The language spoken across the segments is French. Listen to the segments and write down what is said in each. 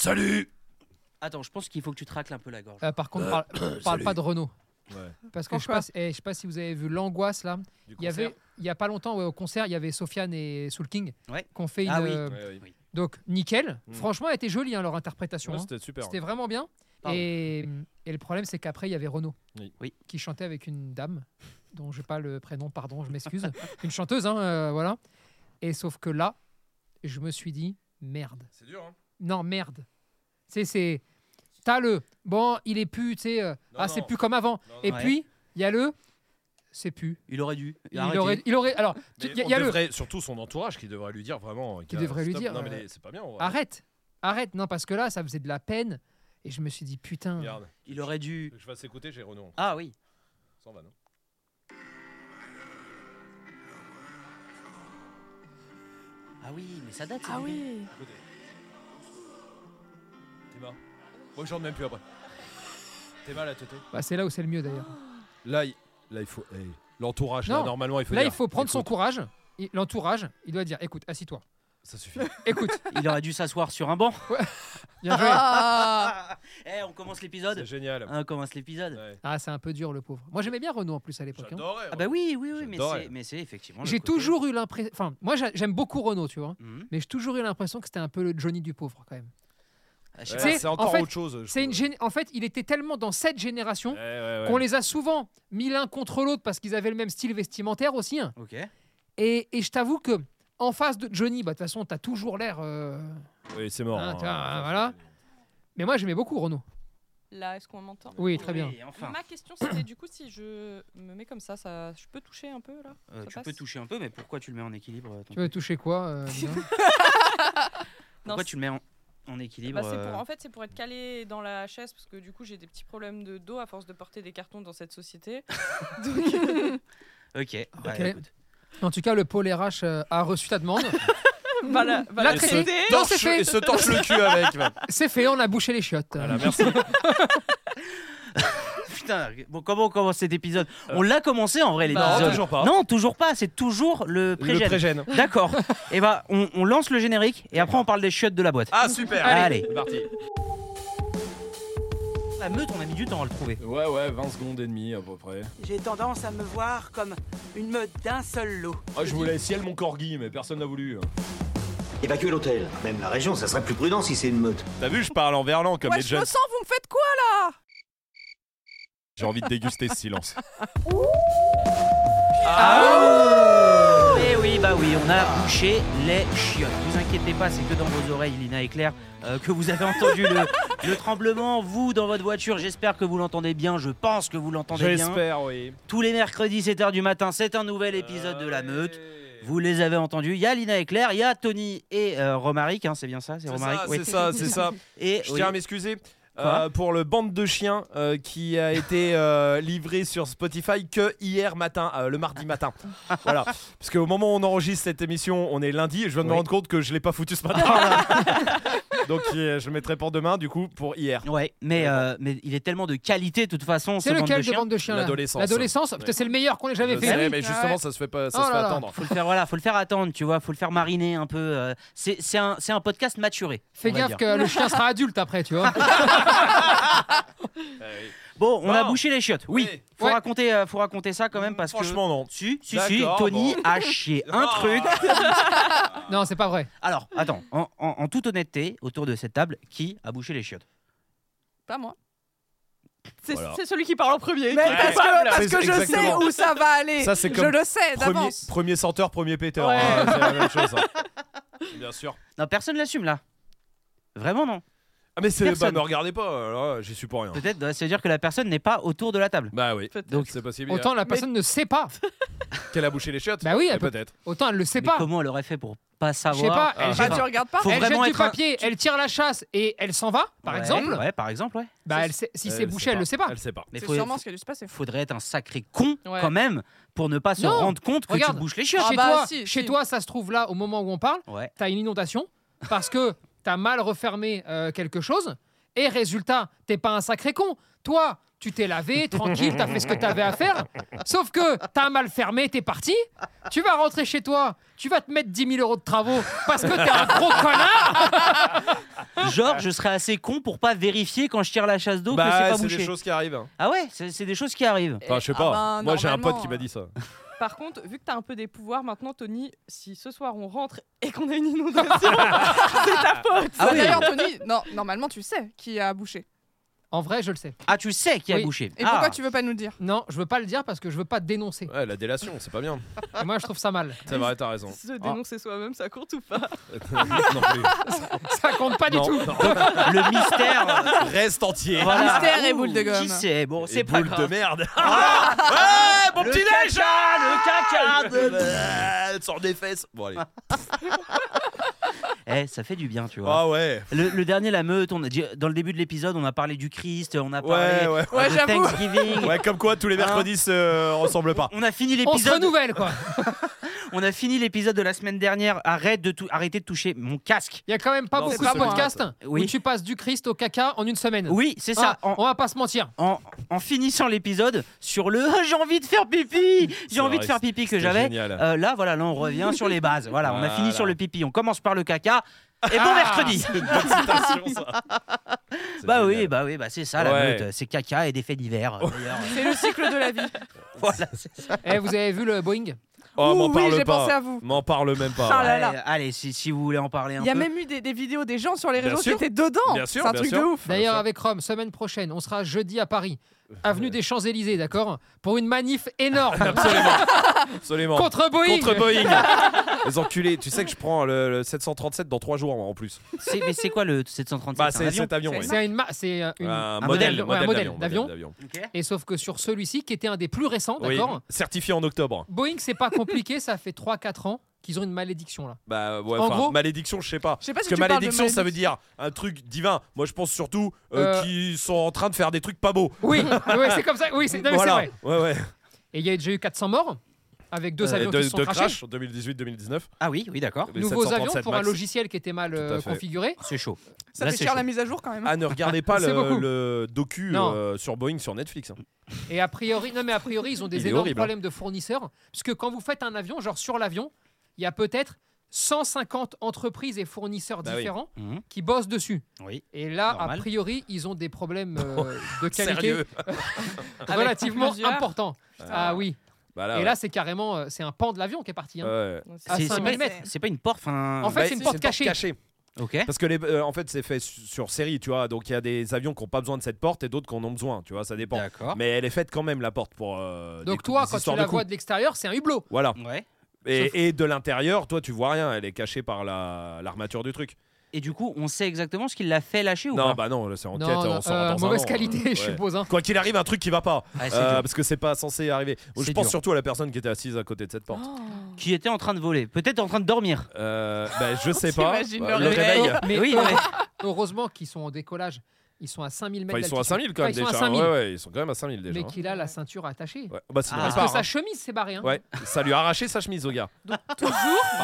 Salut Attends, je pense qu'il faut que tu te racles un peu la gorge. Ah. Euh, par contre, Euh, parle, parle pas salut. de Renault. Ouais. Parce que je sais, Pourquoi pas, si- eh, je sais pas si vous avez vu l'angoisse là. Du Il y avait, concert il y a pas longtemps, ouais, au concert, il y avait Sofiane et Soul King Ouais. qui ont fait Ah une. oui. euh, Ouais, ouais. Oui. Donc nickel. Mm. Franchement, elle était jolie hein, leur interprétation. Ouais, hein. C'était super. C'était vraiment bien. Pardon. Et, et le problème, c'est qu'après, il y avait Renaud Oui. Oui. qui chantait avec une dame dont j'ai pas le prénom, pardon, je m'excuse. une chanteuse, hein, euh, voilà. Et sauf que là, je me suis dit merde. C'est dur, hein Non, merde. Tu sais, c'est. T'as le. Bon, il est plus, tu sais. euh, Non, ah, non. c'est plus comme avant. Non, non. Et Ouais. puis, il y a le. C'est plus. Il aurait dû. Il Arrêtez. aurait, il aurait. Alors, Mais tu- il y a, on il y a le. devrait- Surtout son entourage qui devrait lui dire vraiment. qu'il y a- devrait lui stop. dire, Non, mais euh, les- c'est pas bien. en vrai. Arrête. Arrête. Non, parce que là, ça faisait de la peine. Et je me suis dit, putain. Regarde, Il aurait dû. je vais s'écouter, j'ai Renaud. Ah oui. Ça va, non Ah oui, mais ça date. Ah oui. Écoutez. Théma. Moi, je chante même plus après. Théma, la teuté. Bah, c'est là où c'est le mieux, d'ailleurs. Là, il, là, il faut. hey, L'entourage, là, Non. normalement, il faut. Là, dire, il faut prendre son écoute, courage. et L'entourage, il doit dire écoute, assis-toi. Ça suffit. Écoute, Il aurait dû s'asseoir sur un banc. bien joué. Ah, Ah Eh, on commence C'est l'épisode. génial. Ah, On commence l'épisode. Ouais. Ah, c'est un peu dur, le pauvre. Moi, j'aimais bien Renaud en plus à l'époque. hein. J'adorais. Ah bah oui, oui, oui, mais J'adorais. c'est, mais c'est effectivement. le J'ai côté- toujours eu l'impression. Enfin, moi, j'a- j'aime beaucoup Renaud, tu vois. Mhm. Mais j'ai toujours eu l'impression que c'était un peu le Johnny du pauvre, quand même. Ah, je sais Ouais, Tu pas. sais, C'est encore en fait, autre chose. je C'est une trouve. gén- En fait, il était tellement dans cette génération Ouais, ouais, ouais. qu'on les a souvent mis l'un contre l'autre parce qu'ils avaient le même style vestimentaire aussi. hein. Ok. Et, et je t'avoue que en face de Johnny, bah, de toute façon, t'as toujours l'air. euh, Oui, c'est mort. Ah, hein. tiens, ah, voilà. Mais moi, j'aimais beaucoup Renaud. Là, est-ce qu'on m'entend Oui, très bien. Oui, enfin, Ma question, c'était du coup, si je me mets comme ça, ça je peux toucher un peu là euh, ça tu passe peux toucher un peu, mais pourquoi tu le mets en équilibre euh, ton- Tu veux toucher quoi euh, Lina Pourquoi Non, tu le mets en, en équilibre Bah, c'est pour, euh, en fait, c'est pour être calé dans la chaise parce que du coup, j'ai des petits problèmes de dos à force de porter des cartons dans cette société. Donc, Ok. bah, Ok. écoute. En tout cas, le pôle RH euh, a reçu ta demande. voilà, La voilà. Et traité. se Non, c'est torche- fait. Et se torche le cul avec. va. C'est fait, on a bouché les chiottes. Voilà, merci. Putain, bon, comment on commence cet épisode On l'a commencé en vrai Bah, l'épisode. Euh. Non, toujours pas. Non, toujours pas, c'est toujours le Le pré-gène. pré-gène. D'accord. Et bah, on, on lance le générique et après on parle des chiottes de la boîte. Ah, super. Allez. C'est parti. La Ah, meute, on a mis du temps à le trouver. Ouais, ouais, 20 secondes et demie à peu près. J'ai tendance à me voir comme une meute d'un seul lot. Ah, je voulais ciel mon corgi, mais personne n'a voulu. hein. Évacuer l'hôtel, même la région, ça serait plus prudent si c'est une meute. T'as vu, je parle en verlan comme Moi, les je jeunes. me sens, vous me faites quoi là J'ai envie de déguster ce silence. Eh Ah oui, bah oui, on a bouché les chiottes. Vous inquiétez pas, c'est que dans vos oreilles, Lina et Claire, euh, que vous avez entendu le, le tremblement. Vous, dans votre voiture, j'espère que vous l'entendez bien. Je pense que vous l'entendez bien. J'espère, oui. Tous les mercredis, 7h du matin, c'est un nouvel épisode de La Meute. Vous les avez entendus. Il y a Lina et Claire, il y a Tony et euh, Romaric. hein, c'est bien ça C'est C'est Romaric ça, oui. c'est ça, c'est ça. Et Je oui, tiens à m'excuser. Quoi euh, pour le bande de chiens euh, qui a été euh, livré sur Spotify que hier matin, euh, le mardi matin. voilà. Parce qu'au moment où on enregistre cette émission, on est lundi et je viens de me Oui. rendre compte que je l'ai pas foutu ce matin. Donc euh, je le mettrai pour demain, du coup, pour hier. Ouais, mais, euh, mais il est tellement de qualité de toute façon. C'est ce bande de lequel de chiens. bande de chiens là L'adolescence. L'adolescence Putain, Ouais. C'est le meilleur qu'on ait jamais Je fait. sais, Ah oui. mais justement, ça se fait pas, ça Oh se fait là là. attendre. faut le faire voilà faut le faire attendre tu vois faut le faire mariner un peu euh, c'est c'est un, c'est un podcast maturé Fais on va gaffe dire. que le chien sera adulte après, tu vois. Euh, bon on a Bon. bouché les chiottes oui Oui. faut Ouais. Mm, raconter euh, faut raconter ça quand même parce que Franchement, non. si si si D'accord, Tony bon. a chié un Ah. truc non, c'est pas vrai. alors attends en, en- en toute honnêteté autour de cette table qui a bouché les chiottes Pas moi. C'est Voilà. celui qui parle en premier. Mais parce que, parce C'est que je exactement. sais où ça va aller. Ça, c'est je comme le sais Premier, d'avance. premier senteur, premier péteur. Ouais. hein, c'est la même chose. hein. Bien sûr. non personne l'assume là vraiment non Ah, mais c'est. Bah, Personne. me regardez pas, alors, j'y suis pour rien. peut-être euh, ça veut dire que la personne n'est pas autour de la table Bah oui. Peut-être. Donc c'est possible. Autant la personne ne sait pas. Qu'elle a bouché les chiottes Bah oui, Eh, elle peut- peut-être. autant elle le sait Mais pas. comment elle aurait fait pour pas Je sais savoir Euh, pas. Elle Ah. jette, Ah, tu regardes pas Faut elle jette vraiment du être un- papier, elle tire la chasse et elle s'en va, par Ouais, exemple. ouais par exemple ouais Bah, elle sait- si c'est bouché, elle le sait pas. Elle sait pas. mais C'est faut- sûrement ce qui a dû se passer. faudrait être un sacré con Ouais. quand même pour ne pas se Non, rendre compte que regarde. tu bouches les Chez, chiottes. Ah bah, toi, si, chez si. toi, ça se trouve là, au moment où on parle, Ouais. t'as une inondation parce que t'as mal refermé euh, quelque chose et résultat, t'es pas un sacré con. Toi, tu t'es lavé, tranquille, t'as fait ce que t'avais à faire. Sauf que t'as mal fermé, t'es parti. Tu vas rentrer chez toi, tu vas te mettre 10 000 euros de travaux parce que t'es un gros connard. Genre, je serais assez con pour pas vérifier quand je tire la chasse d'eau que c'est Bah, pas c'est des bouché. choses qui arrivent. Ah ouais, c'est c'est des choses qui arrivent. Enfin, je sais Ah pas. ben, Moi, j'ai un pote normalement, qui m'a dit ça. Par contre, vu que t'as un peu des pouvoirs maintenant, Tony, si ce soir on rentre et qu'on a une inondation, c'est ta faute. Ah oui. D'ailleurs, Tony, non, normalement, tu sais qui a bouché. En vrai, je le sais. Ah, tu sais qui a Oui. bouché. Et Ah. pourquoi tu veux pas nous le dire Non, je veux pas le dire parce que je veux pas dénoncer. Ouais, la délation, c'est pas bien. Et moi, je trouve ça mal. C'est vrai, t'as raison. Se dénoncer soi-même, ça compte ou pas non plus. Ça compte pas du Non, tout. non. Le mystère. euh, Reste entier. voilà. Mystère et boule de gomme. Qui sait Bon, Et c'est pas boule de grave. merde. Ah, ouais, mon Le petit caca, déj. le caca de- Euh, Sors des fesses. Bon, allez. Eh, ça fait du bien, tu vois. Ah ouais. Le, le dernier, la meute, on a dit, dans le début de l'épisode, on a parlé du Christ, on a Ouais, parlé ouais. Ouais, de j'avoue. Thanksgiving. Ouais, comme quoi tous les mercredis se euh, ressemblent pas. On a fini On se l'épisode. renouvelle, quoi. On a fini l'épisode de la semaine dernière. Arrête de tout, arrêtez de toucher mon casque. Il y a quand même pas Non, beaucoup c'est de pas moi, podcasts Oui. où tu passes du Christ au caca en une semaine. Oui, c'est Hein, ça. En, On va pas se mentir. en- en finissant l'épisode sur le Ah, j'ai envie de faire pipi, j'ai C'est envie vrai, de faire pipi que C'est j'avais. Génial. Euh, là, voilà, là, on revient sur les bases. Voilà, on a fini Voilà. sur le pipi. On commence par le caca. Et bon Ah, mercredi. C'est une bonne citation, ça. C'est Bah oui, génial. bah oui, bah c'est ça la Ouais. meute. C'est caca et des faits divers. euh, d'ailleurs. C'est le cycle de la vie. voilà, c'est ça. Eh, vous avez vu le Boeing Oh, Ouh, m'en oui, parle j'ai pas. pensé à vous. M'en parle même pas. Ah là là. Ouais, Allez, si, si vous voulez en parler un Il y a peu. même eu des, des vidéos des gens sur les Bien réseaux qui sûr. étaient dedans. Bien sûr, C'est un bien truc sûr. de ouf. D'ailleurs, sûr. avec Rome, semaine prochaine, on sera jeudi à Paris, avenue des Champs-Élysées, d'accord Pour une manif énorme Absolument. Absolument. contre Boeing. Contre Boeing. Les enculés, tu sais que je prends le, le 737 dans 3 jours moi, en plus. C'est- mais c'est quoi le 737 Bah, c'est un c'est avion cet avion. C'est ouais. C'est une, ma- c'est euh, une- Un un modèle, modèle, ouais, un modèle d'avion. Ok. Et sauf que sur celui-ci, qui était un des plus récents, Oui, d'accord certifié en octobre. Boeing, c'est pas compliqué, ça fait 3-4 ans qu'ils ont une malédiction là. Bah ouais, En enfin, gros- malédiction, je sais pas. Je sais pas Parce si que tu parles de malédiction, ça veut dire un truc divin. Moi, je pense surtout Euh, euh, qu'ils sont en train de faire des trucs pas beaux. Oui, oui, c'est comme ça. Oui, c'est non, mais c'est voilà. vrai. Ouais, ouais. Et il y a déjà eu 400 morts avec deux Euh, avions de, qui se sont de crashés. crash 2018-2019. Ah oui, oui, d'accord. les Nouveaux avions 737 pour un Max. logiciel qui était mal Tout à euh, fait. configuré. C'est chaud. Ça Là, fait c'est cher chaud. la mise à jour quand même. Ah, ne regardez pas C'est le, beaucoup. le docu Non. euh, sur Boeing sur Netflix. hein. Et a priori, non mais a priori, ils ont Il des est énormes horrible, hein. problèmes de fournisseurs parce que quand vous faites un avion, genre sur l'avion, il y a peut-être 150 entreprises et fournisseurs Bah oui. différents Mhm. qui bossent dessus. Oui. Et là, Normal. a priori, ils ont des problèmes euh, de qualité Sérieux. relativement plusieurs. importants. Ah oui. Bah Et ouais. Euh, là, c'est carrément, euh, c'est un pan de l'avion qui est parti. hein. Ouais. Bah, À C'est c'est 5 pas, 000 mètres. c'est pas une porte. enfin, En fait, c'est une porte cachée. Ok. Parce que les, euh, en fait, c'est fait su- sur série, tu vois. Donc il y a des avions qui n'ont pas besoin de cette porte et d'autres qui en ont besoin, tu vois. Ça dépend. D'accord. Mais elle est faite quand même la porte pour. euh, des Donc cou- toi, des quand tu histoires la de coups. vois de l'extérieur, c'est un hublot. Voilà. Ouais. Sauf- Et, et de l'intérieur, toi, tu vois rien. Elle est cachée par la l'armature du truc. Et du coup, on sait exactement ce qu'il l'a fait lâcher ou non, pas bah non, c'est en Non, quête. non, on s'en euh, rend dans un mauvaise an, qualité, euh, je ouais. suppose. hein. Quoi qu'il arrive, un truc qui va pas. Ah, c'est Euh, dur. parce que c'est pas censé arriver. Je C'est pense dur. surtout à la personne qui était assise à côté de cette porte. Qui était en train de voler. Peut-être en train de dormir. oh, Euh, bah, je sais pas. T'imagines Bah, le le réveil. réveil. Mais oui, heure- ouais. heureusement qu'ils sont en décollage. Ils sont à 5000 mètres Enfin, ils sont à d'altitude. 5000 quand même Enfin, ils sont déjà. à 5000. Ouais, ouais, ils sont quand même à 5000 déjà. Mais hein. qu'il a la ceinture attachée. Ouais. Bah, sinon, Ah. on Parce part, que sa hein. chemise s'est barrée. hein. Ouais, ça lui a arraché sa chemise au gars. Toujours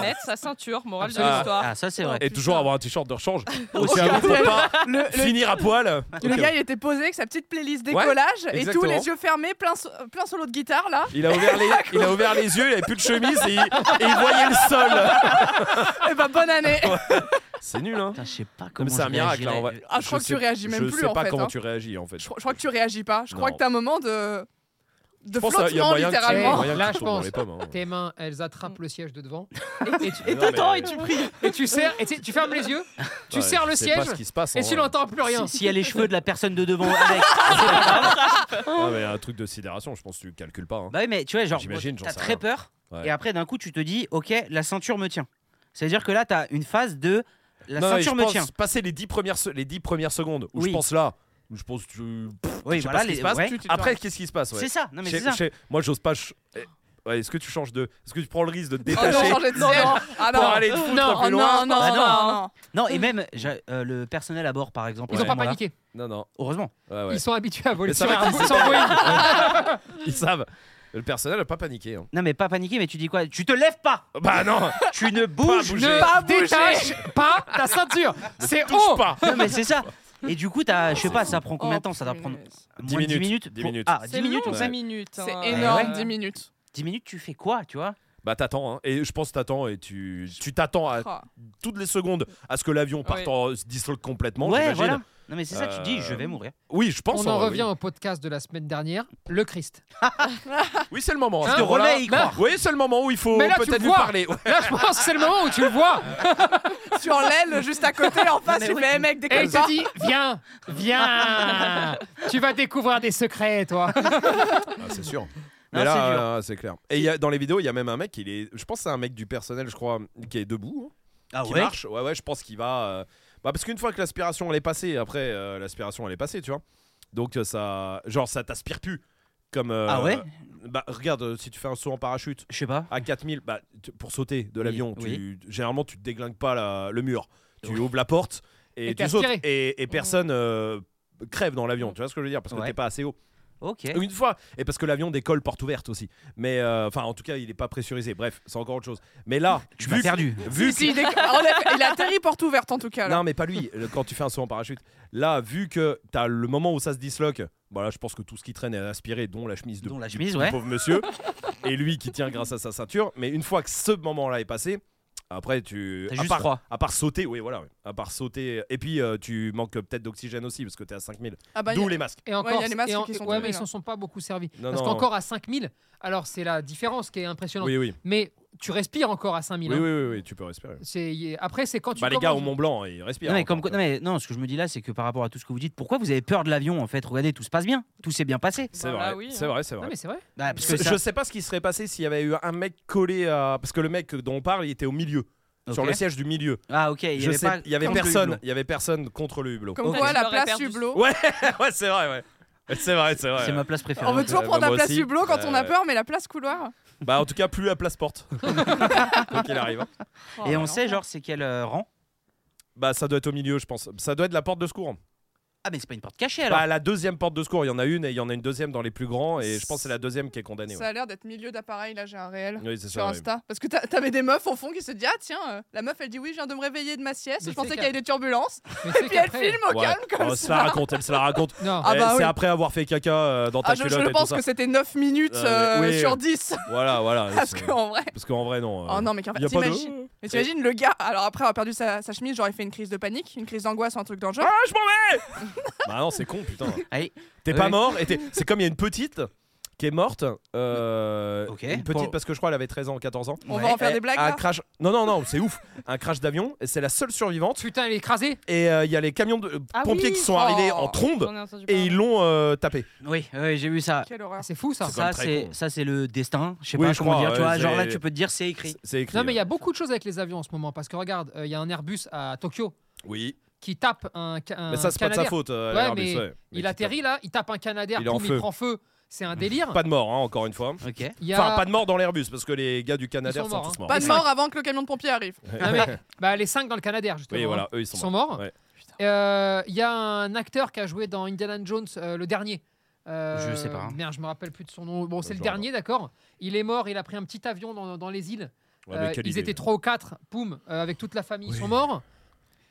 mettre sa ceinture, morale de Ah. l'histoire. Ah, ça, c'est vrai. Et toujours avoir un t-shirt de rechange. Au Aussi, cas où, hein. on peut pas Le, le- finir à poil. le Ok. gars, il était posé avec sa petite playlist Ouais, décollage et tous exactement. les yeux fermés, plein, so- plein solo de guitare là. Il a, ouvert les, il a ouvert les yeux, il avait plus de chemise et, il- et il voyait le sol. Et bah, bonne année. C'est nul, hein Putain, je sais pas Mais comment. c'est un je miracle, là, en réagirais. vrai. Ah, je crois que tu sais- réagis même plus, Je sais en pas fait, comment hein. tu réagis, en fait. Je, crois- je crois que tu réagis pas. Je crois Non. que t'as un moment de. de Je pense qu'il y a flottement moyen que tu- littéralement. moyen que Là, tu je tombes dans pense. les pommes, hein. Tes mains, elles attrapent le siège de devant. Et t'attends euh, et tu pries. Et tu serres, et tu, tu fermes les yeux, tu Ouais, serres le je sais pas siège, ce qui se passe. et hein. tu n'entends plus rien. Si- S'il y a les cheveux de la personne de devant avec. Ah, mais un truc de sidération, je pense que tu calcules pas. hein. bah oui, mais tu vois, genre, J'imagine, j'en t'as sais très rien. peur. Ouais. Et après, d'un coup, tu te dis, ok, la ceinture me tient. C'est-à-dire que là, t'as une phase de. La Non, mais ceinture je me pense tient. Passer les 10 premières, se- les 10 premières secondes où Oui. je pense là, où je pense tu. Oui, je sais pas voilà, ce qui les- se passe. ouais. tu- tu- Après, qu'est-ce qui se passe ouais. C'est ça. Non, mais Je- c'est ça. je- Moi, j'ose pas. je- eh, ouais, Est-ce que tu changes de. Est-ce que tu prends le risque de te Oh non, détacher changer de siège. Ah non. pour aller te foutre Non, Oh plus non, loin non, non, Bah non. non, non. Non, et même j'a- euh, le personnel à bord, par exemple. Ils à n'ont ce pas moment-là. paniqué. Non, non. Heureusement. Ouais, ouais. Ils sont habitués à voler Mais ça sur va un qu'ils sans Boeing. Ils savent. Le personnel n'a pas paniqué. hein. Non, mais pas paniquer, mais tu dis quoi Tu te lèves pas Bah non, Tu ne bouges bouger. Ah, ne- Ne détache pas ta ceinture. C'est touche haut. pas. Non, mais c'est ça Et du coup, t'as- je sais pas, ça prend combien Oh, de temps Ça doit prendre punaise. moins de 10 minutes. Dix pour- minutes. Ah, 10 C'est minutes, on long, dix sait. minutes. C'est hein. Eh énorme, ouais. 10 minutes. 10 minutes, tu fais quoi, tu vois Bah t'attends, hein. et je pense que t'attends et tu tu t'attends à Ah. toutes les secondes à ce que l'avion parte Ouais. en- se disloque complètement. Ouais, j'imagine. voilà. Non, mais c'est ça, tu te dis, Euh, je vais mourir. Oui, je pense. On en hein, revient au podcast de la semaine dernière, le Christ. Oui, Oui, c'est le moment. Hein, à ce moment-là. Romain, il là, croit. Oui, c'est le moment où il faut Mais là, tu peut-être le lui vois. parler. Ouais. Là, je pense que c'est le moment où tu le vois. Sur l'aile, juste à côté, en face, mais il oui. fait Eh, mec, Et décolle il pas. te dit Viens, viens, tu vas découvrir des secrets, toi. Ah, c'est sûr. Non, Mais c'est là, dur. euh, c'est clair. Et il y a- dans les vidéos, il y a même un mec, il est, je pense que c'est un mec du personnel, je crois, qui est debout, hein, Ah qui ouais marche. Ouais, ouais, je pense qu'il va. euh, Bah, parce qu'une fois que l'aspiration elle est passée, après euh, l'aspiration elle est passée, tu vois. Donc euh, ça, genre ça t'aspire plus. Comme, euh, Ah ouais Bah regarde, euh, si tu fais un saut en parachute Je sais pas. à 4000, bah, tu- pour sauter de Oui, l'avion, tu- généralement tu te déglingues pas la- le mur. Tu ouvres la porte et, Et t'es tu sautes. aspiré. Et, et personne euh, crève dans l'avion, tu vois ce que je veux dire Parce que Ouais. t'es pas assez haut. Ok. Une fois, et parce que l'avion décolle porte ouverte aussi. Mais euh, enfin, en tout cas, il est pas pressurisé. Bref, c'est encore autre chose. Mais là, Tu vu m'as que- perdu. vu Si, si, il, déco- En effet, il atterrit porte ouverte en tout cas. que- là. non, mais pas lui. Le- Quand tu fais un saut en parachute, là, vu que t'as le moment où ça se disloque, voilà, je pense que tout ce qui traîne est aspiré, dont la chemise de Dont la chemise, du ouais. pauvre monsieur, et lui qui tient grâce à sa ceinture. Mais une fois que ce moment-là est passé. Après, tu. T'as à juste part- froid. À part sauter, oui, voilà. ouais. À part sauter. Et puis, euh, tu manques peut-être d'oxygène aussi, parce que t'es à 5000. Ah bah, il y D'où a- les masques. Et Ouais, encore, il y a les masques et en- qui sont ouais, mais tombés, ils là. s'en sont pas beaucoup servis. Non, Parce non. qu'encore à 5000, alors c'est la différence qui est impressionnante. Oui, oui. Mais tu respires encore à 5000. Oui, oui, hein. oui, oui, tu peux respirer. C'est- y- Après, c'est quand tu Bah, les gars au commences- Mont Blanc, ils respirent. Non mais, encore, comme, non, mais non, ce que je me dis là, c'est que par rapport à tout ce que vous dites, pourquoi vous avez peur de l'avion en fait Regardez, tout se passe bien, tout s'est bien passé. C'est Bah, vrai, là, oui, c'est hein. vrai, c'est Non, vrai. mais c'est vrai. Bah, parce que C'est- ça... Je sais pas ce qui serait passé s'il y avait eu un mec collé à. Parce que le mec dont on parle, il était au milieu, Ok. sur le siège du milieu. Ah ok, il y je avait, sais, pas- il y avait contre le personne, hublot. il y avait personne contre le hublot. Comme Ok. quoi, Je la l'aurais place perdu. hublot. Ouais, ouais, c'est vrai, ouais. C'est vrai, c'est vrai. C'est ma place préférée. On veut en fait. toujours Euh, prendre bah, la moi place aussi. hublot quand on a Euh, peur, mais la place couloir. Bah, en tout cas, plus la place porte. Quoi qu'il arrive. hein. Oh, Et alors. on sait genre c'est quel euh, rang Bah, ça doit être au milieu, je pense. Ça doit être la porte de secours. hein. Ah mais c'est pas une porte cachée alors Bah, la deuxième porte de secours, il y en a une et il y en a une deuxième dans les plus grands. Et je pense que c'est la deuxième qui est condamnée. Ça a l'air d'être milieu d'appareil, là j'ai un réel. ouais. Oui, c'est Sur ça. ouais. Insta. Parce que t'a- t'avais des meufs au fond qui se disaient Ah tiens, euh, la meuf elle dit oui, je viens de me réveiller de ma sieste, Mais je pensais c'est qu'il y avait des turbulences. Mais Et c'est puis elle qu'après- filme au Ouais. calme comme Oh, elle se la ça. raconte, elle se la raconte. Non. Ah Eh, bah c'est oui. après avoir fait caca euh, dans ta Ah, je, culotte je et pense tout ça. que c'était 9 minutes Euh, euh, oui, sur oui. 10. Voilà, voilà. Parce c'est- qu'en vrai. Parce qu'en vrai, non. euh, Oh non, mais qu'en y fait, a pas de- t'imagines mais t'imagines le gars, alors après avoir perdu sa, sa chemise, j'aurais fait une crise de panique, une crise d'angoisse, un truc dans le genre. Bah non, c'est con, putain. Allez. T'es Ouais. pas mort. et t'es- C'est comme il y a une petite qui est morte. euh, Ok. Une petite Pour- parce que je crois elle avait 13 ans, 14 ans. On Ouais. va en faire Et des blagues Un là. crash. Non, non, non, c'est ouf. Un crash d'avion. et C'est la seule survivante. Putain, elle est écrasée. Et euh, il y a les camions de euh, Ah pompiers oui. qui sont arrivés Oh. en trombe J'en ai entendu et parler. ils l'ont euh, tapé. Oui, oui, j'ai vu ça. Quelle horreur. C'est fou ça. Ah, C'est quand Ça même très c'est con. ça c'est le destin, je sais Oui, pas je comment crois, dire, tu ouais, vois, genre c'est- là tu peux te dire c'est écrit. C'est- C'est écrit. Non, mais il y ouais. a beaucoup de choses avec les avions en ce moment. Parce que regarde, euh, il y a un Airbus à Tokyo Oui. qui tape un. ca- un Mais ça, c'est pas de sa Canadair. faute. euh, Ouais, l'Airbus, mais ouais. Mais Il qui atterrit là, il tape un Canadair, Il est en boum, il feu. prend feu. C'est un délire. tape. Pas de mort, hein, encore une fois. Ok. Il y a- Enfin, pas de mort dans l'Airbus parce que les gars du Canadair sont sont, morts, tous hein. morts. Pas de mort avant que le camion de pompiers arrive. Non, mais- bah, les 5 dans le Canadair, justement. hein. Oui, voilà, eux ils Ils sont morts. sont morts. Ouais. Euh, Il y a un acteur qui a joué dans Indiana Jones, euh, le dernier. Euh, Je sais pas. hein. Merde, je me rappelle plus de son nom. Bon, c'est le Genre. dernier, d'accord. Il est mort, il a pris un petit avion dans, dans les îles. Ouais, mais Euh, quelle ils idée. étaient trois ou quatre, poum, euh, avec toute la famille, ils Oui. sont morts.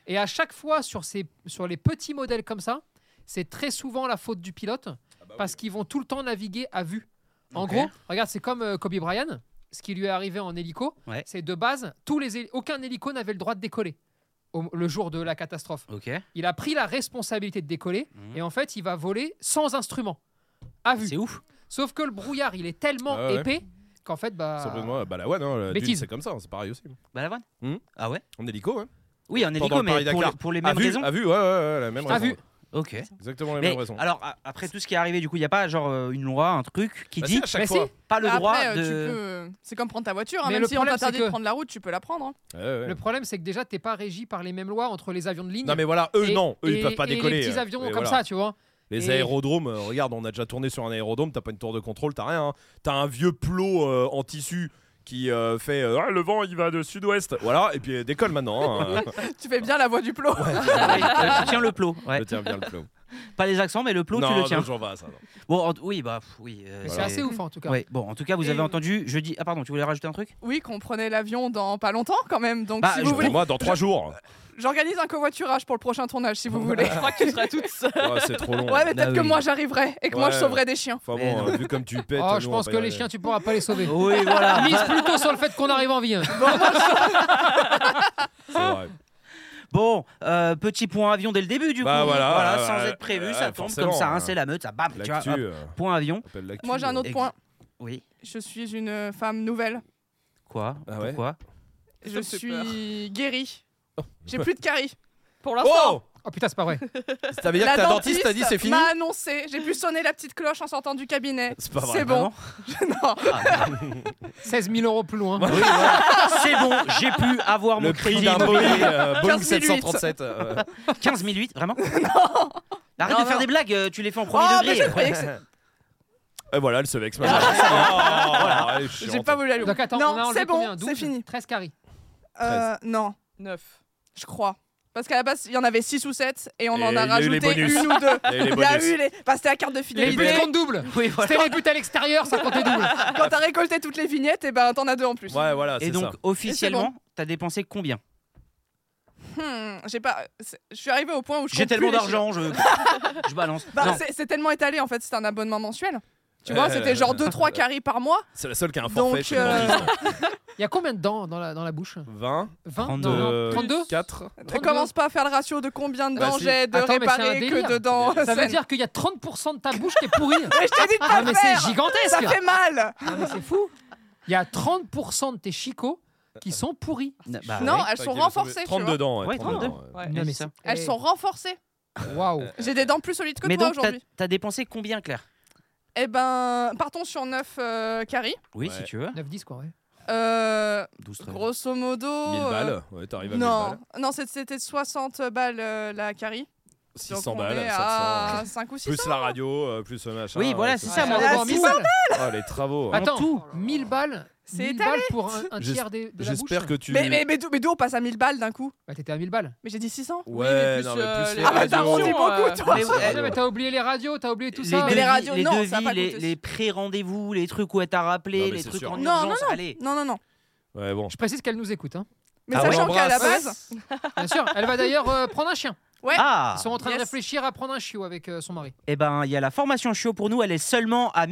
Et à chaque fois, sur, ces, sur les petits modèles comme ça, c'est très souvent la faute du pilote Ah bah parce qu'ils vont tout le temps naviguer à vue. En Ok. gros, regarde, c'est comme euh, Kobe Bryant. Ce qui lui est arrivé en hélico, Ouais. c'est de base, tous les, hé- aucun hélico n'avait le droit de décoller au- le jour de la catastrophe. OK. Il a pris la responsabilité de décoller Mhm. et en fait, il va voler sans instrument, à vue. C'est ouf. Sauf que le brouillard, il est tellement Ah ouais. épais qu'en fait, bah. Sauf que moi, bah la one, hein, la dune, Bêtise. c'est comme ça, c'est pareil aussi. Balavoine Hmm. Ah ouais En hélico, hein. Oui, en hélico Pendant le mais pour Paris-Dakar. Ah, les, pour les À mêmes vue, raisons. à vue, ouais, ouais, ouais, la même À raison. vue. OK. Exactement les Mais mêmes raisons. alors a- après tout ce qui est arrivé du coup, il y a pas genre euh, une loi, un truc qui Bah, dit si, à chaque Mais si. fois. pas le Après, droit euh, de tu peux, euh, C'est comme prendre ta voiture, hein, Mais même le si on problème, t'interdit c'est que- de prendre la route, tu peux la prendre. hein. Ouais, ouais, ouais. Le problème, c'est que déjà, t'es pas régi par les mêmes lois entre les avions de ligne. Non mais voilà, eux et- non, eux et- ils peuvent pas et décoller. Les petits euh, avions mais comme voilà. ça, tu vois. Les Et- aérodromes, euh, regarde, on a déjà tourné sur un aérodrome, t'as pas une tour de contrôle, t'as rien. hein. T'as un vieux plot euh, en tissu qui euh, fait euh, Ah, le vent, il va de sud-ouest. Voilà, et puis euh, décolle maintenant. hein. Tu fais bien la voix du plot. Ah ouais, bah euh, tu tiens le plot. Ouais. Je tiens bien le plot. Pas les accents, mais le plot, tu le tiens. j'en vais ça. non. Bon, en- oui, bah pff, oui. euh, Mais c'est c'est- assez ouf en tout cas. Ouais, bon, en tout cas, vous Et- avez entendu jeudi. Ah, pardon, tu voulais rajouter un truc Oui, qu'on prenait l'avion dans pas longtemps quand même. Donc Bah, si je- vous Pour voulez, moi, dans 3 jours. j'organise un covoiturage pour le prochain tournage si vous voulez. Je crois que tu seras toute seule. Ouais, c'est trop long. Ouais, mais peut-être Bah que oui. moi j'arriverai et que moi Ouais. je sauverai des chiens. Enfin Mais bon, euh, vu comme tu pètes. Oh, nous, je on pense va que y les aller. chiens, tu pourras pas les sauver. Oui, voilà. Mise plutôt sur le fait qu'on arrive en vie. hein. C'est vrai. Bon, euh, petit point avion dès le début, du Bah coup. voilà, ouais, sans ouais, être prévu, ouais, ça tombe forcément, comme ça. hein, ouais. c'est la meute, ça bam, tu vois, L'actu. hop, euh, point avion. appelle l'actu, euh. Moi j'ai un autre Ex- point. Oui. Je suis une femme nouvelle. Quoi Ah ouais Pourquoi Je me fait suis guérie. J'ai plus de caries. Pour euh. l'instant, Oh Oh putain, c'est pas vrai. Ça veut dire que ta dentiste t'a dit c'est fini m'a annoncé. J'ai pu sonner la petite cloche en sortant du cabinet. C'est pas vrai, C'est bon. non. 16 000 euros plus loin. Oui, voilà. C'est bon, j'ai pu avoir mon Le prix crédit d'un immobilier. Boeing, euh, Boeing 15 008. 737. euh, 15 008, vraiment Arrête Non, de faire non. des blagues, euh, tu les fais en premier Oh, mais je degré. croyais que c'est- Et voilà, elle se vexe. maintenant. Oh, voilà, elle est J'ai chiante. pas voulu aller. au Donc bout. attends, on a non, enlevé c'est combien bon, 12, c'est fini. 13 caries. Euh, non, 9. je crois. Parce qu'à la base, il y en avait 6 ou 7 et on Et en il y a a eu les rajouté bonus. une ou deux. Et les Il y a bonus. eu les. Enfin, c'était la carte de Les fidélité. buts comptent double. Oui, voilà. C'était les buts à l'extérieur, ça comptait double. Quand t'as récolté toutes les vignettes, et ben t'en as deux en plus. Ouais, voilà, Ah, c'est Et ça. donc, officiellement, t'as dépensé combien Hmm, j'ai pas. c'est- Je suis arrivée au point où je. J'ai compte tellement plus les d'argent, je... je balance. chiffres. Bah, non, c'est- c'est tellement étalé en fait, c'est un abonnement mensuel. Tu Euh, vois, c'était genre 2-3 caries par mois. C'est la seule qui a un Donc, forfait chez le euh, dentiste. Il y a combien de dents dans la, dans la bouche 20, 20 32. Non, non, euh, 32 4. Tu commences pas à faire le ratio de combien de Ah bah dents si. j'ai de Attends, mais c'est un réparer que délire. de dents. Ça veut saines. dire qu'il y a 30% de ta bouche qui est pourrie. Mais je t'ai dit de Ah, pas le mais c'est faire Ça gigantesque. fait mal Ah, mais c'est fou. Il y a 30% de tes chicots qui sont pourris. n- bah, Non, ouais. elles sont renforcées. tu vois. 30 dedans. Ouais, 32. Ouais. Non, mais c'est- ça. Elles Eh, sont renforcées. Waouh. J'ai des dents plus solides que Mais toi donc, t'as- aujourd'hui. t'as dépensé combien, Claire Eh ben, partons sur 9 caries. Oui, Ouais. si tu veux. 9-10, quoi, ouais. Euh, 12, grosso modo. 1000 euh, balles. Ouais, t'arrives à 1000 Non, balles. non c'est- c'était 60 balles euh, la carie. Donc 600 on balles, est 700. à 5 ou 600. Plus la radio, euh, plus le machin. Oui, voilà, ouais, c'est Ouais. ça, moi, Ouais. on va en C'est mille ça. balles. Ah, les travaux. hein. Attends, tout. 1000 balles. C'est 1000 balles pour un, un J'es- tiers des, de la bouche. J'espère que tu. Mais, mais, mais, d'où- mais d'où on passe à 1000 balles d'un coup Bah, t'étais à 1000 balles. Mais j'ai dit 600. Ouais, Oui, mais non, plus, mais euh, plus les les Ah, bah t'as radios, arrondi radios. beaucoup, euh, toi Mais Ouais, ouais, Ah, non, mais t'as oublié les radios, t'as oublié tout les ça. Mais les devis- radios, non, devis, ça a pas les, coûté. les pré-rendez-vous, les trucs où elle t'a Non, rappelé, mais les c'est trucs sûr. en Non, urgence. Allez. Non, non, non. Ouais, bon. Je précise qu'elle nous écoute, hein. Mais Ah, on sachant qu'à la l'embrasse. base. bien sûr. Elle va d'ailleurs euh, prendre un chien. Ah Ils sont en train yes. de réfléchir à prendre un chiot avec euh, son Oh mari. Eh ben, il y a la formation chiot pour nous, elle est seulement à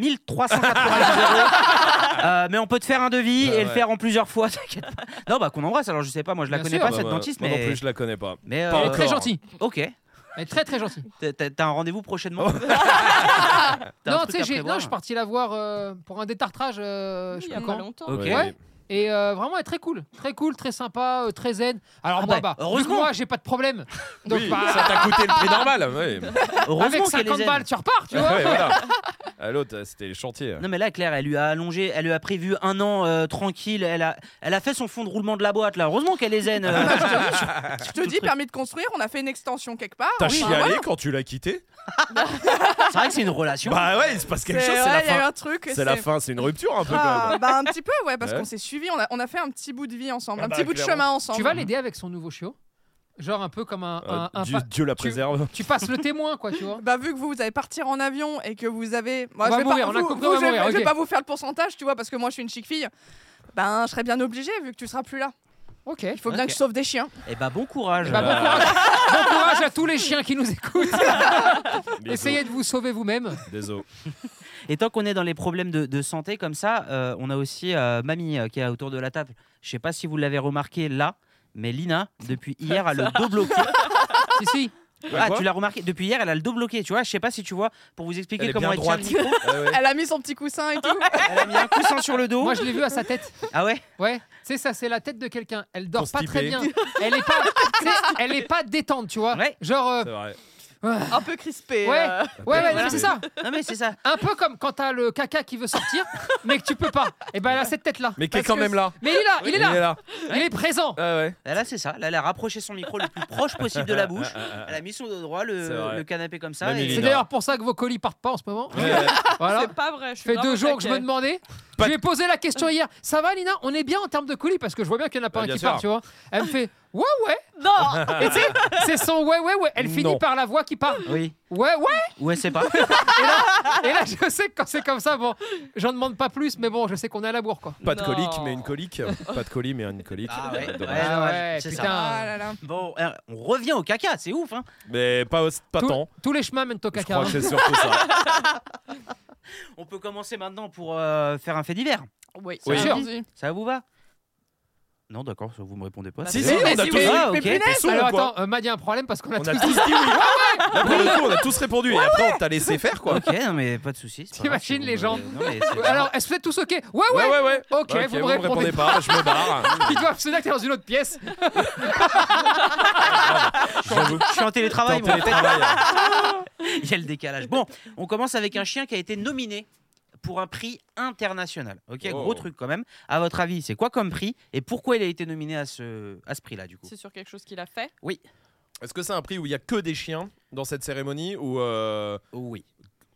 1390 euros. Euh, mais on peut te faire un devis Bah Ouais, et le ouais. faire en plusieurs fois, t'inquiète pas. Non, bah qu'on embrasse, alors je sais pas, moi je la Bien connais sûr. pas Bah, cette bah, dentiste, moi mais. non plus, je la connais pas. mais euh, Pas Elle est encore. très gentille. Ok, Elle est très très gentille. T'as- t'as t'as un rendez-vous prochainement T'as un Oh. Non, truc tu sais, à j'ai- non, prévoir je suis parti la voir euh, pour un détartrage. euh, Oui, je Il sais y a plus pas quand. longtemps. Ok. Ouais. Et euh, vraiment, elle est très cool, très cool, très sympa, euh, très zen. Alors Ah bah, moi, bah, vu que heureusement. moi, j'ai pas de problème. Donc, Oui, bah, ça t'a coûté le prix normal. ouais. Heureusement avec qu'elle les 50 aide. balles, tu repars, tu Ouais, vois. voilà. Ah, L'autre, euh, c'était les chantiers. Non mais là Claire, elle lui a allongé, elle lui a prévu un an euh, tranquille, elle a, elle a fait son fond de roulement de la boîte là. Heureusement qu'elle est zen. euh. Je te dis, permis de construire, on a fait une extension quelque part. T'as Oui, chialé bah voilà. quand tu l'as quitté c'est vrai que c'est une relation. Bah ouais, il se passe quelque C'est- chose, c'est ouais, la il y a eu fin. un truc. C'est la fin, c'est une rupture un peu quand Ah, même. bah, un petit peu, ouais, parce Ouais. qu'on s'est suivis, on a, on a fait un petit bout de vie ensemble, Ah un bah, petit bout de clairement. chemin ensemble. Tu vas l'aider avec son nouveau chiot, genre un peu comme un. Euh, un- un Dieu, pa- Dieu la ah, tu- préserve. Tu passes le témoin, quoi, tu vois. Bah, vu que vous, vous allez partir en avion et que vous avez. Moi, On va je vais mourir, pas, on a vous- compris, vous, on va je, vais, mourir, je vais ok. pas vous faire le pourcentage, tu vois, parce que moi, je suis une chic fille. Ben, je serais bien obligée vu que tu seras plus là. Ok. Il faut bien Ok. que je sauve des chiens. Et bah bon courage. Eh bah, bon, courage. Bon courage à tous les chiens qui nous écoutent. Bisous. Essayez de vous sauver vous-même. Désolé. Et tant qu'on est dans les problèmes de, de santé comme ça, euh, on a aussi euh, Mamie euh, qui est autour de la table. Je sais pas si vous l'avez remarqué là, mais Lina, depuis hier, a le dos bloqué. Si, si. ah, quoi tu l'as remarqué Depuis hier, elle a le dos bloqué, tu vois. Je sais pas si tu vois, pour vous expliquer Elle est comment bien elle tient le droite. micro, Ah ouais. Elle a mis son petit coussin et tout. elle a mis un coussin sur le dos. Moi, je l'ai vu à sa tête. Ah ouais Ouais. Tu sais, ça, c'est la tête de quelqu'un. Elle dort pas Constipée. très bien. Elle est pas, tu sais, elle est pas détente, tu vois. Ouais. Genre. euh, C'est vrai. Un peu crispé. Ouais. euh. Ouais, ouais, Voilà. non, c'est ça. Non, mais c'est ça. Un peu comme quand t'as le caca qui veut sortir, mais que tu peux pas. Et ben, elle a cette tête-là. Mais qui est Parce quand que- même là. Mais il est là, il est Il est là. là. Il est présent. Ah ouais. Là, là, c'est ça. Là, elle a rapproché son micro le plus proche possible de la bouche. Elle a mis son dos droit, C'est le, vrai. le canapé comme ça. Mamie et- Il est C'est là. d'ailleurs pour ça que vos colis partent pas en ce moment. Ouais, ouais. Voilà. C'est pas vrai. Ça Je suis fait vraiment deux jours que je me taquet. demandais. Pas Je lui ai posé la question hier. Ça va, Lina On est bien en termes de colis Parce que je vois bien qu'il n'y en a pas Bah, un bien qui sûr. part, tu vois. Elle me fait Ouais, ouais. Non Et tu sais, c'est son ouais, ouais, ouais. Elle Non. finit par la voix qui part. Oui. Ouais, ouais. Ouais, c'est pas. Ah Et là, je sais que quand c'est comme ça, bon, j'en demande pas plus, mais bon, je sais qu'on est à la bourre, quoi. Pas de colique, Non. mais une colique. Pas de colis, mais une colique. Ah ouais, Dommage. ouais. non, c'est ça. putain. Ah là là. Bon, alors, on revient au caca, c'est ouf, hein. Mais pas, pas Tous- tant. Tous les chemins mènent au Je caca. hein. crois que c'est surtout ça. On peut commencer maintenant pour euh, faire un fait divers. Oui, Oui. Sûr. Ça vous va Non, d'accord, ça, vous me répondez pas. si, ça si, va. on a Mais tous si, dit oui, oui. Ah, mais ok. punaise. T'es sourd, Alors ou quoi attends, euh, Maddie a un problème parce qu'on a, On a tous- tous dit oui. Là, pour le coup, on a tous répondu. Et après, on t'a laissé faire, quoi. Ok, non, mais pas de soucis. c'est pas grave, T'imagines si les vous- gens Non, mais c'est- Alors, est-ce que vous êtes tous OK Ouais, Ah ouais. Ouais, ouais, ouais. Ok, vous me répondez pas. Je me barre. Ils doivent se dire que t'es dans une autre pièce. J'avoue. je suis en T'es en télétravail, moi. télétravail. hein. Il y a le décalage. Bon, on commence avec un chien qui a été nominé pour un prix international. Ok, Wow. gros truc quand même. À votre avis, c'est quoi comme prix et pourquoi il a été nominé à ce, à ce prix-là du coup C'est sur quelque chose qu'il a fait. Est-ce que c'est un prix où il y a que des chiens dans cette cérémonie ou euh, Oh Oui.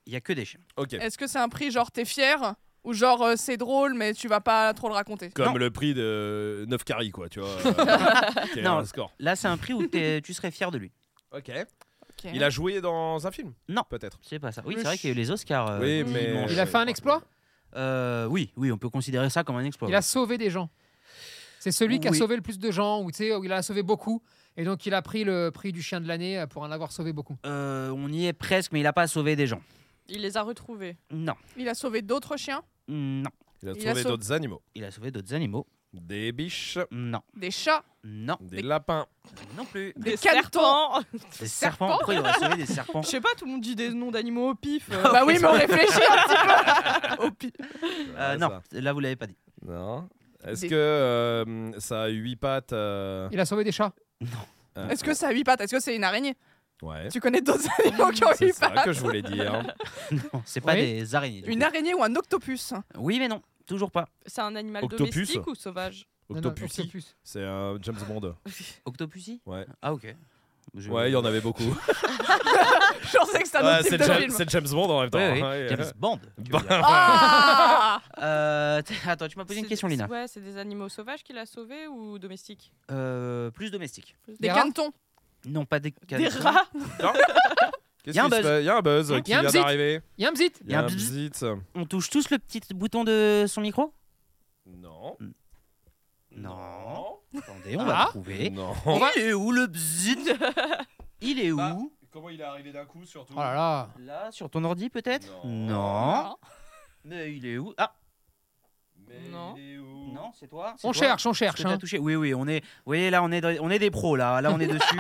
Il y a que des chiens. Ok. Est-ce que c'est un prix genre t'es fier ou genre euh, c'est drôle mais tu vas pas trop le raconter Comme Non. le prix de 9 caries, quoi, tu vois. euh, qui est Non. un score. Là, c'est un prix où t'es- tu serais fier de lui. Ok. Ok. Il a joué dans un film Non. Peut-être. C'est pas ça. Oui, Le c'est vrai ch- qu'il y a eu les Oscars. euh, Oui, mais- dimanche. Il a fait un exploit Euh, oui, oui, on peut considérer ça comme un exploit. Il a sauvé des gens. C'est celui qui a Oui. sauvé le plus de gens, ou tu sais, où il a sauvé beaucoup. Et donc, il a pris le prix du chien de l'année euh, pour en avoir sauvé beaucoup. Euh, on y est presque, mais il a pas sauvé des gens. Il les a retrouvés. Non, Il a sauvé d'autres chiens, non. Il a Il a trouvé sau- d'autres animaux. Il a sauvé d'autres animaux. Des biches, Non, des chats, non, des lapins. non plus. des, canetons. serpents Des serpents. Pourquoi il aurait sauvé des serpents Je sais pas, tout le monde dit des noms d'animaux au pif. euh. Bah oui, mais on réfléchit. Euh, Ouais, Non, ça. là vous l'avez pas dit. Non. Est-ce Des- que euh, ça a 8 pattes euh, Il a sauvé des chats. euh, Est-ce que ça a huit pattes Est-ce que c'est une araignée Ouais. Tu connais d'autres animaux qui ont C'est huit ça pattes que je voulais dire. Non, c'est pas Oui. des araignées. du Une coup. araignée ou un octopus Oui, mais non, toujours pas. C'est un animal Octopus. domestique ou sauvage Non, non, Octopussy, octopus. c'est un James Bond. Octopussy Ouais. Ah, ok. Je- Ouais, il y en avait beaucoup. J'en sais que c'est un Ouais, autre c'est type de James, film. c'est James Bond en même temps. Ouais, oui. Ouais, James euh, Bond. tu bah, veux dire. Ah Euh, t- Attends, tu m'as posé une C'est- question, Lina. Ouais, c'est des animaux sauvages qu'il a sauvés ou domestiques Euh, plus domestique. Des rats canetons, Non, pas des. Des rats qu'est-ce y a qui un se buzz. passe Il y a un buzz qui Y a Hein? un vient bzit. d'arriver. Yamzit. Il y a un bzit. bzit. On touche tous le petit bouton de son micro Non. Non. Attendez, on va Ah. trouver. Non. Il est où le bzzit Il est où Bah. Comment il est arrivé d'un coup, surtout Oh là là. Là, sur ton ordi peut-être Non. Non. Mais il est où Ah, Mais Non. il est où non, c'est toi c'est On toi cherche, on Est-ce que cherche. t'as hein. touché Oui, oui, on est. Vous voyez, là, on est, dans- on est des pros, là. Là, on est dessus.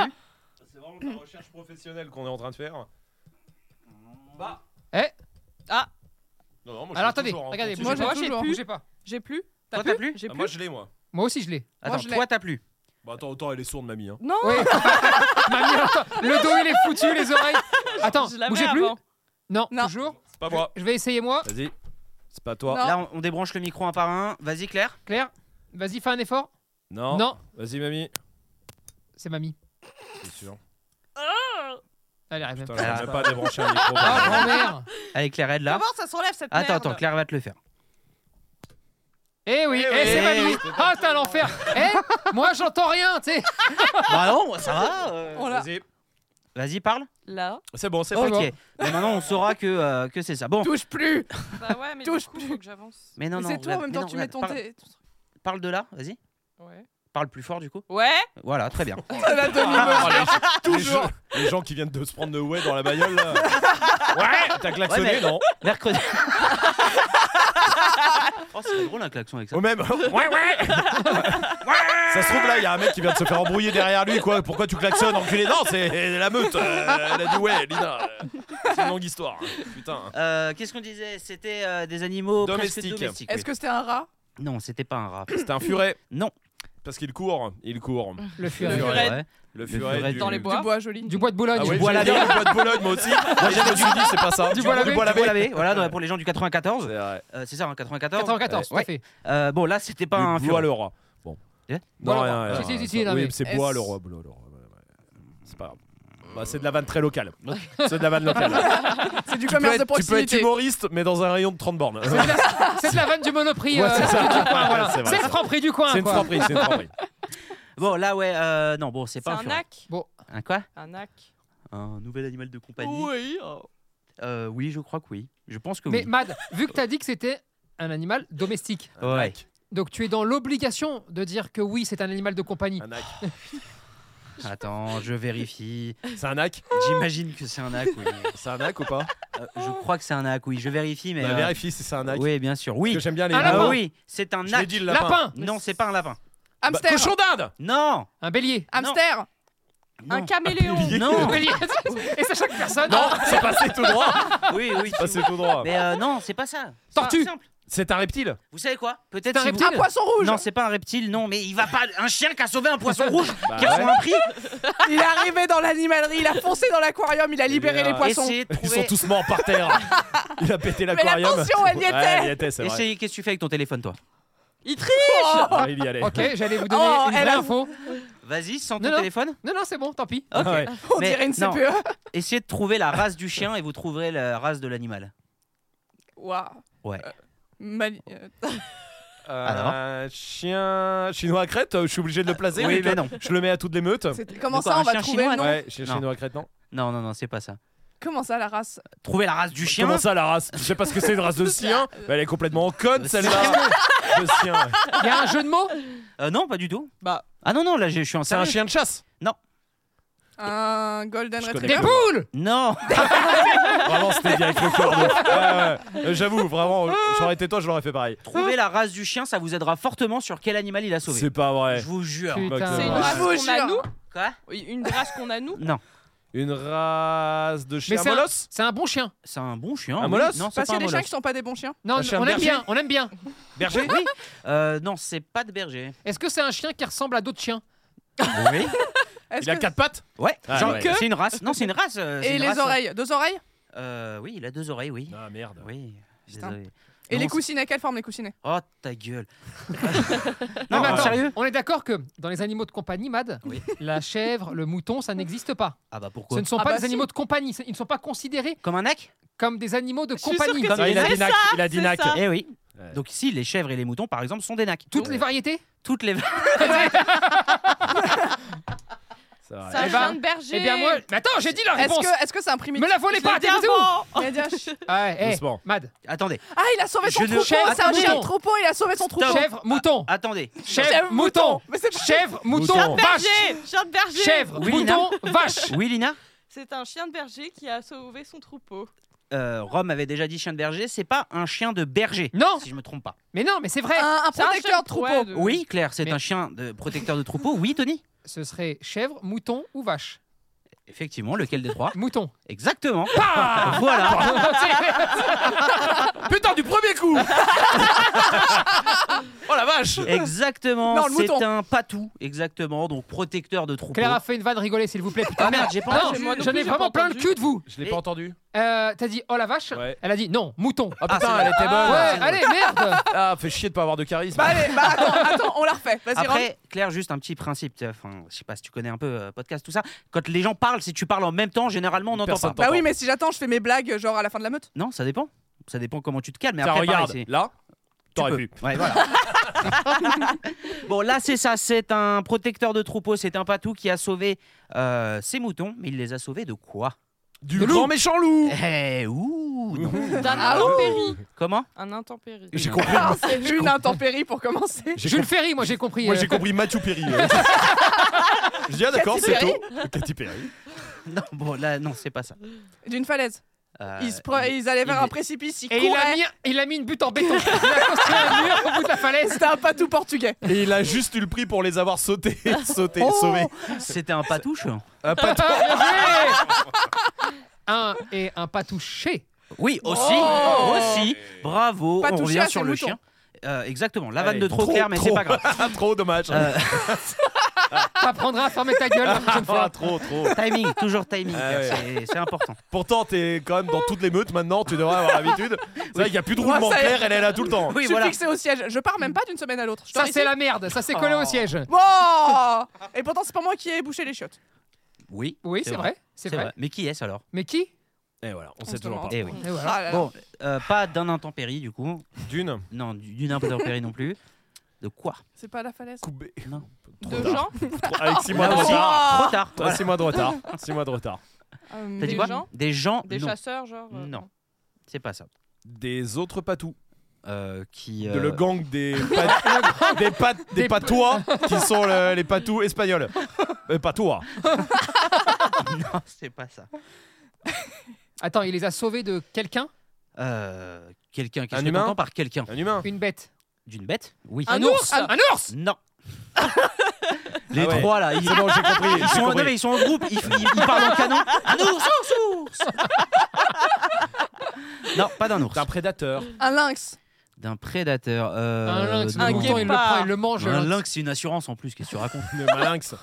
C'est vraiment de la recherche professionnelle qu'on est en train de faire. Bah. Eh Ah. Non, non, moi, je Alors, suis attendez, toujours en regardez. continu. Moi, bougez pas, j'ai toujours. bougez pas. J'ai plus Toi, t'as plus J'ai Ah, plus moi je l'ai moi. Moi aussi, je l'ai. Attends, je l'ai. toi, t'as plus. Bah attends, autant elle est sourde mamie hein. Non Oui. Mamie, attends, le dos, il est foutu, les oreilles. Attends, Je l'avais bougez plus. avant. Non, Non. toujours. C'est pas moi. Je vais essayer, moi. Vas-y. C'est pas toi. Non. Là, on, on débranche le micro un par un. Vas-y, Claire. Claire, vas-y, fais un effort. Non. Non, Vas-y mamie. c'est mamie. C'est sûr. Elle arrive même Putain, pas. j'arrive Ah. même pas à débrancher un micro. Ah, pardon. grand-mère. Allez, Claire, aide là. Comment ça s'enlève cette merde Attends, attends, Claire va te le faire. Eh oui, Eh eh, oui. c'est Eh mamie. Ah, t'as l'enfer. Eh, moi, j'entends rien, tu sais. Bah non, ça va. euh. Oh là. Vas-y. Vas-y, parle. Là C'est bon, c'est Ok. bon. bon. Mais maintenant, on saura que, euh, que c'est ça. Bon. touche plus Bah ouais, mais du Touche coup, plus. faut que j'avance. Mais non, Mais non. C'est toi en regarde, même mais temps, non, tu mets regarde, ton parle, thé. parle de là, vas-y. Ouais. Parle plus fort, du coup. Ouais Voilà, très bien. La demi-mesure. Ah, Les, gens, les gens qui viennent de se prendre le ouais dans la bagnole là. Ouais, t'as klaxonné, Ouais, mais- non Mercredi. oh, c'est drôle un klaxon avec ça. Au même. ouais, ouais. Ça se trouve là, il y a un mec qui vient de se faire embrouiller derrière lui, quoi. Pourquoi tu klaxonnes, enculé Non, c'est la meute. Euh, elle a dit ouais, Lina. euh, C'est une longue histoire. Putain. Euh, Qu'est-ce qu'on disait C'était euh, des animaux presque Domestiques. domestiques. Est-ce que c'était un rat oui. Non, c'était pas un rat. C'est un furet. Non. Parce qu'il court, il court. Le furet. Le furet. Le furet furet du... dans les Du bois. bois joli. Du bois de Boulogne. Ah ouais, Du bois j'allais lavé. dire le bois de Bologne, moi aussi. Moi, je me suis dit, c'est pas ça. Du bois lavé. Du bois Voilà, lavé. voilà, dans- pour les gens du C'est 94. vrai. Euh, c'est ça, hein, 94. 94, tout à Ouais. fait. Euh, bon, là, c'était pas un Le bois furet. le roi. Bon. Eh Non, Bois le rien, roi. rien, Si, si, rien, si, ça- non, Oui, mais- c'est bois Est-ce- le roi. bois le roi, ouais, ouais, ouais. C'est pas grave. Bah, c'est de la vanne très locale. C'est de la vanne locale. C'est tu, du peux commerce de être, tu peux être proximité. humoriste, mais dans un rayon de 30 bornes. C'est de la- C'est de la vanne du monoprix. Ouais, euh, c'est ça. du coin, voilà. C'est vrai, C'est c'est le franc prix du coin. C'est une quoi. franprix, c'est une franprix. Bon, là, ouais, euh, non, bon, c'est C'est pas un un furet. ac. Un quoi Un ac. Un nouvel animal de compagnie Oui. oh. Euh, Oui, je crois que oui. Je pense que Mais oui. Mad, vu que t'as dit que c'était un animal domestique, Ouais. donc tu es dans l'obligation de dire que oui, c'est un animal de compagnie. Un ac. Attends, je vérifie. C'est un ac J'imagine que c'est un ac, oui. C'est un ac ou pas Euh, je crois que c'est un ac, oui. Je vérifie, mais. Bah, euh, Vérifie si c'est un ac. Oui, bien sûr. Parce Oui. que j'aime bien les. Un Ah lapin. oui, c'est un Je l'ai ac. dit le Lapin. lapin. Non, c'est pas un lapin. Bah, Hamster. cochon d'Inde Non. Un bélier. Hamster. Un Non. Ah, caméléon. Non. Un bélier. Et c'est chaque personne. Non, c'est passé tout droit. Bah, Oui, oui. Ah, C'est passé tout droit. Mais euh, non, c'est pas ça. C'est Tortue. pas simple. C'est un reptile. Vous savez quoi C'est Peut-être un si vous- reptile. Un poisson rouge. Non, c'est pas un reptile, non, mais il va pas. Un chien qui a sauvé un poisson rouge, Bah qui a ouais. son prix, Il est arrivé dans l'animalerie, il a foncé dans l'aquarium, il a libéré bien, les poissons. essayez de Ils sont trouver. tous morts par terre. Il a pété l'aquarium. attention, elle y était. Ouais, elle y était, c'est vrai. Essayez, qu'est-ce que tu fais avec ton téléphone, toi Il triche. Ouais, il y allait. Ok, j'allais vous donner Oh, une elle vraie a- info. Vas-y, sans Non, ton non. téléphone. Non, non, c'est bon, tant pis. Ok. Ah Ouais. On Mais dirait une E. non. CPE. Essayez de trouver la race du chien et vous trouverez la race de l'animal. Waouh. Ouais. Mali- euh, Euh, Alors un chien chinois à crête, euh, je suis obligé de le placer. Oui, donc, mais euh, non. Je le mets à toutes les meutes. c'est- Comment De quoi, ça, un on va chien trouver chinois, le nom Ouais, chien Non. chinois à crête, non Non, non, non, c'est pas ça. Comment ça, la race Trouver la race du chien. Bah, Comment ça, la race Je sais pas ce que c'est une race de chien. mais Elle est complètement conne, celle-là. De chien. Il y a un jeu de mots Euh, non, pas du tout. Bah. Ah non, non, là, je je suis en C'est un sérieux. chien de chasse. Un Golden Je Retriever Des poules Non. Vraiment, c'était bien avec le cœur. de- Ouais, ouais. Euh, J'avoue, vraiment, j'aurais été toi, je l'aurais fait pareil. Trouver la race du chien, ça vous aidera fortement sur quel animal il a sauvé. C'est pas vrai. Je vous jure. Bah, C'est Ouais. une race Bravo, qu'on a Gilles. nous. Quoi Oui, Une race qu'on a nous. Non, Une race de chien Mais c'est un, molosse c'est un bon chien. c'est un bon chien. Un oui. molosse Non, Parce c'est qu'il pas un y a des chiens molosse. qui sont pas des bons chiens. Non, Un chien on aime berger bien, on aime bien. Berger Oui. Euh, non, c'est pas de berger. Est-ce que c'est un chien qui ressemble à d'autres chiens Oui. Est-ce Il a que- quatre pattes Ouais. Ah, Genre ouais. que- C'est une race. Non, c'est une race. euh, c'est Et une les race. oreilles Deux oreilles Euh, oui, il a deux oreilles, oui. Ah merde. Oui. Putain. désolé. Et Non, les c'est- coussinets Quelle forme les coussinets Oh ta gueule. euh, Non, mais Ah, attends, sérieux on est d'accord que dans les animaux de compagnie, Mad, Oui. la chèvre, le mouton, ça n'existe pas. Ah bah Ce pourquoi ne sont Ah pas bah des si. animaux de compagnie, c'est- ils ne sont pas considérés Comme un ac comme des animaux de Je suis sûre compagnie. que Comme Ah, il a C'est dit nac. Il a dit c'est nac. ça. Eh oui. Ouais. Donc ici, les chèvres et les moutons, par exemple, sont des nacs. Toutes les variétés Toutes les. C'est vrai. C'est un Eh ben- chien de berger. Eh bien moi, mais attends, j'ai dit la Est-ce réponse. que est-ce que c'est un Me primitif la volez Je l'ai pas, dit t'es où avant. Il a dit un chi- Ah, ouais, eh, Doucement. Mad, Attendez, Ah, il a sauvé son Je ne- troupeau C'est un Attendez. chien de troupeau, il a sauvé son troupeau chèvre, mouton, attendez. chèvre, mouton, Ah, Mais c'est pas- chèvre, mouton, Mouton. vache, Berger. Chien de berger. chèvre, Oui, mouton, vache. Oui, Lina C'est un chien de berger qui a sauvé son troupeau. Euh, Rome avait déjà dit chien de berger, c'est pas un chien de berger. Non, Si je me trompe pas. mais non, mais c'est vrai. Un un C'est un protecteur chien- de troupeau ouais, de- Oui, Claire, c'est Mais- un chien de protecteur de troupeau. Oui, Tony Ce serait chèvre, mouton ou vache. Effectivement, lequel des trois Mouton. Ah Exactement. Pah Voilà. Putain, du premier coup Oh la vache Exactement. Non, le mouton. c'est un patou. Exactement. Donc protecteur de troupeau. Claire a fait une vanne, rigolez s'il vous plaît. Putain, Ah merde, j'ai pas Non, entendu. moi non j'en plus, ai j'ai vraiment pas plein le entendu. cul de vous. Je l'ai Et- pas entendu. Euh, T'as dit oh la vache Ouais. Elle a dit non, mouton. Ah Ah, putain, c'est elle était bonne. ouais, Ah, c'est allez, merde Ah, fait chier de pas avoir de charisme. Bah allez, bah attends, attends, on la refait Vas-y, rentre. Après, Claire, juste un petit principe. tu vois, Enfin, je sais pas si tu connais un peu euh, podcast, tout ça. Quand les gens parlent, si tu parles en même temps, généralement, on n'entend Personne pas. Bah oui, mais si j'attends, je fais mes blagues genre à la fin de la meute. Non, ça dépend. Ça dépend comment tu te calmes. Mais Tiens, après, regarde, pareil, c'est- là, tu t'aurais peux. pu. Ouais, voilà. bon, là, c'est ça. C'est un protecteur de troupeau. C'est un patou qui a sauvé euh, ses moutons. Mais il les a sauvés de quoi Du De loup. grand méchant loup Eh, ouh non. D'un intempérie. Comment Un intempérie. J'ai compris. Ah, C'est une intempérie pour commencer. J'ai Jules Ferry, moi j'ai compris. Moi euh, j'ai compris Mathieu Perry. Je dis ah d'accord, Katy c'est Perry. tôt. Katy Perry. Non, bon, là, non, c'est pas ça. D'une falaise. Euh, Ils, se pre- ils allaient vers il- un précipice, ils Et il a, couraient. mis, il a mis une butte en béton. Il a construit un mur au bout de la falaise. C'était un patou portugais. Et il a juste eu le prix pour les avoir sautés, sautés, Oh sauvés. C'était un patouche Un patou- Bien joué Un et un patouché. Oui, aussi, Oh aussi. Bravo, Pas on touché revient à sur ses le moutons. chien. Euh, exactement, la vanne Allez, de trop, claire, mais c'est pas grave. trop dommage. Euh, T'apprendras à fermer ta gueule la prochaine Ah, fois. trop, trop. timing, toujours timing, Ah ouais. c'est- c'est important. Pourtant, t'es quand même dans toutes les meutes maintenant, tu devrais avoir l'habitude. C'est vrai qu'il n'y a plus de roulement Moi, ça y est. clair, elle est là tout le temps. je Oui, suis voilà. fixée au siège. Je pars même pas d'une semaine à l'autre. Je Ça dors c'est ici. la merde, ça c'est Oh. collé au siège. Bon Et pourtant, c'est pas moi qui ai bouché les chiottes. Oui, Oui, c'est vrai, c'est vrai. Mais qui est-ce alors Mais qui Et voilà, on On sait se toujours pas. demande. Eh oui. Et voilà. Ah là là. Bon, euh, pas d'un intempérie du coup, D'une. non, du- d'une intempérie non plus. De quoi C'est pas la falaise. Coupé. Non. De gens Ah, Avec 6 Ah, mois de Là aussi. retard. Trop tard. voilà. 6 mois de retard. 6 mois de retard. Euh, T'as dit Des quoi gens Des gens. Des non, chasseurs, genre euh, Non. c'est pas ça. Des autres patous. Euh, qui. De euh, le gang des pat- des, pat- des Des- patois qui sont le- les patous espagnols. Euh, patois. non, c'est pas ça. Attends, il les a sauvés de quelqu'un Euh, quelqu'un. Qu'est-ce Un que humain t'entends par quelqu'un Un humain. Une bête D'une bête Oui. Un ours Un, un ours Non. Les Ah ouais. trois là, ils, C'est bon, j'ai compris. ils j'ai sont, compris. non, mais ils sont en groupe, ils, ils- ils parlent en canon. Un ours, ours, ours Non, pas d'un ours. D'un prédateur. Un Ah, lynx. D'un prédateur. euh, Un lynx, non. le mouton, il le prend, il le mange. Un le lynx. lynx, c'est une assurance en plus, qu'est-ce que tu racontes Le malinx.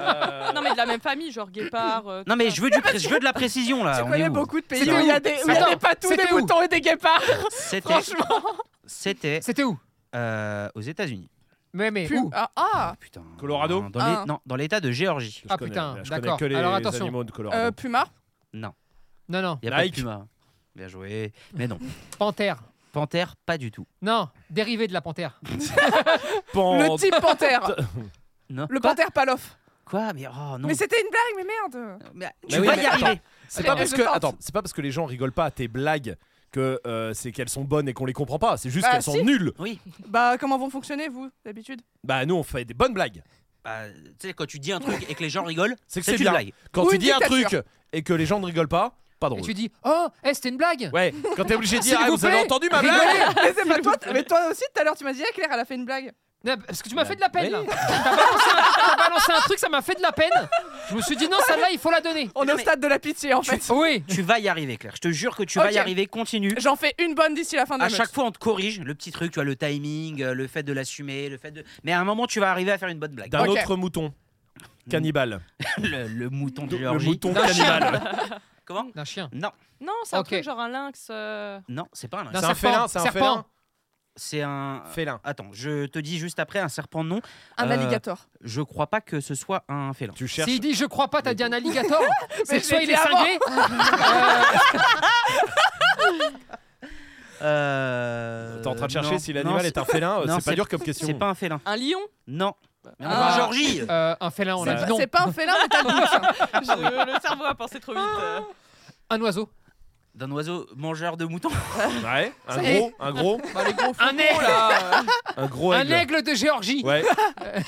Ah Non, mais de la même famille, genre guépard. euh, Non, tout mais ça. je veux, du pré- je veux de la précision là. Tu On est connais où beaucoup de pays C'était où il y a où des, où il y a Attends, des patous, des c'était où moutons et des guépards. C'était, Franchement. c'était C'était où euh, aux États-Unis. Mais, mais Plus- où Ah, ah. Putain. Colorado dans, les- Ah. Non, dans l'état de Géorgie. Je Ah, connais- putain, je d'accord. connais que les Alors, attention. animaux de Colorado. Euh, Puma. Non, non. Il y a pas de Nike. puma. Bien joué. Mais non. Panthère. Panthère, pas du tout. Non, dérivé de la panthère. Pan- Le type panthère. Non. Le Quoi panthère palof. Quoi Mais oh non. Mais c'était une blague, mais merde. Mais Mais tu Bah oui, vas mais y arriver. C'est Allez, pas allez, parce je que tente. attends, c'est pas parce que les gens rigolent pas à tes blagues que euh, c'est qu'elles sont bonnes et qu'on les comprend pas. C'est juste Bah, qu'elles si. sont nulles. Oui. Bah, comment vont fonctionner, vous, d'habitude Bah nous on fait des bonnes blagues. Bah, tu sais, quand tu dis un truc et que les gens rigolent, C'est que c'est c'est une bien. blague. Quand Ou tu une dis un dictature. truc et que les gens ne rigolent pas, pas drôle. Et tu dis Oh, eh, c'était une blague Ouais. Quand t'es obligé de dire S'il ah, vous vous, avez plaît, entendu ma blague. Rigolez Mais c'est pas toi. t- Mais toi aussi, tout à l'heure, tu m'as dit, Ah, Claire, elle a fait une blague. Non, Parce que tu m'as Bah, fait de la peine là. oui. T'as balancé, un- t'as balancé un truc, ça m'a fait de la peine. Je me suis dit non, celle-là, il faut la donner. On est non, au mais- stade de la pitié, en fait. Oui. Tu vas y arriver, Claire. Je te jure que tu vas y Ok. arriver. Continue. J'en fais une bonne d'ici la fin de À la chaque meute. fois, on te corrige le petit truc, tu as le timing, euh, le fait de l'assumer, le fait de. Mais à un moment, tu vas arriver à faire une bonne blague. D'un Ok. autre mouton. Cannibale. Le, le mouton de Le Géorgie. mouton D'un cannibale. Comment D'un chien. Non, Non, c'est un Ok. truc genre un lynx. euh, non, c'est pas un. lynx. D'un C'est un serpent. félin, c'est un Serpent. félin. C'est un. Félin. Attends, je te dis juste après un serpent. Non, Un Ah, bah, Euh, alligator. je crois pas que ce soit un félin. Tu cherches. S'il dit je crois pas, t'as dit un alligator. Mais C'est je soit l'ai il dit est avant. cinglé. euh, Euh... T'es en train de chercher non. si Non, l'animal est un félin. euh, non, C'est pas c'est- dur comme C'est question. pas un félin. Un lion Non. Mais on Ah. va en Géorgie. euh, un félin, on C'est a dit pas- non. C'est pas un félin, mais t'as le doute. Ah, Je- Le cerveau a pensé trop vite. euh. Un oiseau. D'un oiseau mangeur de moutons. Ouais. Un C'est- gros, un gros, Un aigle. un gros Un aigle. aigle de Géorgie. Ouais.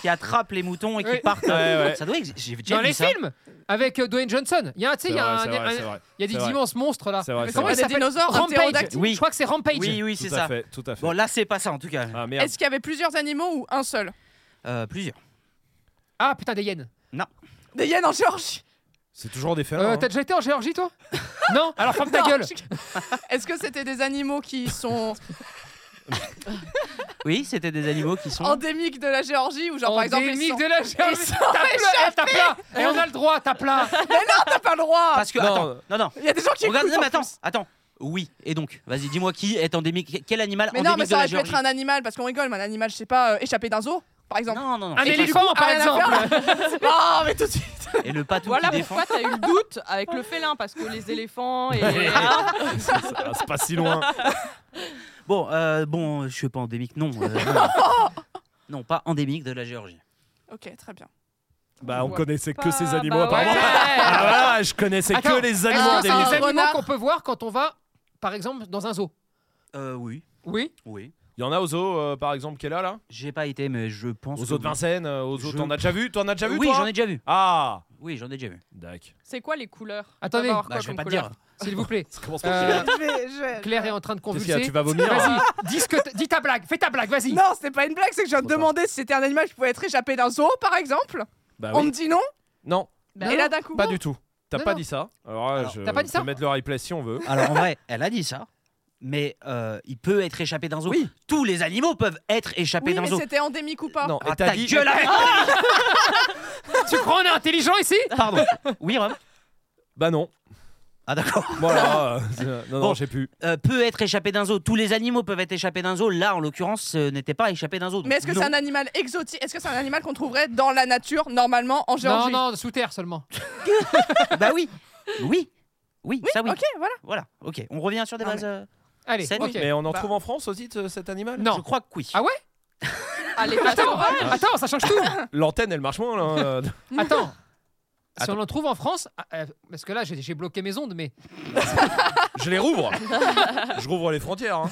qui attrape les moutons et qui Oui. partent. Ouais, ouais. Ça doit exister. J'ai déjà Dans vu les ça. films avec euh, Dwayne Johnson. Il y a, un- tu sais, C'est il y a vrai, un- c'est vrai, c'est un- vrai. il y a des C'est vrai. immenses monstres là. C'est vrai, Mais c'est comment vrai. il ça s'appelle Des s'appelle dinosaures, un Rampage. ptérodactyle. Oui. Je crois que c'est Rampage. Oui, oui, c'est Tout à ça. fait, tout à fait. Bon, là, c'est pas ça en tout cas. Ah merde. Est-ce qu'il y avait plusieurs animaux ou un seul Euh, plusieurs. Ah putain des hyènes. Des hyènes en Géorgie C'est toujours des félins. Euh, hein. T'as déjà été en Géorgie toi Non. Alors ferme ta Non, gueule. je- Est-ce que c'était des animaux qui sont Oui, c'était des animaux qui Oh, sont. endémiques de la Géorgie ou genre par exemple ils Endémique sont... de la Géorgie. ils sont Tape là, eh, tape là. Et on a le droit, tape là. T'as pas le droit Parce que. Non. Attends, non, non. Il y a des gens qui Regarde, écoutent non, mais en attends, plus. attends. Oui, et donc, vas-y, dis-moi qui est endémique. Quel animal Mais endémique non, mais de ça la aurait pu Géorgie être un animal parce qu'on rigole, mais un animal, je sais pas, euh, échappé d'un zoo, par exemple. Non, non, non. Un Et- éléphant par rien à exemple. Ah, mais tout de suite Et le patou Voilà qui défend. pourquoi t'as eu le doute avec le félin, parce que les éléphants et. Ah, C'est pas si loin. Bon, euh, bon, je suis pas endémique, non. euh, non. non, pas endémique de la Géorgie. Ok, très bien. Bah, on Ouais. connaissait que Pas- ces animaux bah apparemment. ouais. Ah voilà, je connaissais Attends, que les Est-ce animaux que c'est Ah, endémiques. des un animaux renard. qu'on peut voir quand on va, par exemple, dans un zoo Euh, oui, Oui. oui. Il y en a aux eaux, euh, par exemple, qui est là, là J'ai pas été, mais je pense. Aux que eaux de oui. Vincennes, euh, aux eaux. Je- T'en as déjà vu T'en as déjà vu, Oui, toi j'en ai déjà vu. Ah Oui, j'en ai déjà vu. D'accord. C'est quoi les couleurs Attendez. On va avoir Bah, quoi je vais comme pas te couleur dire. S'il vous plaît. Comment ça Euh, Je vais- je vais- Claire est en train de Qu'est-ce qu'il y a convulser. Tu vas vomir hein Vas-y, dis, ce que t- dis ta blague, fais ta blague, vas-y. Non, c'était pas une blague, c'est que je viens de Trop tard. demander si c'était un animal qui pouvait être échappé d'un zoo, par exemple. Bah On me oui. dit non, Non, Bah, Bah, et là d'un coup. pas du tout. T'as Non, pas non. dit ça Alors, là, Alors, je t'as pas dit ça peux mettre le replay si on veut. Alors en vrai, elle a dit ça, mais euh, il peut être échappé d'un zoo. Tous les animaux peuvent être échappés Oui, d'un mais zoo. c'était endémique ou pas Non, Ah, et t'as ta dit. gueule arrête. Tu crois on est intelligent ici Ah, Pardon. Oui, Rob Bah non. Ah d'accord. Bon, alors, euh, non, non, Bon. j'ai pu. Euh, peut être échappé d'un zoo. Tous les animaux peuvent être échappés d'un zoo. Là, en l'occurrence, ce n'était pas échappé d'un zoo. Mais est-ce que Non. c'est un animal exotique Est-ce que c'est un animal qu'on trouverait dans la nature, normalement, en Non, Géorgie non, sous terre seulement. Bah oui. Oui. Oui, ça oui. Ok, voilà. Voilà. Ok. On revient sur des Non, bases. euh, Allez, Sept. ok. Mais on en Bah. Ah. trouve en France aussi, ce- cet euh, animal Non. Je crois que oui. Ah, Ah, les façons. Attends, ça change tout. L'antenne, elle marche moins là. euh, Attends. Si on en trouve en France, ah, euh, parce que là j'ai j'ai bloqué mes ondes, mais Je les rouvre. Je rouvre les frontières. hein.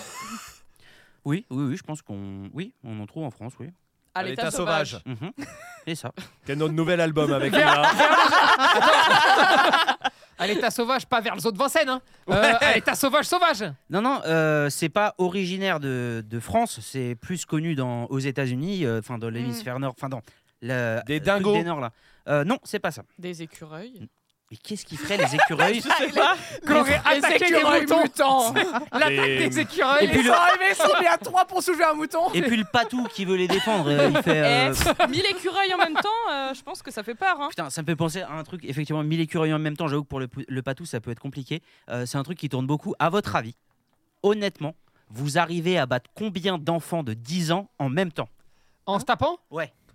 Oui, oui, oui, je pense qu'on. Oui, on en trouve en France, oui. À l'état sauvage. Mhm. Et ça. Quel notre nouvel album avec Léa. à l'état sauvage, pas vers le zoo de Vincennes, hein. Euh, à l'état sauvage, sauvage. Non, non, euh, c'est pas originaire de, de France, c'est plus connu dans, aux États-Unis, euh, enfin dans l'hémisphère nord, enfin dans la- Des euh, dingos. truc des Nord, là. Euh, non, c'est pas ça. Des écureuils. Mais qu'est-ce qui ferait les écureuils Qu'on aurait attaqué les moutons. mutants. Et- L'attaque des écureuils. Et puis Ils le- sont arrivés, ils sont mis à 3 pour soulever un mouton. Et puis le patou qui veut les défendre, euh, il fait. euh, Eh, 1000 écureuils en même temps, euh, je pense que ça fait peur. Hein. Putain, ça me fait penser à un truc, effectivement, 1000 écureuils en même temps, j'avoue que pour le, pou- le patou, ça peut être compliqué. Euh, c'est un truc qui tourne beaucoup. À votre avis, honnêtement, vous arrivez à battre combien d'enfants de 10 ans en même temps En se tapant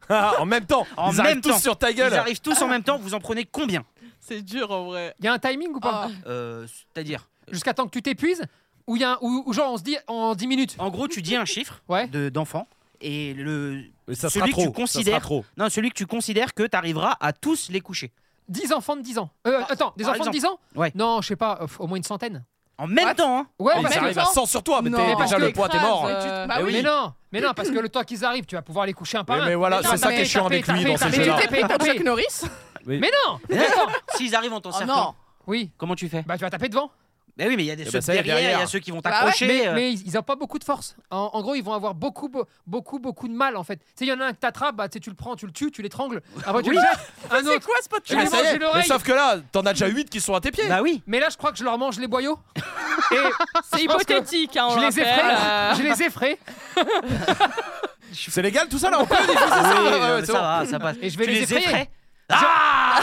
Ah, en même temps, En ils arrivent même tous temps. sur ta Ils gueule. arrivent tous en même temps, vous en prenez combien C'est dur en vrai. Il y a un timing ou pas Euh, C'est-à-dire Jusqu'à temps que tu t'épuises Ou il y a un- ou, ou genre on se dit en 10 minutes En gros, tu dis un chiffre Ouais. de- d'enfants et le Mais ça Celui sera que trop. tu ça sera considères. trop. non celui que tu considères que tu arriveras à tous les coucher 10 enfants de 10 ans. Euh, attends, des par enfants de 10 ans Ouais. Non, je sais pas, euh, au moins une centaine. en même What temps. hein. Ouais, Oh, Ils parce que- arrivent Ah à 100 sur toi, mais Non. t'es Mais parce déjà que le poids, t'es mort. Mais tu- bah Eh oui. Mais non, mais non, parce que le temps qu'ils arrivent, tu vas pouvoir les coucher un par Mais, un. mais voilà, Mais c'est non, ça mais qui est chiant tapez, avec lui tapez, dans ces tapez, Mais tu jeux-là. t'es payé comme Oui. Chuck Norris Mais non Mais attends, s'ils arrivent en t'en Oh cerclant, non Oui, comment tu fais bah tu vas taper devant. Bah oui, mais il y a des Eh ceux ben, ça y est, derrière, il y derrière. a ceux qui vont Bah ouais, t'accrocher. mais, euh, mais ils ils ont pas beaucoup de force. En, en gros, ils vont avoir beaucoup, be- beaucoup, beaucoup de mal en fait. Tu sais, il y en a un que t'attrapes, bah, tu sais, tu le prends, tu le tues, tu l'étrangles. Après, tu le jettes. Un C'est autre. quoi ce podcast Tu Mais lui ça y manges est, l'oreille. mais sauf que là, t'en as déjà 8 qui sont à tes pieds. Bah oui. Mais là, je crois que je leur mange les boyaux. Et C'est je pense que hypothétique, hein, on Je les rappelle. effraie. euh, Je les effraie. C'est légal tout ça là on peut les diffuser, Oui, ça non, Ouais, mais ouais, c'est Ah, ça bon. va, ça passe. Et je vais tu les les effrayer. effraies Ah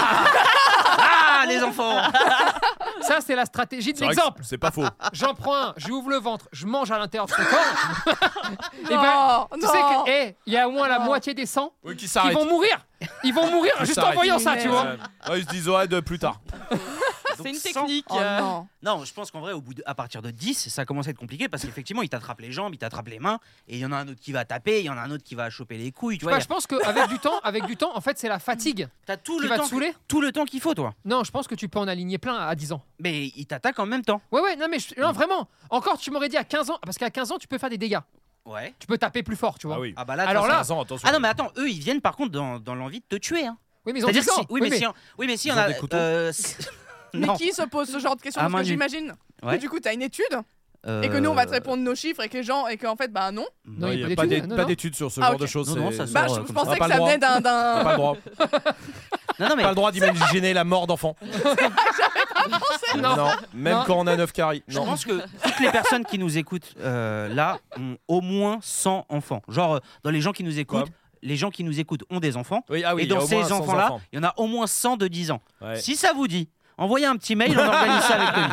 Ah, les enfants Ça, c'est la stratégie de C'est vrai que l'exemple. C'est pas faux. J'en prends un, je lui ouvre le ventre, je mange à l'intérieur de son corps. Non, Eh ben, Tu sais Oh non. que- eh, il y a au moins la Non. moitié des 100 Oui, qui qui s'arrête. vont mourir. Ils vont mourir Qui juste en s'arrête. voyant ça, tu Mais vois. Ouais. Ouais, ils se disent ouais, de plus tard. C'est une Donc, technique. Oh euh, non. Non, je pense qu'en vrai, au bout de, à partir de 10, ça commence à être compliqué parce qu'effectivement, il t'attrape les jambes, il t'attrape les mains, et il y en a un autre qui va taper, il y en a un autre qui va choper les couilles, tu vois. Bah, il y je pense qu'avec du temps, avec du temps, en fait, c'est la fatigue a- T'as tout qui le va te temps, saouler. tout le temps qu'il faut, toi. Non, je pense que tu peux en aligner plein à 10 ans. Mais il t'attaque en même temps. Ouais, ouais, non, mais je- non, vraiment. Encore, tu m'aurais dit à 15 ans, parce qu'à 15 ans, tu peux faire des dégâts. Ouais. Tu peux taper plus fort, tu vois. Ah oui. Ah bah là, Alors t'as- là- 15 ans, attention. Ah non, mais attends, eux, ils viennent par contre dans, dans l'envie de te tuer. Hein. Oui, mais ils ont C'est-à-dire 10 que ans. si. Oui, mais, si. on- Oui, mais si Ils on ont a. des couteaux euh, s- Mais non. qui se pose ce genre de questions À Parce main que nue. j'imagine que Ouais. du coup, t'as une étude Euh, et que nous, on va te répondre nos chiffres et que les gens, et qu'en fait, bah non. Non, il il peut n'y a pas les tuer, d'é- non, pas non. d'études sur ce Ah, genre ok. de choses. Non, non, c'est- ça se- Pas Bah, je comme ça. pensais Pas que le ça droit. venait d'un. t'as pas d'un- le droit. Non, non, mais. Pas le droit d'imaginer la mort d'enfant. Non. même Non. quand on a 9 caries. Je Non. pense que toutes les personnes qui nous écoutent euh, là ont au moins 100 enfants. Genre, euh, dans les gens qui nous écoutent, Quoi les gens qui nous écoutent ont des enfants. Oui, ah oui, et il y a dans au moins ces 100 enfants-là, il y en a au moins 100 de 10 ans. Ouais. Si ça vous dit, envoyez un petit mail, on organise ça avec Tony.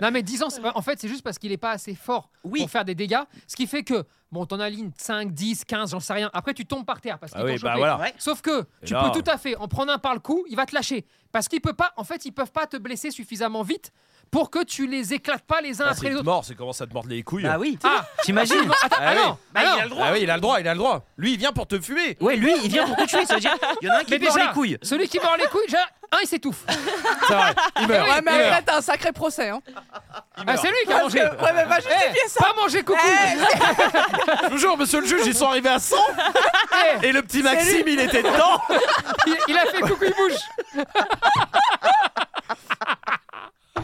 Non, mais 10 ans, c'est- en fait, c'est juste parce qu'il n'est pas assez fort Oui. pour faire des dégâts. Ce qui fait que, bon, t'en alignes 5, 10, 15, j'en sais rien. Après, tu tombes par terre parce qu'il Ah oui, bah chopé. voilà. Ouais. Sauf que Et tu là- euh. peux tout à fait en prendre un par le cou, il va te lâcher. Parce qu'il peut pas, en fait, ils peuvent pas te blesser suffisamment vite pour que tu les éclates pas les uns Ah, après c'est les autres. mort, c'est comment ça te mordre les couilles. Ah oui, Ah, t'imagines attends, Ah ah oui. non, Bah, ah non. il a le droit. Ah oui, il a le droit, il a le droit. Lui, il vient pour te fumer. Ouais, lui, il vient pour te tuer. Ça veut dire, il y en a un qui Mais te mord déjà, les couilles. Celui qui mord les couilles, déjà, un, il s'étouffe. C'est vrai. Il meurt. Ouais, mais il meurt. après, t'as un sacré procès. Hein. Ah, c'est lui qui a Parce que- mangé. ouais, mais va justifier Eh, ça. Eh. Pas manger coucou. Je vous jure, monsieur le juge, ils sont arrivés à 100 Eh, et le petit Maxime, il était dedans. il, il a fait coucou, il bouge. oh,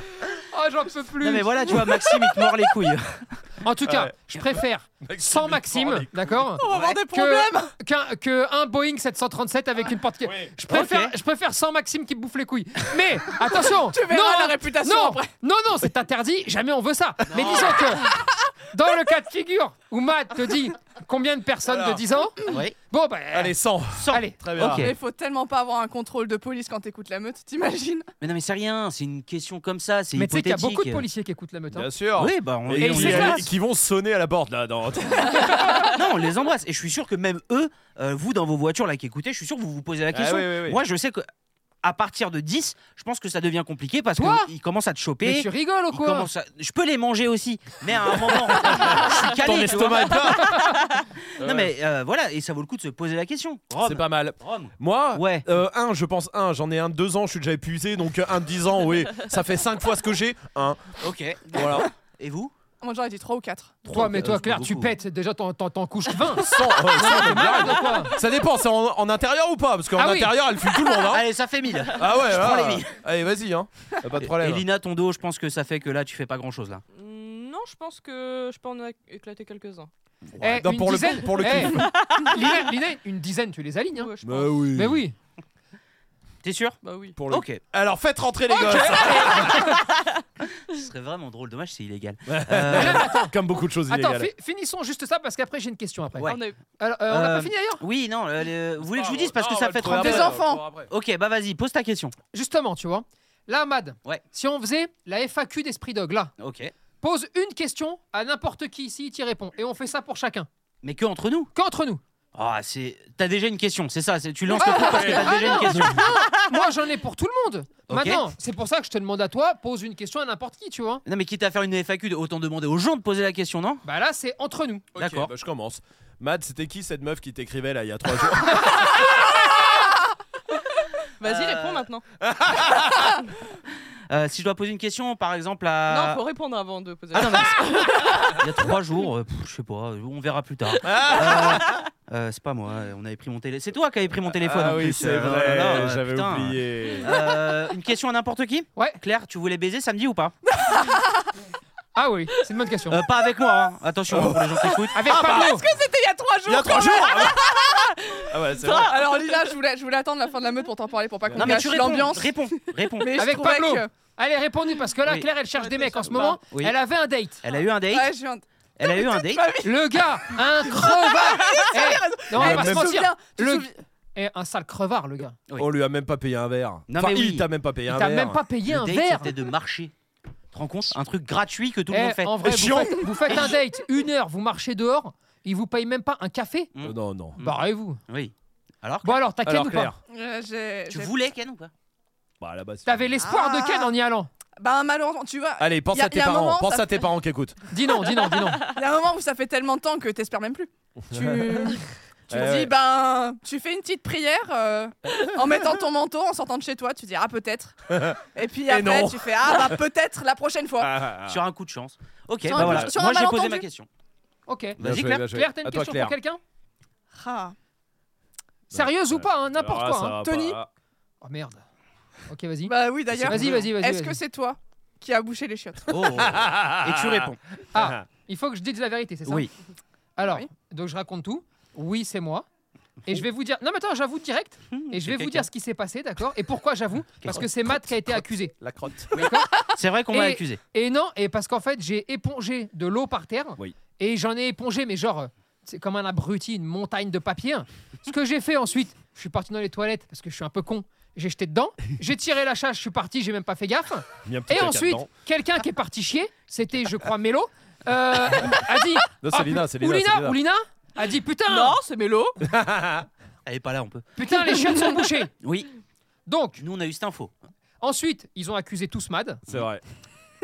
j'en peux plus. Non, mais voilà, tu vois, Maxime, il te mord les couilles. En tout Euh, cas, Ouais. je préfère sans Oh, Maxime, d'accord On va avoir des Que- problèmes. qu'un que un Boeing 737 avec une porte. Oui. Je préfère, Ok. je préfère sans Maxime qui me bouffe les couilles. Mais attention, Tu verras non, la réputation non, après. non, non, c'est interdit. Jamais on veut ça. Mais disons que dans le cas de figure où Matt te dit combien de personnes Voilà. de 10 ans, Oui. bon bah Eh. Allez, 100. allez. Très bien. Ok. Mais faut tellement pas avoir un contrôle de police quand t'écoutes la meute, t'imagines Mais non, mais c'est rien, c'est une question comme ça, c'est Mais tu sais qu'il hypothétique. y a beaucoup de policiers qui écoutent la meute. hein. Bien sûr. Oui, bah, on, Et on c'est qui, les classe. qui vont sonner à la porte là. Dans... Non, on les embrasse. Et je suis sûr que même eux, euh, vous dans vos voitures là qui écoutez, je suis sûr que vous vous posez la Ah question. oui, oui, oui. Moi, je sais que à partir de 10, je pense que ça devient compliqué parce Quoi qu'ils commencent à te Mais choper. tu rigoles ou ils quoi commencent à- Je peux les manger aussi, mais à un moment, je suis calé. Ton tu vois. estomac est plein. Non, mais euh, voilà, et ça vaut le coup de se poser la question. C'est Rome, pas mal. Rome. Moi, Ouais. euh, un, je pense un. J'en ai un de deux ans, je suis déjà épuisé, donc euh, un de 10 ans, oui. Ça fait cinq fois ce que j'ai. Un. Ok. Voilà. Et vous Moi, j'en étais 3 ou 4. Toi, mais toi, c'est Claire, tu beaucoup. pètes. Déjà, t'en- t'en t'en couches 20. Sans, euh, sans de blague. Merde, quoi. Ça dépend, c'est en, en intérieur ou pas Parce qu'en Ah oui. intérieur, elle fuit tout le monde. Hein. Allez, ça fait 1000. Ah ouais, je prends ouais. les mille. Allez, vas-y, hein. T'as pas de Et problème. Lina, ton dos, je pense que ça fait que là, tu fais pas grand chose là. Non, je pense que je peux en éc- éclater quelques-uns. Eh, non, une pour le- dizaine. pour le Eh, Lina, Lina, une dizaine, tu les alignes. hein. Ouais, je Bah pense. oui. Mais oui. T'es sûr Bah oui. Pour le- Ok. Alors faites rentrer les gosses. Ce serait vraiment drôle, dommage, c'est illégal. Euh, Comme beaucoup de choses Attends, illégales. fi- finissons juste ça parce qu'après j'ai une question après. Ouais. On a eu- Alors, euh, on n'a Euh, pas fini d'ailleurs Oui, non, euh, le- vous voulez que je vous dise parce que Non, ça on va fait le trouver 30 Des après, ans. on va le trouver enfants. après. Ok, bah vas-y, pose ta question. Justement, tu vois. Là, Mad, Ouais. si on faisait la FAQ d'Esprit Dog, là, Ok. pose une question à n'importe qui ici, t'y réponds. Et on fait ça pour chacun. Mais que entre nous Qu'entre nous. Ah, c'est. T'as déjà une question, c'est ça c'est- Tu lances le coup parce que t'as Ah déjà non, une question. Moi, j'en ai pour tout le monde. Ok. Maintenant, c'est pour ça que je te demande à toi, pose une question à n'importe qui, tu vois. Non, mais quitte à faire une FAQ, autant demander aux gens de poser la question, non Bah là, c'est entre nous. Ok, D'accord. bah, je commence. Mad, c'était qui cette meuf qui t'écrivait là il y a trois jours Vas-y, Euh, réponds maintenant. Euh, Si je dois poser une question, par exemple, à. Non, faut répondre avant de poser. Ah la non, mais il y a trois jours, euh, pff, je sais pas, on verra plus tard. Ah. Euh, euh, c'est pas moi, on avait pris mon téléphone. C'est toi qui avais pris mon téléphone Ah en oui, plus. c'est euh, oh vrai, là là, euh, j'avais putain. oublié. Euh, une question à n'importe qui Ouais. Claire, tu voulais baiser samedi ou pas Ah oui, c'est une bonne question. Euh, Pas avec moi, hein. attention hein, pour les gens qui écoutent. Avec Pablo. C'était il y a 3 jours. Il y a trois jours Ah ouais, c'est quand même. vrai. Alors Lila, je voulais, je voulais attendre la fin de la meute pour t'en parler pour pas qu'on Non mais gâche tu réponds, l'ambiance. réponds, réponds. Mais je Avec trouvais Pablo. que- Allez, réponds-nous parce que là, Oui. Claire, elle cherche des mecs en ce moment. Oui. Elle avait un date. Elle a eu un date, Ouais, je viens de- elle a eu un date. Le gars, un crevard. Eh, non, on Eh, va pas se même- mentir. Souviens, tu te Le- souviens- Eh, un sale crevard, le gars. Oui. On lui a même pas payé un verre. Non, enfin, mais oui. il t'a même pas payé Il un t'a verre. même pas payé un Le date verre. c'était de marcher. Tu te rends compte Un truc gratuit que tout le Eh, monde fait. En vrai, Et vous chiant. faites, vous faites un date, une heure, vous marchez dehors, ils vous payent même pas un café. Euh, non, non. Barrez-vous. Oui. Alors, Bon alors, t'as Ken Alors ou pas Claire, Euh, j'ai- tu j'ai- voulais Ken ou pas bah là-bas. c'est- T'avais l'espoir de Ken en y allant. Bah malheureusement, tu vois, Allez, pense Y a- à tes y a un parents. moment, pense ça à tes parents qui écoutent. Dis non, dis non, dis non. il y a un moment où ça fait tellement de temps que t'espères même plus. Tu, tu Eh te dis, ouais. ben, tu fais une petite prière euh, en mettant ton manteau, en sortant de chez toi, tu dis, ah peut-être. Et puis après, non. tu fais, ah bah peut-être la prochaine fois. Ah, ah, ah. Sur un coup de chance. Ok, Sur un bah coup de voilà. chance, sur Moi un j'ai posé malentendu. ma question. Ok. Bien Vas-y, joué, Claire. bien joué. Claire, t'as une À toi, question Claire. pour quelqu'un Ah. Sérieuse ou pas, hein, n'importe Alors là, quoi. ah, ça hein. va Tony. pas. Oh merde. Ok, vas-y. Bah oui d'ailleurs. Vas-y, vas-y, vas-y. Est-ce vas-y. que c'est toi qui as bouché les chiottes Oh. Et ah. tu réponds. Ah, il faut que je dise la vérité, c'est ça Oui. Alors, Oui. donc je raconte tout. Oui, c'est moi. Et je vais vous dire. Non, mais attends, j'avoue direct. Et je vais vous dire ce qui s'est passé, d'accord Et pourquoi j'avoue Parce que c'est Matt qui a été accusé. La crotte. C'est vrai qu'on m'a Et- accusé. Et non, et parce qu'en fait, j'ai épongé de l'eau par terre. Oui. Et j'en ai épongé, mais genre, euh, c'est comme un abruti, une montagne de papier. Ce que j'ai fait ensuite, je suis parti dans les toilettes parce que je suis un peu con. J'ai jeté dedans, j'ai tiré la chasse, je suis parti, j'ai même pas fait gaffe. Mis un petit Et caca ensuite, dedans. quelqu'un qui est parti chier, c'était, je crois, Mélo, euh, a dit Non, Ah, c'est Lina, c'est put- ou Lina. c'est Lina, Lina. ou Lina a dit Putain, Non, c'est Mélo. Elle est pas là, on peut. putain, les chiottes sont bouchées. Oui, Donc, nous on a eu cette info. ensuite, ils ont accusé tous Mad. C'est vrai.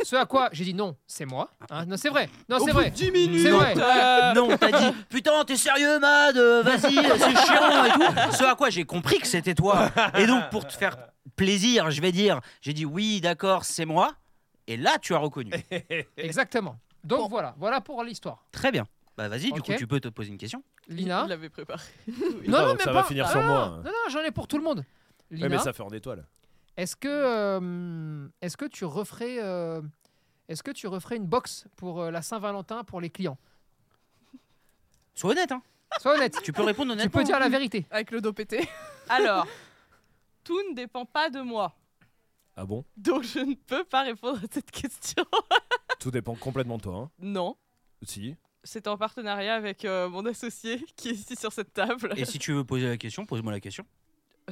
Ce à quoi j'ai dit Non, c'est moi. Hein, non, c'est vrai. Non, Au c'est bout vrai. de 10 minutes. C'est vrai. euh, Non, t'as dit putain, t'es sérieux, Mad, euh, vas-y, euh, c'est chiant et tout. Ce à quoi j'ai compris que c'était toi. Et donc, pour te faire plaisir, je vais dire, j'ai dit oui, d'accord, c'est moi. Et là, tu as reconnu. Exactement. Donc voilà, voilà pour l'histoire. Très bien. Bah vas-y, du Ok. coup, tu peux te poser une question. Lina. Il l'avait préparé. Putain, ça va finir Ah, sur non, moi. Non, non, j'en ai pour tout le monde. Ouais, Lina, mais ça fait en étoile. est-ce que euh, est-ce que tu referais euh, est-ce que tu referais une box pour euh, la Saint-Valentin pour les clients Sois honnête, hein. Sois honnête. Tu peux répondre tu honnêtement. peux dire la vérité. avec le dos pété Alors, tout ne dépend pas de moi. Ah bon Donc je ne peux pas répondre à cette question. Tout dépend complètement de toi. hein. Non. Si. C'est en partenariat avec euh, mon associé qui est ici sur cette table, Et si tu veux poser la question, pose-moi la question.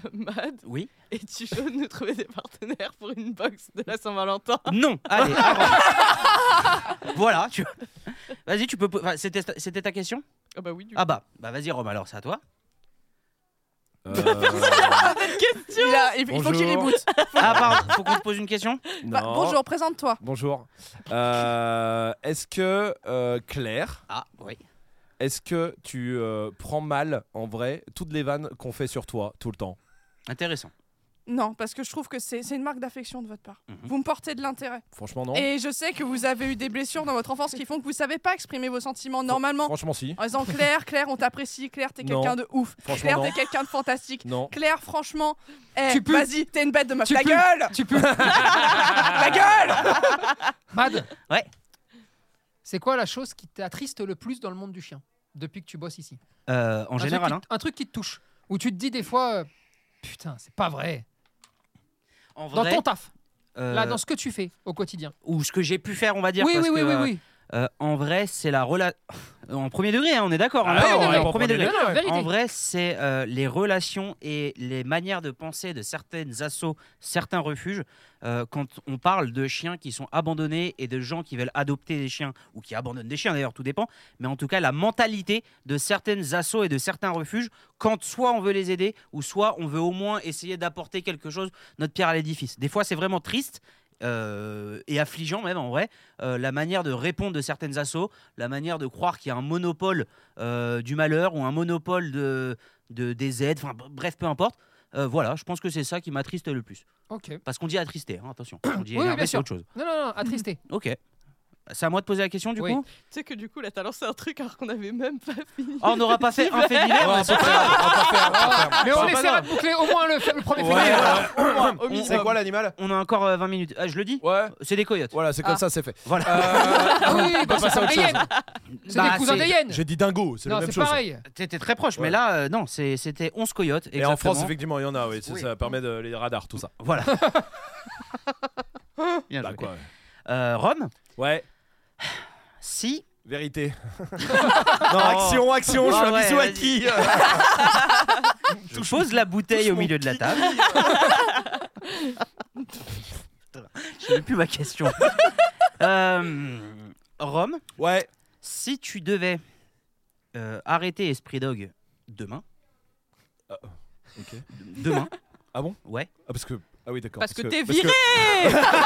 Mad. Oui. Es-tu chaud de nous trouver des partenaires pour une box de la Saint-Valentin Ah. Non. Allez. avance. voilà. Tu... Vas-y, tu peux. po- enfin, c'était, c'était ta question. Ah bah oui, du coup. Ah bah, bah vas-y Rome. Alors c'est à toi. Euh, Il, a- il- il faut qu'il Bonjour. reboot. Ah, pardon, faut qu'on te pose une question Bah, non. bonjour, présente-toi. Bonjour. Euh, est-ce que euh, Claire, Ah, oui. est-ce que tu euh, prends mal en vrai toutes les vannes qu'on fait sur toi tout le temps Intéressant. Non, parce que je trouve que c'est c'est une marque d'affection de votre part. Mhm. Vous me portez de l'intérêt. Franchement non. Et je sais que vous avez eu des blessures dans votre enfance qui font que vous savez pas exprimer vos sentiments normalement. Franchement si. En disant Claire, Claire, on t'apprécie, Claire, t'es Non. quelqu'un de ouf. Franchement Claire, non. t'es quelqu'un de fantastique. Non. Claire, franchement, eh, Tu pues. vas-y, t'es une bête de meuf. Tu La pues. gueule Tu peux. Ah. La gueule Mad Ouais. C'est quoi la chose qui t'attriste le plus dans le monde du chien depuis que tu bosses ici Euh, en Un truc général, qui- hein. Un truc qui te touche. Où tu te dis des fois, euh, putain, c'est pas vrai. En vrai, Dans ton taf, euh, là, dans ce que tu fais au quotidien. ou ce que j'ai pu faire, on va dire. Oui, parce oui, oui, que, oui, euh, oui. euh, en vrai, c'est la relation. En premier degré, hein, on est d'accord. hein, Ah là, ouais, on ouais, est ouais, en en premier premier degré. degré. Non, non, vérité. En vrai, c'est euh, les relations et les manières de penser de certaines assos, certains refuges. Euh, quand on parle de chiens qui sont abandonnés et de gens qui veulent adopter des chiens ou qui abandonnent des chiens, d'ailleurs, tout dépend. Mais en tout cas, la mentalité de certaines assos et de certains refuges, quand soit on veut les aider ou soit on veut au moins essayer d'apporter quelque chose, notre pierre à l'édifice. Des fois, c'est vraiment triste. euh, et affligeant même en vrai, Euh, la manière de répondre de certaines assos, la manière de croire qu'il y a un monopole euh, du malheur ou un monopole de, de- des aides, enfin b- bref, peu importe. Euh, voilà, je pense que c'est ça qui m'attriste le plus. Ok. Parce qu'on dit attristé, hein, attention. On dit Oui, oui, énervé, bien c'est sûr. autre chose. Non, non, non, attristé. Ok. C'est à moi de poser la question du Oui. coup Tu sais que du coup, là, t'as lancé un truc alors qu'on avait même pas fini. Ah, On n'aura pas fait un fait Ouais, divers, on on a va pas surtout- faire, on va pas faire, on va Ah, pas faire. Ah, Mais on Enfin, essaiera non. de boucler au moins le, le premier Ouais, février. voilà. Au minimum. C'est quoi l'animal on a encore euh, 20 minutes. Ah, je le dis Ouais. C'est des coyotes. Voilà, c'est comme Ah. ça, c'est fait. Voilà. Euh, Ah oui, on peut bah, passer à c'est autre des chose. hyènes. C'est Bah, des cousins c'est- des hyènes. J'ai dit dingo, c'est la Non, même c'est chose. pareil. T'étais très proche, mais Ouais. là, euh, non, c'est- c'était 11 coyotes. Et en France, exactement. effectivement, il y en a, oui. Ça, Oui. ça permet de, les radars, tout ça. Voilà. Bien Bah, joué. quoi. Euh, Rome, Ouais, si. vérité. non, action, action, je Ah fais un ouais, bisou à vas-y. qui euh Je pose la bouteille touche au mon milieu de la table. Putain, Je n'ai plus ma question. Euh, Rome, Ouais. si tu devais euh, arrêter Esprit Dog demain, Ok. demain, Ah bon ouais, Ah, parce que. Ah oui, d'accord. Parce que t'es parce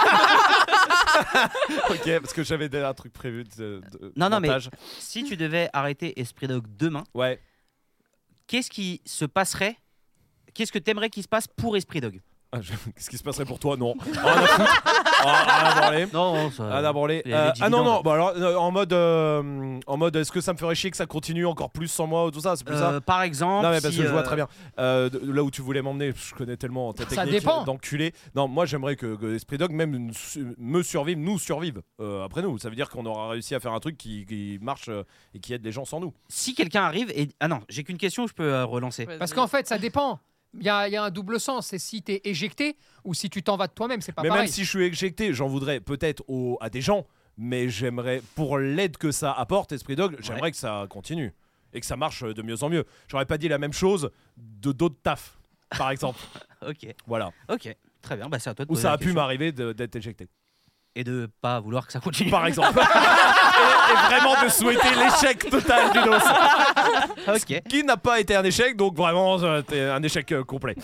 que- ok, parce que j'avais déjà un truc prévu de. de Non, non, mais- montage. si tu devais arrêter Esprit Dog demain, Ouais. qu'est-ce qui se passerait Qu'est-ce que t'aimerais qu'il se passe pour Esprit Dog Ah, je- Qu'est-ce qui se passerait pour toi Non. Rien à foutre. Ah, rien à branler. Non, ça... Rien à branler. il y avait Euh, des ah non, dividendes. non, bah alors euh, en mode, euh, en mode est-ce que ça me ferait chier que ça continue encore plus sans moi ou tout ça C'est plus ça Euh, par exemple, Non, mais parce si, que je vois euh, très bien. Euh, de- là où tu voulais m'emmener, je connais tellement ta Ça technique dépend. d'enculé. Non, moi j'aimerais que, que Esprit Dog même nous su- me survive, nous survive euh, après nous. Ça veut dire qu'on aura réussi à faire un truc qui, qui marche euh, et qui aide les gens sans nous. Si quelqu'un arrive et ah non, j'ai qu'une question, je peux euh, relancer. Parce qu'en fait, ça dépend. Il y, a il y a un double sens. C'est si t'es éjecté ou si tu t'en vas de toi-même. C'est pas mais pareil. même si je suis éjecté, j'en voudrais peut-être au- à des gens, mais j'aimerais, pour l'aide que ça apporte, Esprit Dog, j'aimerais que ça continue et que ça marche de mieux en mieux. J'aurais pas dit la même chose de d'autres taf, par exemple. Ok, voilà. ok, très bien. Bah c'est à toi de Où poser ça la a pu question. m'arriver de- d'être éjecté, et de pas vouloir que ça continue. par exemple. et, et vraiment de souhaiter l'échec total du dos. ok, Qui n'a pas été un échec, donc vraiment, c'était un échec euh, complet.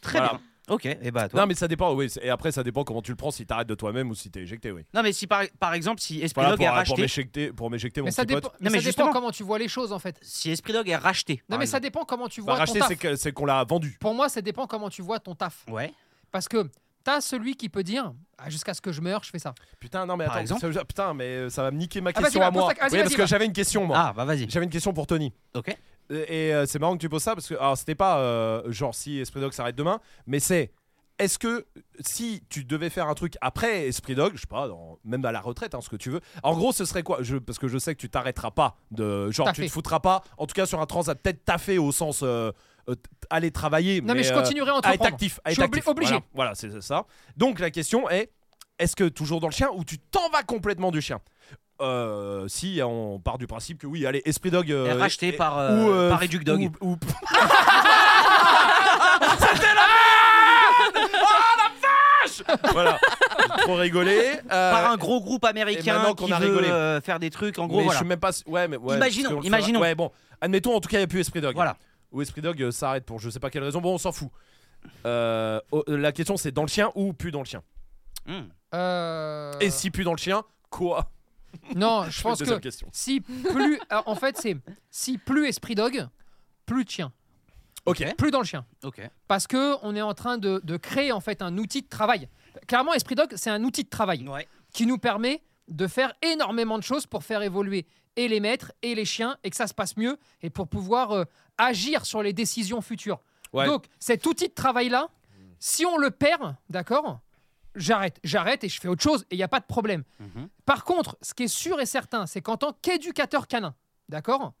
très Voilà. bien. Ok, et bah à toi. non, mais ça dépend, oui. c'est- Et après, ça dépend comment tu le prends, si t'arrêtes de toi-même ou si t'es éjecté, oui. Non, mais si par, par exemple si Esprit Voilà, Dog pour, est pour racheté, m'éjecter, pour m'éjecter, mon Mais ça petit pote. dépend, Non, mais ça justement. dépend comment tu vois les choses en fait. si Esprit Dog est racheté. Non, par mais ça exemple. dépend comment tu Enfin, vois ton Bah, racheter, taf. c'est que- c'est qu'on l'a vendu. Pour moi, ça dépend comment tu vois ton taf. Ouais. Parce que t'as celui qui peut dire Ah, jusqu'à ce que je meure, je fais ça. Putain, non, mais Par attends, exemple ça veut dire- putain, mais euh, ça va me niquer ma Ah, question vas-y, à va, pose moi. ta- vas-y, oui, vas-y, parce que va. j'avais une question, moi. Ah bah vas-y. J'avais une question pour Tony. Ok. Euh, Et euh, c'est marrant que tu poses ça parce que, alors, c'était pas euh, genre si Esprit Dog s'arrête demain, mais c'est est-ce que si tu devais faire un truc après Esprit Dog, je sais pas, dans- même à la retraite, hein, ce que tu veux, en gros, ce serait quoi je, Parce que je sais que tu t'arrêteras pas, de, genre, tu Taffé. te foutras pas, en tout cas sur un transat, peut-être taffer au sens euh, euh, t- aller travailler. Non, mais, je euh, continuerai à à être entreprendre. actif, à Je être suis obli- actif. obligé. Voilà, voilà, c'est c'est ça. Donc la question est est-ce que toujours dans le chien ou tu t'en vas complètement du chien Euh, Si on part du principe que oui, allez, Esprit Dog. euh, est racheté et- par euh, ou, euh, par Educ Dog. ou- ou- C'était Oh, la merde Oh la vache Voilà, J'ai trop rigolé. euh, par un gros groupe et américain maintenant qui qu'on a veut rigolé. euh, faire des trucs. En gros, mais voilà. je suis même pas. s- Ouais, mais ouais, Imaginons, parce qu'on le imaginons. fera- Ouais, bon, admettons en tout cas, il n'y a plus Esprit Dog. Voilà. où Esprit Dog euh, s'arrête pour je sais pas quelle raison. Bon, on s'en fout. Euh, oh, euh, la question c'est dans le chien ou plus dans le chien Hmm. Euh, Et si plus dans le chien, quoi Non, je pense que Deuxième question. si plus. alors, en fait, c'est si plus esprit dog, plus de chien. Ok. Plus dans le chien. Ok. Parce que on est en train de, de créer en fait un outil de travail. Clairement, Esprit Dog, c'est un outil de travail Ouais. qui nous permet de faire énormément de choses pour faire évoluer et les maîtres et les chiens et que ça se passe mieux et pour pouvoir euh, agir sur les décisions futures. Ouais. Donc cet outil de travail-là, si on le perd, d'accord, j'arrête, j'arrête et je fais autre chose et il n'y a pas de problème. Mhm. Par contre, ce qui est sûr et certain, c'est qu'en tant qu'éducateur canin, d'accord,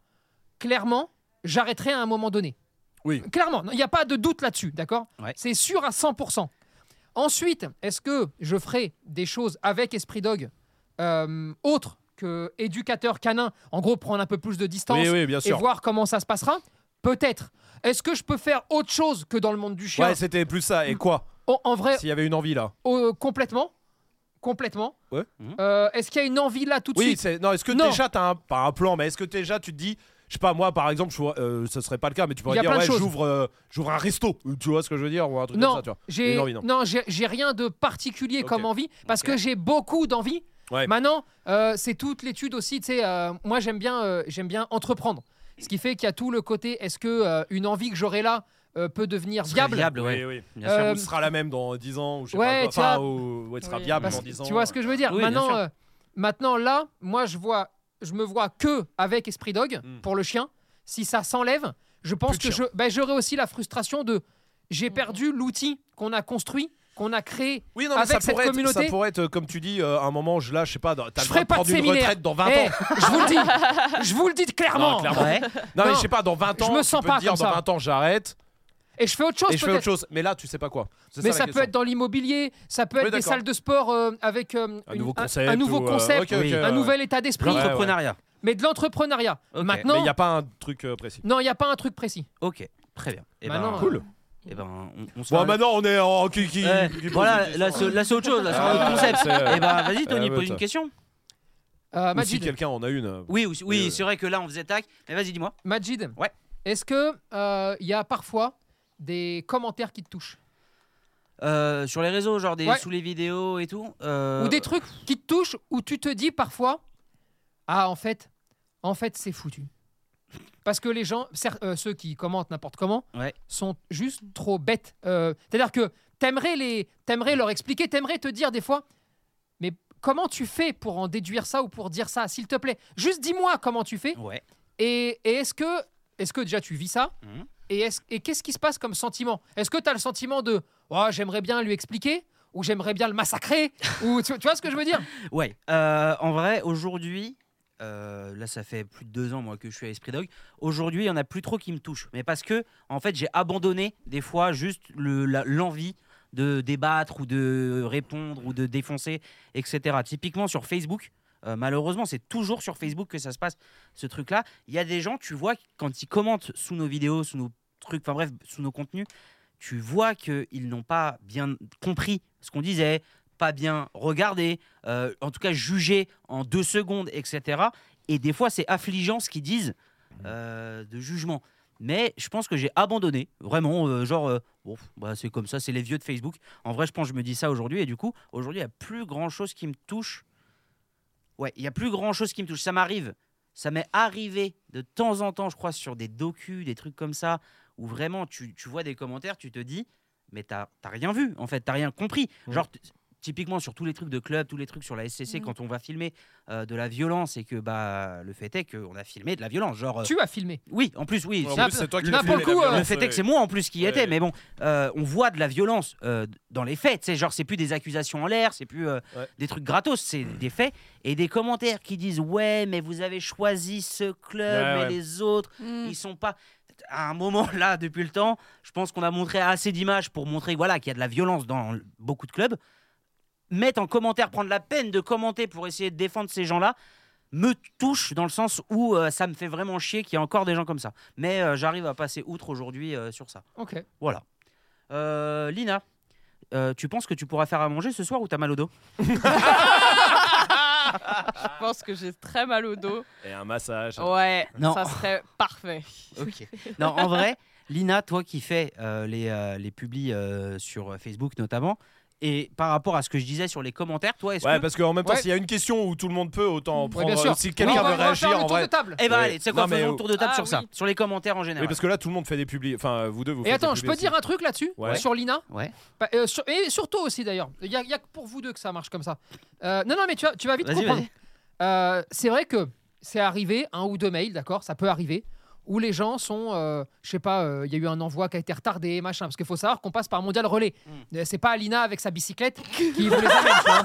clairement, j'arrêterai à un moment donné. Oui. Clairement, il n'y a pas de doute là-dessus, d'accord Ouais. C'est sûr à 100%. Ensuite, est-ce que je ferai des choses avec Esprit Dog euh, autres que éducateur canin En gros, prendre un peu plus de distance Oui, oui, bien et sûr. voir comment ça se passera Peut-être. Est-ce que je peux faire autre chose que dans le monde du chien Ouais, c'était plus ça. Et quoi en, en vrai, S'il y avait une envie là euh, complètement. Complètement. Ouais. Mhm. Euh, est-ce qu'il y a une envie là tout de Oui, suite c'est- non, est-ce que Non. déjà t'as un, pas un plan, mais est-ce que déjà tu te dis, je sais pas, moi par exemple, je, vois- euh, ce serait pas le cas, mais tu y pourrais a dire, plein de ouais, choses. j'ouvre euh, j'ouvre un resto, ou tu vois ce que je veux dire, ou un truc comme Non, ça, tu vois. j'ai Une envie, non. j'ai- j'ai rien de particulier Ok. comme envie parce Ok. que j'ai beaucoup d'envie. Ouais. Maintenant, euh, c'est toute l'étude aussi. Tu sais, euh, moi j'aime bien, euh, j'aime bien entreprendre, ce qui fait qu'il y a tout le côté. Est-ce que euh, une envie que j'aurai là euh, peut devenir viable Viable, ouais. oui. Bien sûr. Euh, Ou sera la même dans 10 ans, ou je sais ouais, pas, tu quoi. enfin, vois. ou ou elle sera Oui. viable Parce- dans 10 ans. tu vois ce que je veux dire Oui, bien maintenant, sûr. euh, maintenant là, moi je vois, je me vois que avec Esprit Dog Mm. pour le chien. Si ça s'enlève, je Plus pense de que je, ben, j'aurai aussi la frustration de j'ai Mm. perdu l'outil qu'on a construit, qu'on a créé. Oui, non, mais Avec ça, cette pourrait être, ça communauté- pourrait être, euh, comme tu dis, euh, un moment, je, là, je sais pas, dans- t'as le droit Je ferai de pas de prendre une séminaire. retraite dans 20 Eh, ans. je vous le dis, je vous le dis clairement. Non, clairement. Ouais. Non, mais non. je sais pas, dans 20 Je ans, me tu sens peux pas te dire, comme dans ça. 20 ans, j'arrête, Et je fais autre chose et je fais autre peut-être. chose. Mais là, tu sais pas quoi. C'est Mais la ça, peut question. être dans l'immobilier, ça peut Oui, être des d'accord. salles de sport euh, avec euh, un une- nouveau un- concept. un nouveau ou, euh, concept, ok, ok, Oui. ouais, un ouais. nouvel état d'esprit, L'entreprise. L'entrepreneuriat. mais de l'entrepreneuriat. Ok. Maintenant, Mais il n'y a pas un truc euh, précis. non, il n'y a pas un truc précis. Ok. Très bien. Et Maintenant, ben, Cool. Et ben, on, on se Bon, bah, parle- maintenant, on est en qui, qui- Ouais, qui pose voilà, des questions. là, c'est- là, c'est autre chose, là, c'est un Ah, autre concept. c'est, euh, Eh ben, vas-y, Tony, euh, pose ouais, une question. Euh, Ou si Majid, quelqu'un en a une. euh, Oui, ou- oui, Oui, oui. c'est vrai que là, on faisait tac. Mais vas-y, dis-moi. Majid, Ouais. est-ce que euh, il y a parfois des commentaires qui te touchent Euh, sur les réseaux, genre des, Ouais. sous les vidéos et tout. euh, ou des trucs qui te touchent où tu te dis parfois ah en fait en fait c'est foutu parce que les gens cer- euh, ceux qui commentent n'importe comment Ouais. sont juste trop bêtes c'est à dire que t'aimerais les t'aimerais leur expliquer t'aimerais te dire des fois mais comment tu fais pour en déduire ça ou pour dire ça s'il te plaît juste dis-moi comment tu fais Ouais. et, et est-ce que est-ce que déjà tu vis ça Mhm. et, est-ce- et qu'est-ce qui se passe comme sentiment Est-ce que tu as le sentiment de oh, j'aimerais bien lui expliquer ou j'aimerais bien le massacrer ou tu, tu vois ce que je veux dire Ouais. euh, en vrai, aujourd'hui, euh, là, ça fait plus de deux ans moi que je suis à Esprit Dog. Aujourd'hui, il y en a plus trop qui me touchent. Mais parce que, en fait, j'ai abandonné des fois juste le- la- l'envie de débattre ou de répondre ou de défoncer, etc. Typiquement sur Facebook. euh, malheureusement, c'est toujours sur Facebook que ça se passe, ce truc-là. Il y a des gens, tu vois, quand ils commentent sous nos vidéos, sous nos trucs, enfin bref, sous nos contenus, tu vois qu'ils n'ont pas bien compris ce qu'on disait, pas bien regardé, euh, en tout cas jugé en deux secondes, etc. Et des fois, c'est affligeant ce qu'ils disent euh, de jugement. Mais je pense que j'ai abandonné, vraiment, euh, genre, euh, bon, bah, c'est comme ça, c'est les vieux de Facebook. En vrai, je pense que je me dis ça aujourd'hui, et du coup, aujourd'hui, il n'y a plus grand-chose qui me touche. Ouais, il n'y a plus grand-chose qui me touche. Ça m'arrive, ça m'est arrivé de temps en temps, je crois, sur des docus, des trucs comme ça, où vraiment, tu, tu vois des commentaires, tu te dis, mais t'as t'as rien vu, en fait, t'as rien compris. Genre, t- typiquement sur tous les trucs de club, tous les trucs sur la SCC, Mhm. quand on va filmer euh, de la violence, et que bah, le fait est qu'on a filmé de la violence. Genre, euh, Tu as filmé. oui, en plus, oui. En c'est- plus, c'est toi qui l'as là, pour filmé, le coup, la le euh, violence, fait est ouais. que c'est moi en plus qui y Ouais. était, mais bon, euh, on voit de la violence euh, dans les faits. tu sais, genre, c'est plus des accusations en l'air, c'est plus euh, Ouais. Mmh. des trucs gratos, c'est des faits. Et des commentaires qui disent Ouais, mais vous avez choisi ce club, Ouais, mais ouais. les autres, Hmm. Mm. ils sont pas. À un moment là, depuis le temps, je pense qu'on a montré assez d'images pour montrer voilà, qu'il y a de la violence dans l- beaucoup de clubs. Mettre en commentaire, prendre la peine de commenter pour essayer de défendre ces gens-là, me touche dans le sens où euh, ça me fait vraiment chier qu'il y ait encore des gens comme ça. Mais euh, j'arrive à passer outre aujourd'hui euh, sur ça. Ok. Voilà. Euh, Lina, euh, tu penses que tu pourras faire à manger ce soir ou t'as mal au dos pense que j'ai très mal au dos. Et un massage. Ouais, Non. ça serait parfait. Ok. Non, en vrai, Lina, toi qui fais euh, les, euh, les publis euh, sur Facebook notamment, et par rapport à ce que je disais sur les commentaires, toi, est-ce Ouais, bah, que. parce qu'en même temps, Ouais. s'il y a une question où tout le monde peut, autant Ouais, prendre. bien sûr. euh, Si Oui, quelqu'un on va- veut on va faire réagir, le en tour vrai. de table. Eh ben, Ouais. allez, tu sais quoi, Non, mais faisons au- le tour de table Ah, sur ça, oui. sur les commentaires en général. Oui, parce que là, tout le monde fait des publis. Enfin, vous deux, vous Et faites des attends, je peux publis dire un truc là-dessus Ouais. Sur Lina Ouais. Bah, euh, sur- Et surtout aussi d'ailleurs. Il n'y a, il y a que pour vous deux que ça marche comme ça. Euh, non, non, mais tu vas, tu vas vite Vas-y, comprendre. vas-y. Euh, c'est vrai que c'est arrivé, un ou deux mails, d'accord Ça peut arriver. Où les gens sont, euh, je sais pas, euh, il y a eu un envoi qui a été retardé, machin. Parce qu'il faut savoir qu'on passe par Mondial Relais. Hmm. Euh, C'est pas Alina avec sa bicyclette qui vous les amène, tu vois.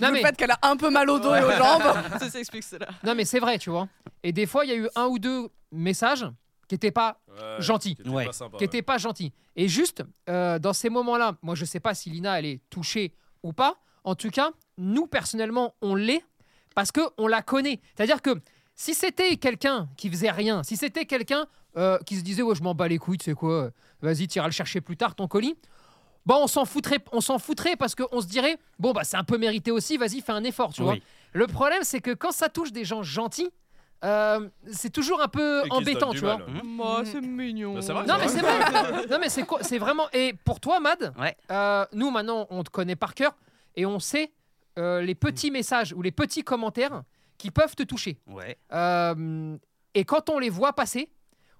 Non, Le mais- fait qu'elle a un peu mal au dos et aux jambes. ça s'explique cela. non, mais c'est vrai, tu vois. Et des fois, il y a eu un ou deux messages qui n'étaient pas Euh, Ouais, Gentil. qui était Ouais. pas sympa, qui n'était pas gentil. Et juste, euh, dans ces moments-là, moi, je ne sais pas si Lina, elle est touchée ou pas. En tout cas, nous, personnellement, on l'est parce qu'on la connaît. C'est-à-dire que si c'était quelqu'un qui faisait rien, si c'était quelqu'un euh, qui se disait, ouais, je m'en bats les couilles, tu sais quoi, euh, vas-y, tu iras le chercher plus tard, ton colis. Bon, on s'en foutrait, on s'en foutrait parce qu'on se dirait, bon, bah, c'est un peu mérité aussi, vas-y, fais un effort, tu Oui. vois. Le problème, c'est que quand ça touche des gens gentils, euh, c'est toujours un ouais. Et peu qui se donne embêtant, du tu vois. mal. Mm. Moi, c'est mignon. Bah, ça va, Non mais Ouais. c'est vrai. non mais c'est quoi C'est vraiment. Et pour toi, Mad, Ouais. euh, nous maintenant, on te connaît par cœur et on sait euh, les petits messages ou les petits commentaires qui peuvent te toucher. Ouais. Euh, et quand on les voit passer,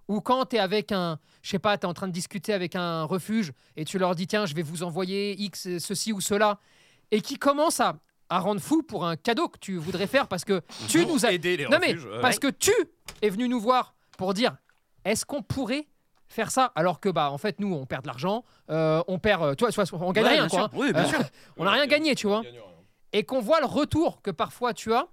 ou quand tu es avec un, je sais pas, tu es en train de discuter avec un refuge et tu leur dis, tiens, je vais vous envoyer X, euh, ceci ou cela, et qui commence à, à rendre fou pour un cadeau que tu voudrais faire parce que tu Pour nous as. aider les Non mais refuges, ouais. parce que tu es venu nous voir pour dire, est-ce qu'on pourrait faire ça alors que bah en fait nous on perd de l'argent euh, on perd euh, tu vois, tu vois, on gagne Ouais, rien bien quoi sûr. Oui, bien Ah. Euh, sûr. on n'a rien gagné tu vois et qu'on voit le retour que parfois tu as,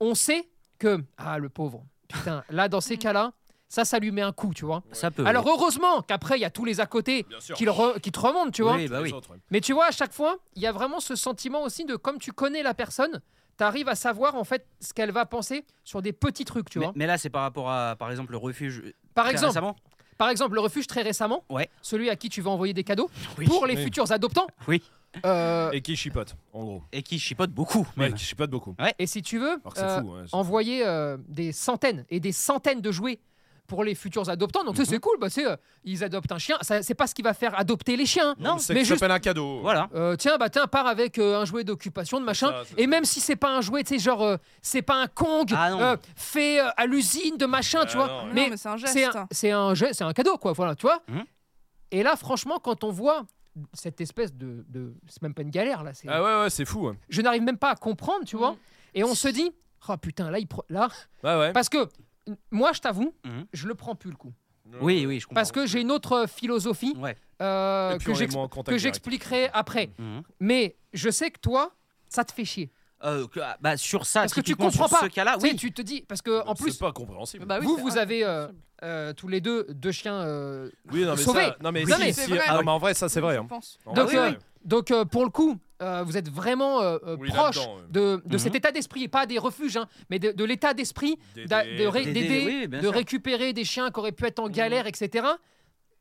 on sait que ah le pauvre, putain, là dans ces cas-là, ça ça lui met un coup, tu vois. Ça peut. Alors heureusement qu'après il y a tous les à côté Bien sûr. qui, le re- qui te remontent, tu vois. Oui, bah Les oui. autres, ouais. Mais tu vois à chaque fois, il y a vraiment ce sentiment aussi de comme tu connais la personne, tu arrives à savoir en fait ce qu'elle va penser sur des petits trucs, tu mais, vois. mais là, c'est par rapport à, par exemple, le refuge. euh, Par très exemple, récemment. par exemple le refuge très récemment, Ouais. celui à qui tu vas envoyer des cadeaux Oui. pour les Oui. futurs adoptants. Oui. Euh, Et qui chipote, en gros. Et qui chipote beaucoup. Ouais, même. qui chipote beaucoup. et si tu veux, Alors que c'est euh, fou. hein, c'est- envoyer euh, des centaines et des centaines de jouets pour les futurs adoptants. Donc tu Mhm. sais, c'est cool, bah, c'est, euh, ils adoptent un chien. Ça- C'est pas ce qui va faire adopter les chiens. Non, mais c'est mais que ça juste- s'appelle un cadeau. Voilà. Euh, tiens, bah tiens, part avec euh, un jouet d'occupation, de machin. ça, c'est et ça. même si c'est pas un jouet, tu sais, genre, euh, c'est pas un Kong Ah, non. euh, fait euh, à l'usine de machin, tu Ah, vois. non, ouais. Non, Mais mais c'est un C'est geste. un, c'est un geste, c'est un cadeau, quoi, voilà, tu vois. Mmh. Mhm. Et là, franchement, quand on voit cette espèce de. de- c'est même pas une galère, là. c'est- Ah ouais, ouais, c'est fou. ouais. Je n'arrive même pas à comprendre, tu vois. Mhm. Et on se dit, oh putain, là, il pro- là, Ouais, ouais. parce que n- moi, je t'avoue, Mmh. Mhm. je le prends plus le coup. Oui, oui, je comprends. Parce que j'ai une autre euh, philosophie Ouais. euh, Et puis que on est j'ex- moins en contact que direct. Mmh. j'expliquerai euh, après. Mhm. Mais je sais que toi, ça te fait chier. Euh, que- ah, bah, sur ça, Parce que tu typiquement, comprends sur pas. ce cas-là, Tu sais, oui. tu te dis, parce que en Ah plus, Bah, C'est pas compréhensible. Bah oui, vous, c'est vous avez euh, incompréhensible. euh, tous les deux deux chiens. euh, Oui, non, mais Sauvé. ça. Non, mais, Oui, si, mais si, c'est vrai. ah, non, mais en vrai, ça, c'est vrai. Je hein. pense. En Donc, vrai, euh, c'est vrai. donc euh, pour le coup, euh, vous êtes vraiment euh, euh, Oui, proche là-dedans, ouais. de, de Mhm. cet état d'esprit, et pas des refuges, hein, mais de, de l'état d'esprit d'a- de, Des- ré- D'aider, d'aider, oui, bien de sûr. Mhm. récupérer des chiens qui auraient pu être en galère, etc.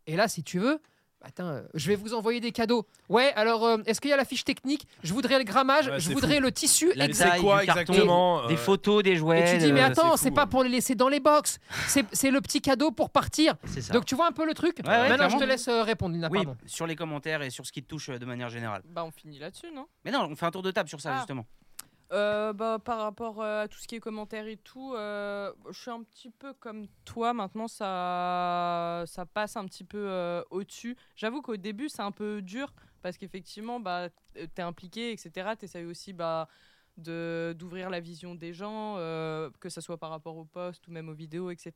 Et là, si tu veux, attends, euh, je vais vous envoyer des cadeaux. Ouais, alors, euh, est-ce qu'il y a la fiche technique Je voudrais le grammage, Ouais, je c'est voudrais le tissu. La et- Et C'est taille quoi du carton, exactement Des euh, photos, des Et jouets. tu dis, mais euh, attends, c'est c'est fou, pas hein. pour les laisser dans les box. C'est c'est le petit cadeau pour partir. hein. C'est ça. Donc tu vois un peu le truc Ouais, ouais, Maintenant, je clairement. te laisse euh, répondre, Ah, Lina, oui, pardon. sur les commentaires et sur ce qui te touche euh, de manière générale. Bah, on finit là-dessus, non Mais non, on fait un tour de table sur ça, Ah. justement. Euh, bah, par rapport euh, à tout ce qui est commentaires et tout, euh, je suis un petit peu comme toi. Maintenant, ça, ça passe un petit peu euh, au-dessus. J'avoue qu'au début, c'est un peu dur parce qu'effectivement, bah, euh, t'es impliqué, etc. T'essayes aussi bah, de- d'ouvrir la vision des gens, euh, que ce soit par rapport aux posts ou même aux vidéos, etc.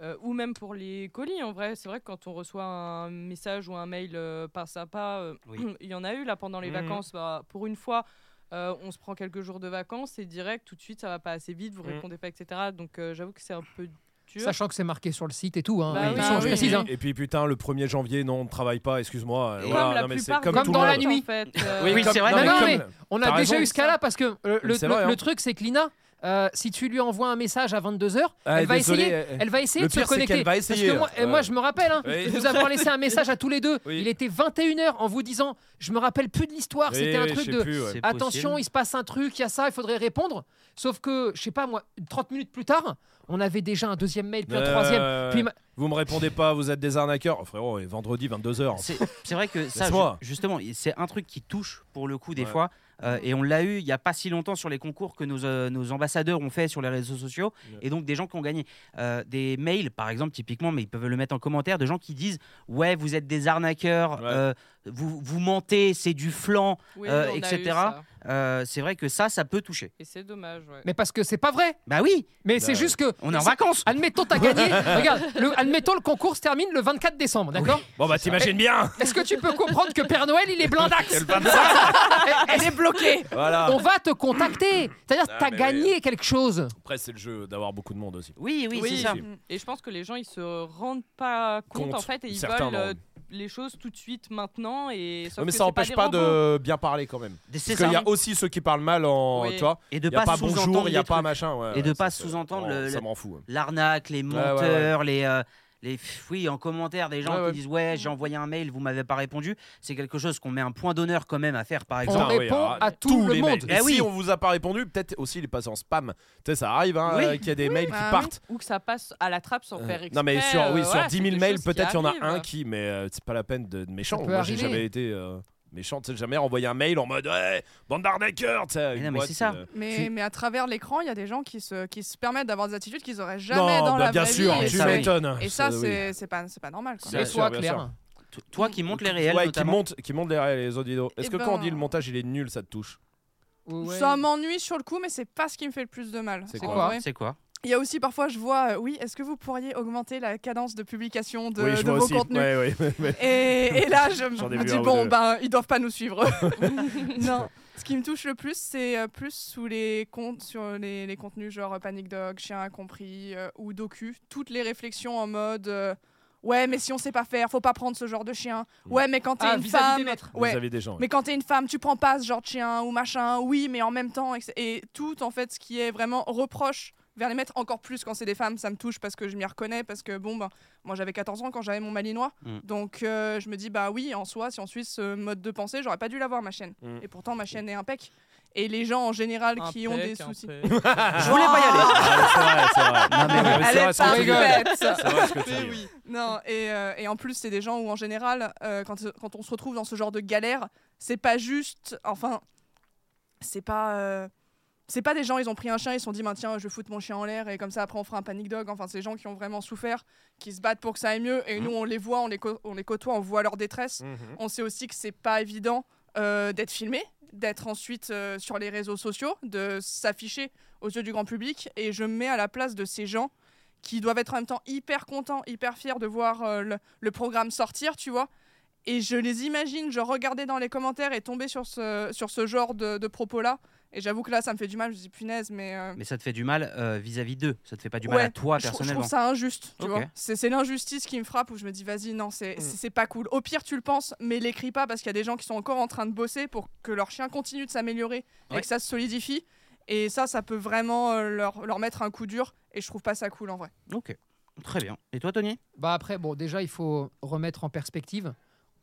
Euh, ou même pour les colis, en vrai. C'est vrai que quand on reçoit un message ou un mail euh, pas sympa, euh, il Oui. y en a eu là pendant les Mhm. vacances. bah, pour une fois, euh, on se prend quelques jours de vacances et direct, tout de suite, ça va pas assez vite, vous Mhm. répondez pas, etc. Donc euh, j'avoue que c'est un peu dur. Sachant que c'est marqué sur le site et tout. Hein. Bah oui, Attention, bah je oui. précise. hein. Et puis putain, le 1er janvier, non, on ne travaille pas, excuse-moi. euh, Comme voilà, la non, mais c'est plupart comme des Comme tout le dans la monde. gens, nuit. en fait, Oui, euh, c'est vrai, non, non, mais mais comme- On a T'as déjà raison. eu ce cas-là parce que euh, le, C'est le- vrai, le hein. truc, c'est que Lina, euh, si tu lui envoies un message à 22h, Ah, elle, va désolé, essayer, eh, eh. elle va essayer Le de se pire, c'est reconnecter. qu'elle va essayer, Parce que moi, hein. et moi, Ouais. je me rappelle, hein, Oui. de nous avons laissé un message à tous les deux. Oui. Il était 21h en vous disant Je me rappelle plus de l'histoire, eh, c'était un truc de. C'est possible. Attention, il se passe un truc, il y a ça, il faudrait répondre. Sauf que, je sais pas moi, 30 minutes plus tard, on avait déjà un deuxième mail, puis un troisième. Puis ma- Euh, Vous me répondez pas, vous êtes des arnaqueurs. Oh, frérot, et vendredi 22h. C'est c'est vrai que ça, Laisse-moi. ju- justement, il- c'est un truc qui touche pour le coup des Ouais. fois. euh, et on l'a eu il n'y a pas si longtemps sur les concours que nos, euh, nos ambassadeurs ont fait sur les réseaux sociaux Ouais. et donc des gens qui ont gagné. Euh, des mails, par exemple, typiquement, mais ils peuvent le mettre en commentaire, de gens qui disent Ouais, vous êtes des arnaqueurs, Ouais. euh, vous, vous mentez, c'est du flan. Oui, Euh, on a eu etc.. ça. Euh, c'est vrai que ça, ça peut toucher. Et c'est dommage, ouais. Mais parce que c'est pas vrai. Bah oui, Mais c'est Ah. ouais. juste que. on est en vacances Admettons, t'as gagné. Regarde, le, admettons, le concours se termine le 24 décembre, d'accord Bon, bah t'imagines bien Est-ce que tu peux comprendre que Père Noël, il est blindax Elle est bloquée. Voilà. On va te contacter. C'est-à-dire, Ah, t'as mais gagné quelque chose. Après, c'est le jeu d'avoir beaucoup de monde aussi. Oui, oui, Oui. c'est ça. Si. Et je pense que les gens ils se rendent pas compte, Compte. en fait et ils Certains veulent euh, n'en- les choses tout de suite maintenant et sauf Ouais, mais que ça c'est n'empêche des pas, robots. de bien parler quand même. Des- C'est Parce qu'il y ça. a aussi ceux qui parlent mal en. Oui. Tu vois Et de Il n'y a pas pas sous-entendre. bonjour, il n'y a des pas trucs. machin. ouais, Et de ouais, pas ça, sous-entendre ça- le- Ça le- m'en fout. hein. l'arnaque, les ouais, ouais. menteurs, les. euh, les pff, oui, en commentaire, des gens Ouais, ouais. qui disent Ouais, j'ai envoyé un mail, vous m'avez pas répondu. C'est quelque chose qu'on met un point d'honneur quand même à faire, par On exemple. Putain, oui, répond alors, à tout tous le les monde. mails. Et Eh si oui. on vous a pas répondu, peut-être aussi les passes en spam. Tu sais, ça arrive hein, Oui. euh, qu'il y a des mails qui Bah oui. partent. ou que ça passe à la trappe sans Euh, faire exprès. non, mais sur, euh, oui, voilà, sur 10 c'est 000 des mails, choses qui peut-être il y en a arrivent. un qui, mais euh, c'est pas la peine de, de méchant. Ça peut Moi, j'ai arriver. jamais été euh, méchant. Tu sais, jamais envoyé un mail en mode ouais, bande d'arnaqueurs. tu sais, Mais une non, mais boîte, c'est ça. euh, Mais, mais à travers l'écran, il y a des gens qui se, qui se permettent d'avoir des attitudes qu'ils auraient jamais Non, dans bah, la bien vraie sûr, vie. Et tu ça, oui. m'étonnes. Et ça, oui. c'est c'est pas, c'est pas normal. Quoi. Bien Et sûr, toi, bien Claire sûr. To- Toi qui montes les réels, ouais, qui notamment. monte, qui monte derrière les audios. Est-ce Eh que quand on ben- dit le montage, il est nul, ça te touche Ouais. Ça m'ennuie sur le coup, mais c'est pas ce qui me fait le plus de mal. C'est en quoi vrai. C'est quoi Il y a aussi parfois, je vois, euh, oui, est-ce que vous pourriez augmenter la cadence de publication de, Oui, je de vois vos aussi. contenus Ouais, ouais. et, et là, je J'en ai me vu dis, un ou bon, deux. ben, ils doivent pas nous suivre. non. Ce qui me touche le plus, c'est euh, plus sous les comptes, sur les, les contenus genre euh, Panic Dog, Chien Incompris euh, ou Docu, toutes les réflexions en mode euh, Ouais, mais si on sait pas faire, faut pas prendre ce genre de chien. Mm. Ouais, mais quand t'es Ah, une vis-à-vis femme. des maîtres. ouais, Vous avez des gens. ouais. mais quand t'es une femme, tu prends pas ce genre de chien ou machin, oui, mais en même temps, etc. et tout en fait, ce qui est vraiment reproche vers les maîtres, encore plus quand c'est des femmes, ça me touche parce que je m'y reconnais, parce que bon, ben, moi j'avais 14 ans quand j'avais mon malinois, Mm. donc euh, je me dis, bah oui, en soi, si on suit ce mode de pensée, j'aurais pas dû l'avoir ma chaîne. Mm. Et pourtant, ma chaîne est impec. Et les gens en général Un qui ont des pec, un soucis. pec. Je voulais pas y aller. Ah, c'est vrai, c'est vrai. Non, mais, Elle c'est vrai est ce que tu dis. parfaite C'est vrai ce que tu dis. Non, et, euh, et en plus, c'est des gens où, en général, euh, quand, quand on se retrouve dans ce genre de galère, c'est pas juste. Enfin, c'est pas. euh, c'est pas des gens, ils ont pris un chien, ils se sont dit, Bah, tiens, je vais foutre mon chien en l'air et comme ça, après, on fera un panic dog. Enfin, c'est des gens qui ont vraiment souffert, qui se battent pour que ça aille mieux. Et nous, on les voit, on les, co- on les côtoie, on voit leur détresse. Mhm. On sait aussi que c'est pas évident euh, d'être filmé, d'être ensuite euh, sur les réseaux sociaux, de s'afficher aux yeux du grand public. Et je me mets à la place de ces gens qui doivent être en même temps hyper contents, hyper fiers de voir euh, le, le programme sortir, tu vois. Et je les imagine, je regardais dans les commentaires et tomber sur ce, sur ce genre de, de propos-là. Et j'avoue que là, ça me fait du mal. Je me dis punaise, mais. euh, Mais ça te fait du mal euh, vis-à-vis d'eux. Ça te fait pas du mal Ouais, à toi je, trouve- je Ah, personnellement. trouve ça injuste, tu Ok. vois. C'est c'est l'injustice qui me frappe où je me dis, vas-y, non, c'est Mm. c'est- c'est pas cool. Au pire, tu le penses, mais l'écris pas parce qu'il y a des gens qui sont encore en train de bosser pour que leur chien continue de s'améliorer Ouais. et que ça se solidifie. Et ça, ça peut vraiment euh, leur, leur mettre un coup dur. Et je trouve pas ça cool en vrai. Ok. Très bien. Et toi, Tony Bah après, bon, déjà, il faut remettre en perspective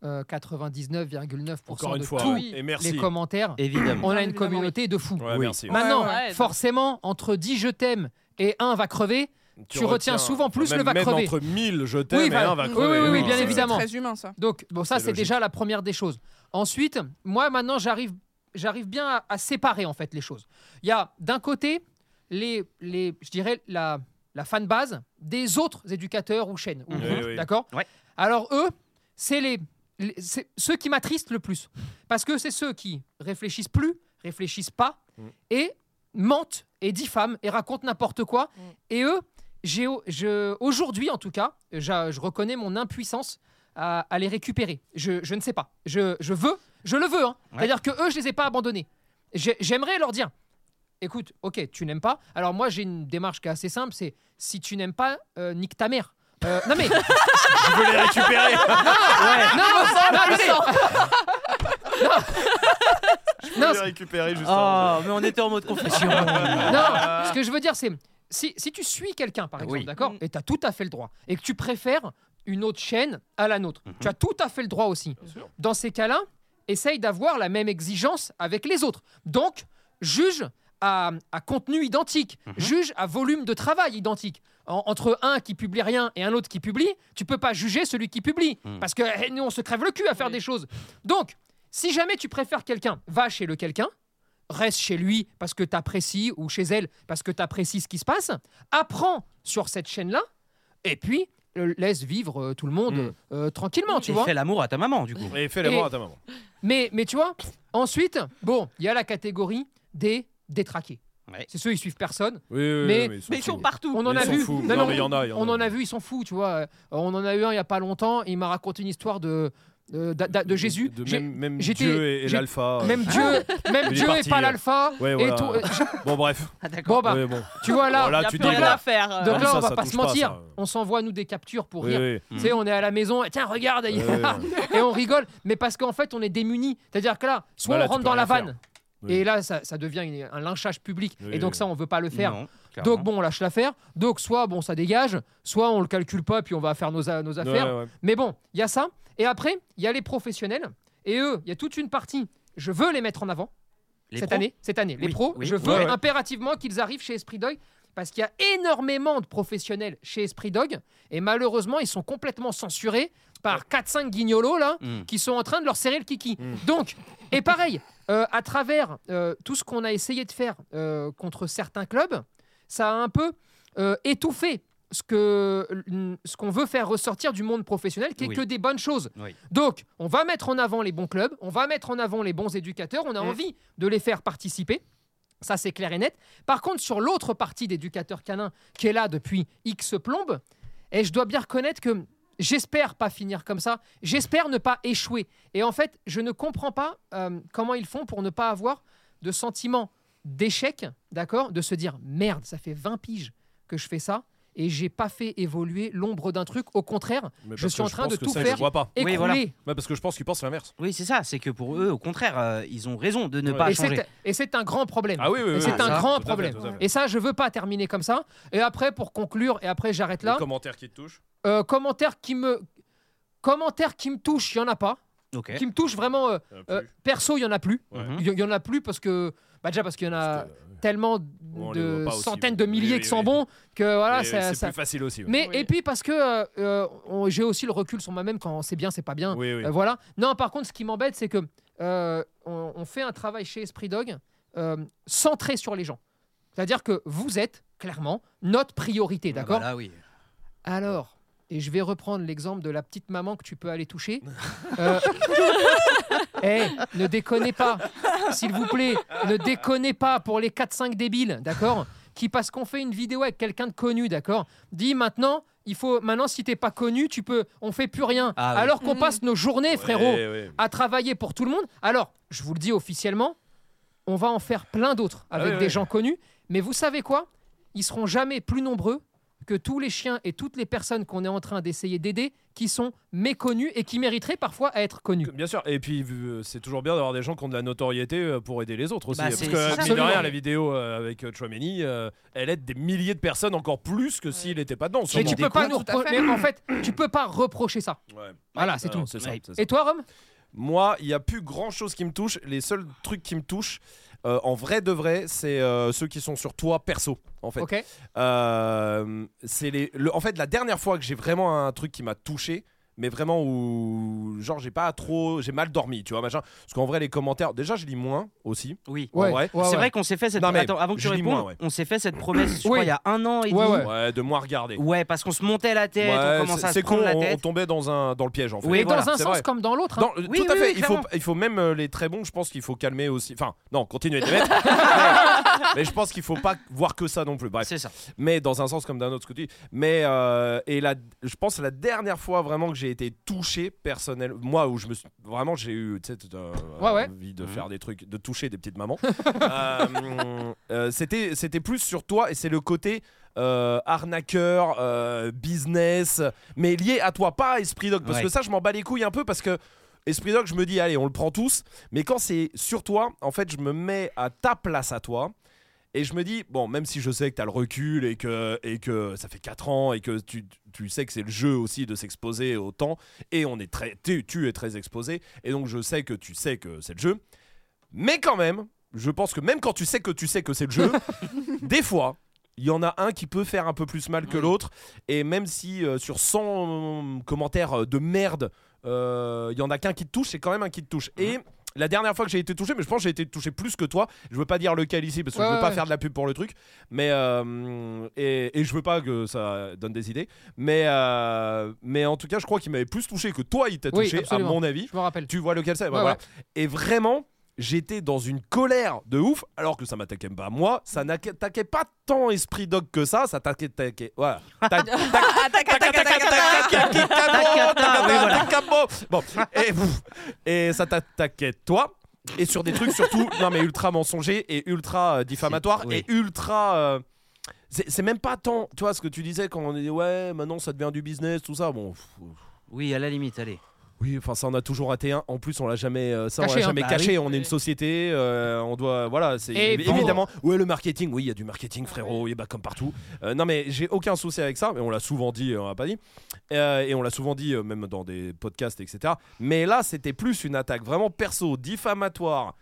euh, 99,9% Encore de une fois. tous ouais. Et les merci. commentaires. Évidemment. On a une Bien Ah, évidemment, communauté de fous. Ouais, Oui. merci. Maintenant, Ouais, ouais. forcément, entre 10 je t'aime et 1 va crever, Tu retiens souvent plus même- le va même crever. entre 1000 je t'aime Oui, et bah- un va oui, crever. oui, oui, Hein, bien c'est- évidemment. euh, C'est très humain, ça. Donc, bon, ça, C'est c'est logique. déjà la première des choses. Ensuite, moi, maintenant, j'arrive, j'arrive bien à, à séparer, en fait, les choses. Il y a, d'un côté, les, les, je dirais, la, la fan base des autres éducateurs ou chaînes. ou Mhm. groupes, Oui, oui. D'accord Ouais. Alors, eux, c'est les, les- c'est ceux qui m'attristent le plus. Parce que c'est ceux qui réfléchissent plus, réfléchissent pas, Mhm. et mentent, et diffament, et racontent n'importe quoi. Mhm. Et eux, j'ai, je, aujourd'hui, en tout cas, j'a- je reconnais mon impuissance à, à les récupérer. Je, je ne sais pas. Je, je veux, je le veux. hein. Ouais. C'est-à-dire que eux, je les ai pas abandonnés. J'ai- J'aimerais leur dire, écoute, ok, tu n'aimes pas. Alors moi, j'ai une démarche qui est assez simple, c'est si tu n'aimes pas, euh, nique ta mère. Euh, non mais, non, Je veux les récupérer. non, non, mais- Non, Je l'ai récupéré Ah, juste avant. Oh, mais on était en mode confession. Non, ce que je veux dire, c'est si, si tu suis quelqu'un, par exemple, Oui. d'accord, Mm. et tu as tout à fait le droit, et que tu préfères une autre chaîne à la nôtre, tu as tout à fait le droit aussi. sûr. Dans ces cas-là, essaye d'avoir la même exigence avec les autres. Donc, juge à, à contenu identique, juge à volume de travail identique. En- entre un qui publie rien et un autre qui publie, tu peux pas juger celui qui publie, Mm. parce que eh, nous, on se crève le cul à faire Oui. des choses. Donc, si jamais tu préfères quelqu'un, va chez le quelqu'un, reste chez lui parce que t'apprécies ou chez elle parce que t'apprécies ce qui se passe, apprends sur cette chaîne-là et puis euh, laisse vivre euh, tout le monde Mm. euh, tranquillement, tu Tu vois. fais l'amour à ta maman, du coup. Et fais l'amour Et- à ta maman. Mais, mais tu vois, ensuite, bon, il y a la catégorie des détraqués. Ouais. C'est ceux ils suivent personne. Oui, oui, Mais- oui, ils sont Mais ils sont fous. partout. On en Ils a s'en vu. foutent. Non, Non, non, mais il y en a, il y en on a. en a vu, ils s'en foutent, tu vois. Euh, On en a eu un il y a pas longtemps. Il m'a raconté une histoire de de, d'a- d'a- de Jésus. De J'ai- même, même j'étais- Dieu et, et j'ai- l'alpha. même Dieu, même Il est Dieu est parti, pas euh. l'alpha. Ouais, et voilà. tout. Euh, je- Bon, bref. Ah, d'accord. Bon bah, Ouais, bon. tu vois là, Bon, là, Il y a tu plus rien dégages. à faire. Donc Ah, là, ça, on va ça pas touche se pas, mentir. ça. On s'envoie, nous, des captures pour Oui, rire. oui. Tu sais, on est à la maison, et tiens, regarde, il y a- Ouais, et on rigole, mais parce qu'en fait, on est démunis. C'est-à-dire que là, soit Bah là, on tu rentre peux dans la rien faire. vanne, Oui. et là, ça, ça devient une- un lynchage public, Oui, et donc oui. ça, on veut pas le faire. Non, donc clairement. bon, on lâche l'affaire. Donc soit bon, ça dégage, soit on le calcule pas, puis on va faire nos, a- nos ouais, affaires. ouais. Mais bon, il y a ça. Et après, il y a les professionnels, et eux, il y a toute une partie. Je veux les mettre en avant Les cette pros année, cette année, les Oui, pros, oui. je veux Ouais, ouais. impérativement qu'ils arrivent chez Esprit Dog parce qu'il y a énormément de professionnels chez Esprit Dog et malheureusement ils sont complètement censurés par 4-5 guignolos là Mm. qui sont en train de leur serrer le kiki. Mm. Donc, et pareil, euh, à travers euh, tout ce qu'on a essayé de faire euh, contre certains clubs, ça a un peu euh, étouffé ce que ce qu'on veut faire ressortir du monde professionnel, qui est Oui. que des bonnes choses. Oui. Donc, on va mettre en avant les bons clubs, on va mettre en avant les bons éducateurs, on a Mm. envie de les faire participer. Ça, c'est clair et net. Par contre, sur l'autre partie d'éducateurs canins qui est là depuis X plombe, et je dois bien reconnaître que j'espère pas finir comme ça, j'espère ne pas échouer. Et en fait, je ne comprends pas euh, comment ils font pour ne pas avoir de sentiment d'échec, d'accord De se dire merde, ça fait 20 piges que je fais ça et j'ai pas fait évoluer l'ombre d'un truc. Au contraire, Mais Je parce suis en que train pense de que tout ça, Je faire. vois pas. écroulé. Oui, voilà. Mais parce que je pense qu'ils pensent l'inverse. Oui, c'est ça. C'est que pour eux, au contraire, euh, ils ont raison de ne Ouais. pas Et changer. c'est- et c'est un grand problème. Ah oui, oui, Et oui, c'est oui, un ça, grand tout à fait, problème. tout à fait. Et ça, je veux pas terminer comme ça. Et après, pour conclure, et après j'arrête Les là. commentaires qui te touchent. euh, commentaire qui me, commentaire qui me touche, il y en a pas. Ok. Qui me touche vraiment. euh, euh, euh, plus. perso, il y en a plus. Ouais. Mhm. Il y, il y en a plus parce que bah déjà parce qu'il y en a Parce que, euh, tellement on les de voit pas aussi, centaines oui. de milliers Oui, oui, qui sont oui. bons que voilà et ça. c'est ça- plus facile aussi. ouais. Mais Oui. et puis parce que euh, euh, on- j'ai aussi le recul sur moi-même quand c'est bien, c'est pas bien. Oui, oui. Euh, voilà. Non, par contre, ce qui m'embête, c'est que euh, on, on fait un travail chez Esprit Dog euh, centré sur les gens. C'est-à-dire que vous êtes clairement notre priorité, d'accord Ah, bah là, oui. Alors, et je vais reprendre l'exemple de la petite maman que tu peux aller toucher. Euh, eh, ne déconnez pas, s'il vous plaît, ne déconnez pas pour les 4-5 débiles, d'accord Qui, parce qu'on fait une vidéo avec quelqu'un de connu, d'accord Dit maintenant, il faut, maintenant, si t'es pas connu, tu peux, on fait plus rien. Ah oui. Alors qu'on Mhm. passe nos journées, frérot, Ouais, ouais. à travailler pour tout le monde. Alors, je vous le dis officiellement, on va en faire plein d'autres avec ouais, des ouais. gens connus. Mais vous savez quoi Ils seront jamais plus nombreux que tous les chiens et toutes les personnes qu'on est en train d'essayer d'aider qui sont méconnus et qui mériteraient parfois à être connus. Bien sûr, et puis euh, c'est toujours bien d'avoir des gens qui ont de la notoriété euh, pour aider les autres aussi. Bah, parce c'est- que, c'est ça. mine de rien, Absolument. la vidéo euh, avec euh, Chouameni, euh, elle aide des milliers de personnes encore plus que s'il n'était pas dedans. Mais sûrement. tu des peux pas cons, nous tout à repro- fait. mais en fait, tu peux pas reprocher ça. Ouais. Voilà, c'est Ah tout. non, C'est ça, Ouais. c'est ça. Et toi, Rome Moi, il n'y a plus grand chose qui me touche. Les seuls trucs qui me touchent, euh, en vrai de vrai, c'est euh, ceux qui sont sur toi perso, en fait. Ok. Euh, c'est les, le- en fait, la dernière fois que j'ai vraiment un truc qui m'a touché, mais vraiment où, genre, j'ai pas trop, j'ai mal dormi, tu vois, machin. Parce qu'en vrai, les commentaires, déjà, je lis moins aussi. Oui. En vrai. c'est vrai qu'on s'est fait cette. Non, mais Attends, avant que tu je lis répondes, moins, ouais. on s'est fait cette promesse. Je Oui. crois il y a un an et Ouais, demi. ouais. Ouais, de moins regarder. Ouais, parce qu'on se montait la tête, Ouais, on commençait c'est- à se c'est con, prendre la on, on tête. tombait dans, un, dans le piège en fait. Oui, Mais voilà, dans un c'est sens vrai. comme dans l'autre. hein. Dans- euh, Oui, tout à oui, fait, oui, il, faut, clairement. il faut même euh, les très bons, je pense qu'il faut calmer aussi. Enfin, non, continuez de les mettre. mais, mais je pense qu'il faut pas voir que ça non plus. Bref, C'est ça. mais dans un sens comme d'un autre côté. Mais euh, et la, je pense la dernière fois vraiment que j'ai été touché personnel, moi où je me suis vraiment j'ai eu tu sais, t'as, euh, Ouais, ouais. envie de Mhm. faire des trucs, de toucher des petites mamans. Euh, euh, c'était c'était plus sur toi et c'est le côté euh, arnaqueur, euh, business, mais lié à toi, pas à esprit dog. Parce Ouais. que ça, je m'en bats les couilles un peu parce que Esprit Dog, je me dis, allez, on le prend tous. Mais quand c'est sur toi, en fait, je me mets à ta place à toi. Et je me dis, bon, même si je sais que t'as le recul et que, et que ça fait 4 ans et que tu, tu sais que c'est le jeu aussi de s'exposer au temps, et on est très, tu, tu es très exposé, et donc je sais que tu sais que c'est le jeu. Mais quand même, je pense que même quand tu sais que tu sais que c'est le jeu, des fois, il y en a un qui peut faire un peu plus mal que Oui. l'autre. Et même si euh, sur 100 euh, commentaires euh, de merde, euh, il y en a qu'un qui te touche, c'est quand même un qui te touche. Et la dernière fois que j'ai été touché, mais je pense que j'ai été touché plus que toi. Je veux pas dire lequel ici parce que Ouais, je veux pas ouais. faire de la pub pour le truc, mais euh, et, et je veux pas que ça donne des idées. Mais euh, mais en tout cas, je crois qu'il m'avait plus touché que toi, il t'a Oui, touché à absolument. mon avis. Je me rappelle. Tu vois lequel c'est bah Ouais, voilà. Et vraiment, j'étais dans une colère de ouf, alors que ça m'attaquait pas moi, ça n'attaquait pas tant esprit dog que ça, ça attaquait, attaquait, voilà. Tac- tac- Attaque, attaque, attaque, attaque, attaque. Bon, et, pff, et ça t'attaquait toi. Et sur des trucs surtout, non mais ultra mensonger et ultra euh, diffamatoire C'est- oui. et ultra. euh, c'est c'est même pas tant, tu vois, ce que tu disais quand on dit ouais, maintenant ça devient du business, tout ça. Bon, pff, Oui, à la limite, allez. oui, enfin ça on a toujours raté un. En plus on l'a jamais, euh, ça on Caché, l'a hein. jamais Bah caché. oui. On est une société, euh, on doit, voilà, c'est Et évi- bon. évidemment. Ouais le marketing, oui il y a du marketing frérot, et bah comme partout. Euh, non mais j'ai aucun souci avec ça, mais on l'a souvent dit, euh, on l'a pas dit, Euh, et on l'a souvent dit euh, même dans des podcasts etc. Mais là c'était plus une attaque vraiment perso, diffamatoire.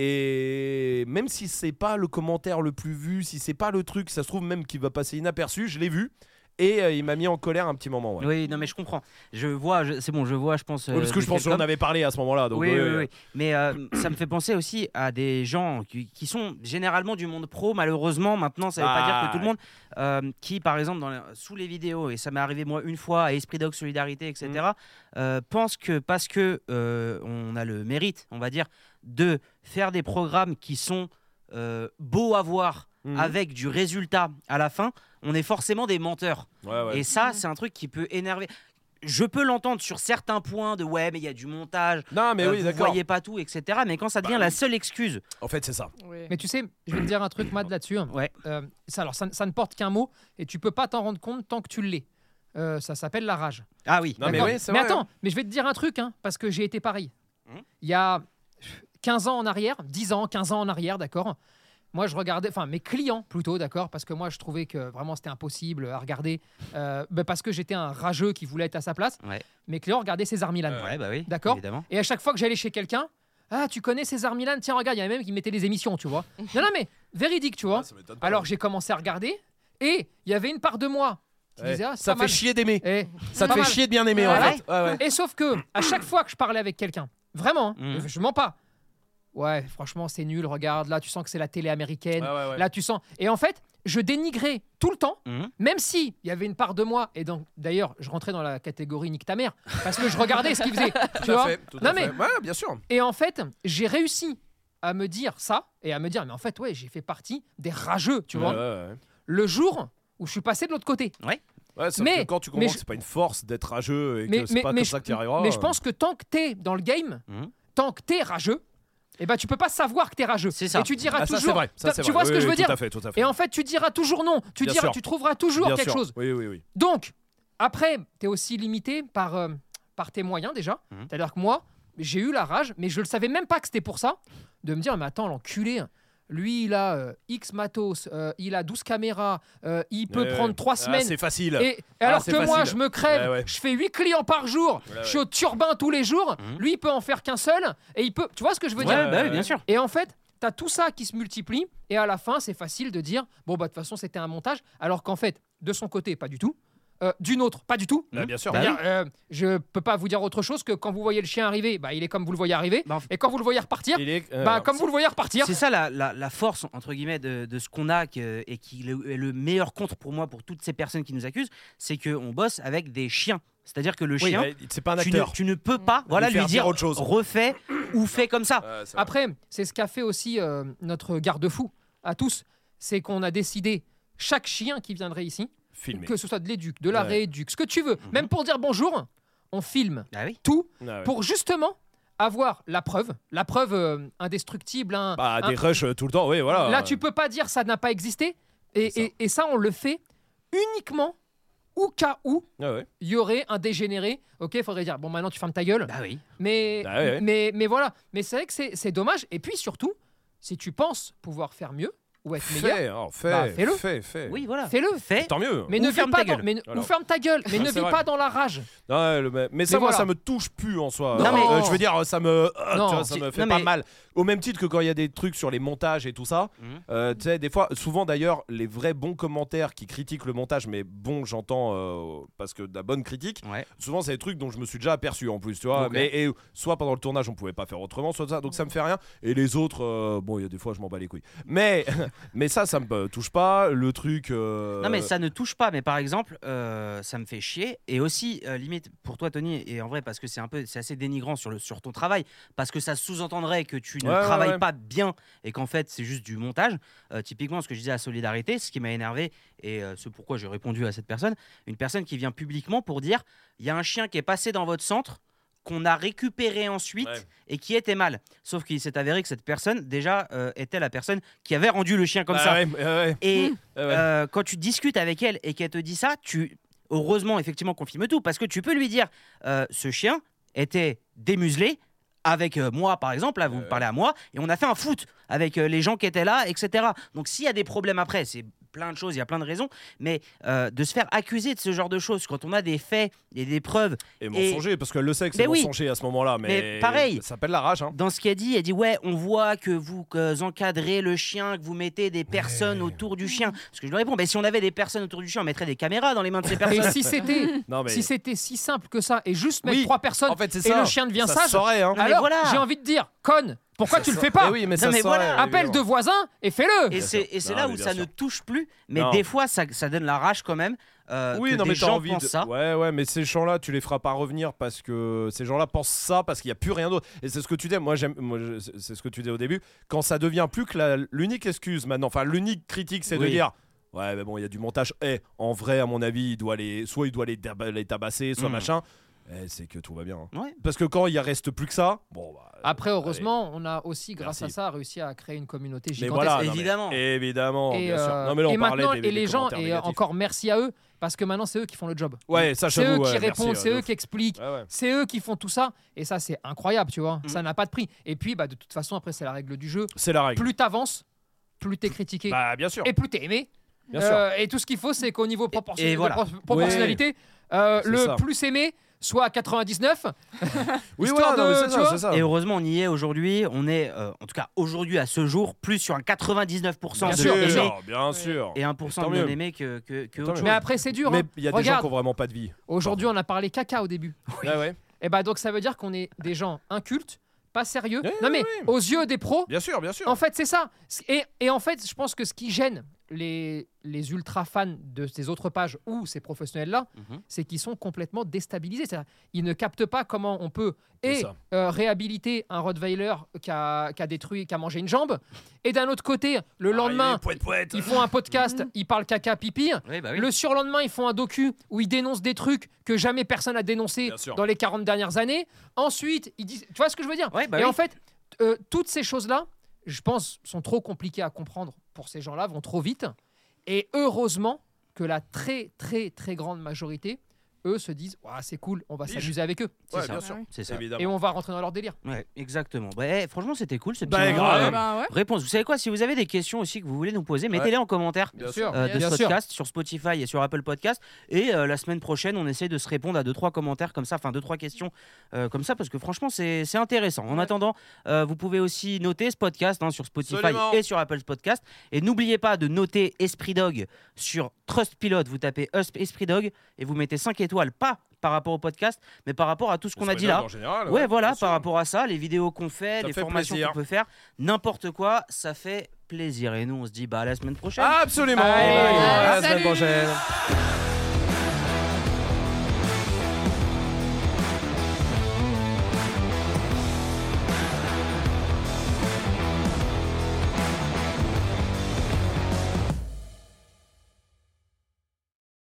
Et même si c'est pas le commentaire le plus vu, si c'est pas le truc, ça se trouve même qu'il va passer inaperçu, je l'ai vu et euh, il m'a mis en colère un petit moment. ouais. Oui, non, mais je comprends. Je vois, je- c'est bon, je vois, je pense. Oui, parce euh, que je de pense quel qu'on en com. avait parlé à ce moment-là. donc oui, ouais, oui, ouais. oui. Mais euh, ça me fait penser aussi à des gens qui, qui sont généralement du monde pro, malheureusement. Maintenant, ça ne veut pas Ah. dire que tout le monde. euh, qui, par exemple, dans la- sous les vidéos, et ça m'est arrivé moi une fois à Esprit Dog Solidarité, etc., Mm. euh, pense que parce que euh, on a le mérite, on va dire, de faire des programmes qui sont euh, beaux à voir. Mhm. Avec du résultat à la fin, on est forcément des menteurs. Ouais, Ah ouais. Et ça, c'est un truc qui peut énerver. Je peux l'entendre sur certains points de ouais, mais il y a du montage, Non, mais euh, oui, vous d'accord. voyez pas tout, etc. Mais quand ça devient Bah la seule excuse, En fait, c'est ça. Oui. Mais tu sais, je vais te dire un truc, Mad, là-dessus. Ouais. Euh, ça, alors, ça, ça ne porte qu'un mot et tu peux pas t'en rendre compte tant que tu l'es. Euh, ça s'appelle la rage. ah oui, Non, mais D'accord. oui, c'est vrai. Hmm attends, mais je vais te dire un truc, hein, parce que j'ai été pareil. Mhm. Il y a 15 ans en arrière, 10 ans, 15 ans en arrière, d'accord moi, je regardais, enfin mes clients plutôt, d'accord, parce que moi, je trouvais que vraiment c'était impossible à regarder, euh, ben, parce que j'étais un rageux qui voulait être à sa place. Ouais. Mes clients regardaient César Milan. Euh, ouais, bah oui, D'accord. évidemment. Et à chaque fois que j'allais chez quelqu'un, ah, tu connais César Milan Tiens, regarde, il y en a même qui mettaient les émissions, tu vois. Non, non, mais véridique, tu vois. Alors j'ai commencé à regarder et il y avait une part de moi qui Ouais. disait ah, c'est ça pas fait mal. chier d'aimer. Eh, Ça te pas fait mal. chier de bien aimer, en Ouais. fait. Ouais, ouais. Mm. Et sauf que à chaque fois que je parlais avec quelqu'un, vraiment, hein, Mhm. je mens pas. Ouais, franchement, c'est nul. Regarde, là, tu sens que c'est la télé américaine. Ouais, ouais, ouais. Là, tu sens. Et en fait, je dénigrais tout le temps, Mhm. même si il y avait une part de moi. Et donc, d'ailleurs, je rentrais dans la catégorie nique ta mère parce que je regardais ce qu'il faisait. Tu Tout à vois fait, tout à Non, fait. mais- Ouais, bien sûr. et en fait, j'ai réussi à me dire ça et à me dire, mais en fait, ouais, j'ai fait partie des rageux, tu vois. Ouais, ouais, ouais. Le jour où je suis passé de l'autre côté. Ouais, sauf Mais- que quand tu mais comprends je- que c'est pas une force d'être rageux et Mais, que mais- c'est pas mais comme je, ça que tu y arriveras. euh. mais je pense que tant que t'es dans le game, Mhm. tant que t'es rageux, eh ben, tu peux pas savoir que t'es rageux. C'est ça. Et tu diras Ah, ça, c'est toujours. vrai. ça, tu c'est tu vrai. vois ce Oui, que je oui, veux Tout dire à fait, tout à fait. Et en fait, tu diras toujours non. Tu, Bien diras, sûr. tu trouveras toujours Bien quelque sûr. chose. Oui, oui, oui. Donc, après, tu es aussi limité par, euh, par tes moyens déjà. Mhm. C'est-à-dire que moi, j'ai eu la rage, mais je ne savais même pas que c'était pour ça, de me dire, mais attends, l'enculé, hein. lui, il a euh, X matos, euh, il a 12 caméras, euh, il peut Ouais, prendre ouais. 3 Ah, semaines. C'est facile. et Ah, alors c'est que moi, facile. je me crève, Ouais, ouais. je fais 8 clients par jour, Ouais, ouais. je suis au turbin tous les jours, Mhm. lui, il peut en faire qu'un seul, et il peut... Tu vois ce que je veux Ouais, dire bah euh, oui, bien sûr. et en fait, tu as tout ça qui se multiplie. Et à la fin, c'est facile de dire bon, bah, de toute façon, c'était un montage. Alors qu'en fait, de son côté, pas du tout. Euh, D'une autre, pas du tout. Bah, Bien sûr. Bah, C'est-à-dire, euh, je peux pas vous dire autre chose que quand vous voyez le chien arriver, bah, il est comme vous le voyez arriver. Bah, en fait- Et quand vous le voyez repartir, Il est. euh, bah, comme vous le voyez repartir. C'est ça la, la- la force, entre guillemets, de, de ce qu'on a que- et qui le- est le meilleur contre pour moi, pour toutes ces personnes qui nous accusent, c'est qu'on bosse avec des chiens. C'est-à-dire que le oui, chien, mais C'est pas un tu ne, acteur. tu ne peux pas voilà, Lui lui faire dire dire autre chose. refais ou fais comme ça. Ouais, c'est vrai. Après, c'est ce qu'a fait aussi euh, notre garde-fou à tous c'est qu'on a décidé chaque chien qui viendrait ici, Filmé. que ce soit de l'éduc, de la Ouais. rééduc, ce que tu veux, Mhm. même pour dire bonjour, on filme Ah oui. tout Ah, ouais. pour justement avoir la preuve, la preuve euh, indestructible. un- Bah, un- des rushs euh, tout le temps, oui, voilà. Là, tu peux pas dire ça n'a pas existé. C'est Et, ça. et- et ça, on le fait uniquement au cas où Ah ouais. il y aurait un dégénéré, ok, faudrait dire bon maintenant tu fermes ta gueule. Bah oui. Mais, Bah ouais, ouais. mais, mais voilà, mais c'est vrai que c'est c'est dommage. Et puis surtout, si tu penses pouvoir faire mieux ou être meilleur, Fais, oh, fais, Bah, fais-le. fais, fais. Oui, voilà. fais-le. Fais. Tant mieux. Mais Ou ne ferme vis pas ta dans, gueule. mais ne- Voilà. ou ferme ta gueule, mais Ouais, ne c'est vis vrai. pas dans la rage. Ouais, le- mais, mais ça, Mais moi, voilà. ça me touche plus en soi. Non, Euh, mais- je veux dire, ça me, euh, tu Non. vois, ça me fait Non, pas mais- mal. Au même titre que quand il y a des trucs sur les montages et tout ça. Mhm. euh, tu sais, des fois, souvent d'ailleurs, les vrais bons commentaires qui critiquent le montage, mais bon, j'entends euh, parce que de la bonne critique. Ouais. Souvent, c'est des trucs dont je me suis déjà aperçu en plus, tu vois. Ok. Mais et soit pendant le tournage, on pouvait pas faire autrement, soit ça. Donc ça me fait rien. Et les autres, euh, bon, il y a des fois, je m'en bats les couilles. Mais, mais ça, ça me euh, touche pas. Le truc. euh, Non mais ça ne touche pas. Mais par exemple, euh, ça me fait chier. Et aussi, euh, limite pour toi, Tony, et en vrai parce que c'est un peu, c'est assez dénigrant sur le sur ton travail, parce que ça sous-entendrait que tu ne Ouais, ouais, travailles ouais. pas bien et qu'en fait c'est juste du montage. Euh, typiquement, ce que je disais à Solidarité, ce qui m'a énervé et euh, ce pourquoi j'ai répondu à cette personne, une personne qui vient publiquement pour dire, il y a un chien qui est passé dans votre centre qu'on a récupéré ensuite Ouais. et qui était mal. Sauf qu'il s'est avéré que cette personne déjà euh, était la personne qui avait rendu le chien comme Ah ça. ouais, ouais, ouais, Et ouais, ouais. euh, quand tu discutes avec elle et qu'elle te dit ça, tu heureusement effectivement qu'on filme tout parce que tu peux lui dire euh, ce chien était démuselé avec euh, moi par exemple, là vous Ouais, me ouais. parlez à moi et on a fait un foot avec euh, les gens qui étaient là, etc. Donc s'il y a des problèmes après, c'est plein de choses, il y a plein de raisons, mais euh, de se faire accuser de ce genre de choses quand on a des faits et des preuves Et mensonger, parce qu'elle le sait que c'est Mais oui. mensonger à ce moment-là. Mais, Mais pareil. Ça s'appelle la rage. Hein. dans ce qu'elle dit, elle dit ouais, on voit que vous que vous encadrez le chien, que vous mettez des personnes autour du chien. Parce que je lui réponds, mais si on avait des personnes autour du chien, on mettrait des caméras dans les mains de ces Et personnes. si c'était Non, mais si c'était si simple que ça et juste mettre Oui. trois personnes en fait, c'est et ça. le chien devient ça sage, se saurait, hein. mais alors voilà. j'ai envie de dire conne, pourquoi tu le fais pas Mais oui, mais Non, ça mais se saurait, voilà. Appelle deux évidemment. voisins et fais-le. Et Bien c'est sûr. et c'est Non, là mais où bien ça sûr. ne touche plus, mais Non. des fois ça, ça donne la rage quand même. euh, Oui, que non, des mais t'as gens envie. pensent de- ça. Ouais, ouais, mais ces gens-là, tu les feras pas revenir parce que ces gens-là pensent ça parce qu'il n'y a plus rien d'autre. Et c'est ce que tu dis. Moi, j'aime. moi, je- c'est- C'est ce que tu dis au début. Quand ça devient plus que la- l'unique excuse maintenant, enfin l'unique critique, c'est de Oui. dire. Ouais, mais bon, il y a du montage. Eh, en vrai, à mon avis, il doit les, soit il doit les, dab- les tabasser, soit Mm. machin. Eh, c'est que tout va bien. hein. Ouais. Parce que quand il y reste plus que ça, bon. Bah, Après, allez. heureusement, on a aussi, grâce Merci. à ça, réussi à créer une communauté Mais gigantesque. voilà, non, mais évidemment. évidemment, et, bien sûr. euh, Non, mais là, on et parlait maintenant, des- des et les gens, commentaires et euh, négatifs. encore merci à eux, parce que maintenant, c'est eux qui font le job. Ouais, ça, C'est eux j'avoue, qui ouais, merci, répondent, c'est ouais, de eux ouf. qui expliquent, Ouais, ouais. c'est eux qui font tout ça. Et ça, c'est incroyable, tu Mm. vois. Mhm. Ça n'a pas de prix. Et puis, bah, de toute façon, après, c'est la règle du jeu. C'est la règle. Plus t'avances, plus t'es critiqué Bah, bien sûr. et plus t'es aimé. Bien Euh, et tout ce qu'il faut, c'est qu'au niveau proportion- et de voilà. pro- proportionnalité, euh, C'est le ça. plus aimé soit à 99. Oui, histoire voilà, non, mais de- c'est tu ça, vois. c'est ça. Et heureusement, on y est aujourd'hui. On est, euh, en tout cas aujourd'hui à ce jour, plus sur un 99% Bien de sûr, non-aimés sûr. sûr, bien sûr. et 1% Tant de mieux. non-aimés que, que, que Tant autre mieux. chose. Mais après, c'est dur. Mais hein. il y a des gens Regarde, qui ont vraiment pas de vie. aujourd'hui, on a parlé caca au début. Ouais, ouais. Et bah donc ça veut dire qu'on est des gens incultes, pas sérieux. Oui, non mais oui, oui. aux yeux des pros, Bien sûr, bien sûr. en fait c'est ça. Et, et en fait je pense que ce qui gêne les, les ultra fans de ces autres pages ou ces professionnels là, Mhm. c'est qu'ils sont complètement déstabilisés. C'est-à-dire, Ils ne captent pas comment on peut C'est et ça. euh, réhabiliter un Rottweiler qui a, qui a détruit, qui a mangé une jambe, et d'un autre côté Ah, le lendemain Poète, poète. ils font un podcast, ils parlent caca pipi. Oui, bah oui. Le surlendemain, ils font un docu où ils dénoncent des trucs que jamais personne n'a dénoncé Bien sûr. dans les 40 dernières années. Ensuite, ils disent, tu vois ce que je veux dire Ouais, bah Et oui. en fait, euh, toutes ces choses-là, je pense, sont trop compliquées à comprendre pour ces gens-là, vont trop vite. Et heureusement que la très très très grande majorité, eux, se disent, Ouah, c'est cool, on va Pige. s'amuser avec eux C'est Ouais, ça. bien sûr. Ah C'est ça. Évidemment. et on va rentrer dans leur délire. Ouais, exactement. Bah, eh, franchement, c'était cool ce petit Bah, moment. grave. Euh, Ouais. Ben ouais. Réponse. Vous savez quoi Si vous avez des questions aussi que vous voulez nous poser, mettez-les en commentaire. Ah, Bien sûr, euh, de bien ce sûr. podcast sur Spotify et sur Apple Podcast. Et euh, la semaine prochaine, on essaie de se répondre à deux trois commentaires comme ça, enfin deux trois questions euh, comme ça, parce que franchement, c'est c'est intéressant. En attendant, euh, vous pouvez aussi noter ce podcast hein, sur Spotify Absolument. et sur Apple Podcast. Et n'oubliez pas de noter Esprit Dog sur Trustpilot. Vous tapez Us- Esprit Dog et vous mettez 5 étoiles, pas par rapport au podcast, mais par rapport à tout ce qu'on a dit là. En général, hein. Ouais, voilà, bien sûr. par rapport à ça, les vidéos qu'on fait, Ça les fait formations plaisir. qu'on peut faire, n'importe quoi, ça fait plaisir. Et nous, on se dit bah à la semaine prochaine. Absolument. Eh ben, Allez, À la salut. semaine prochaine.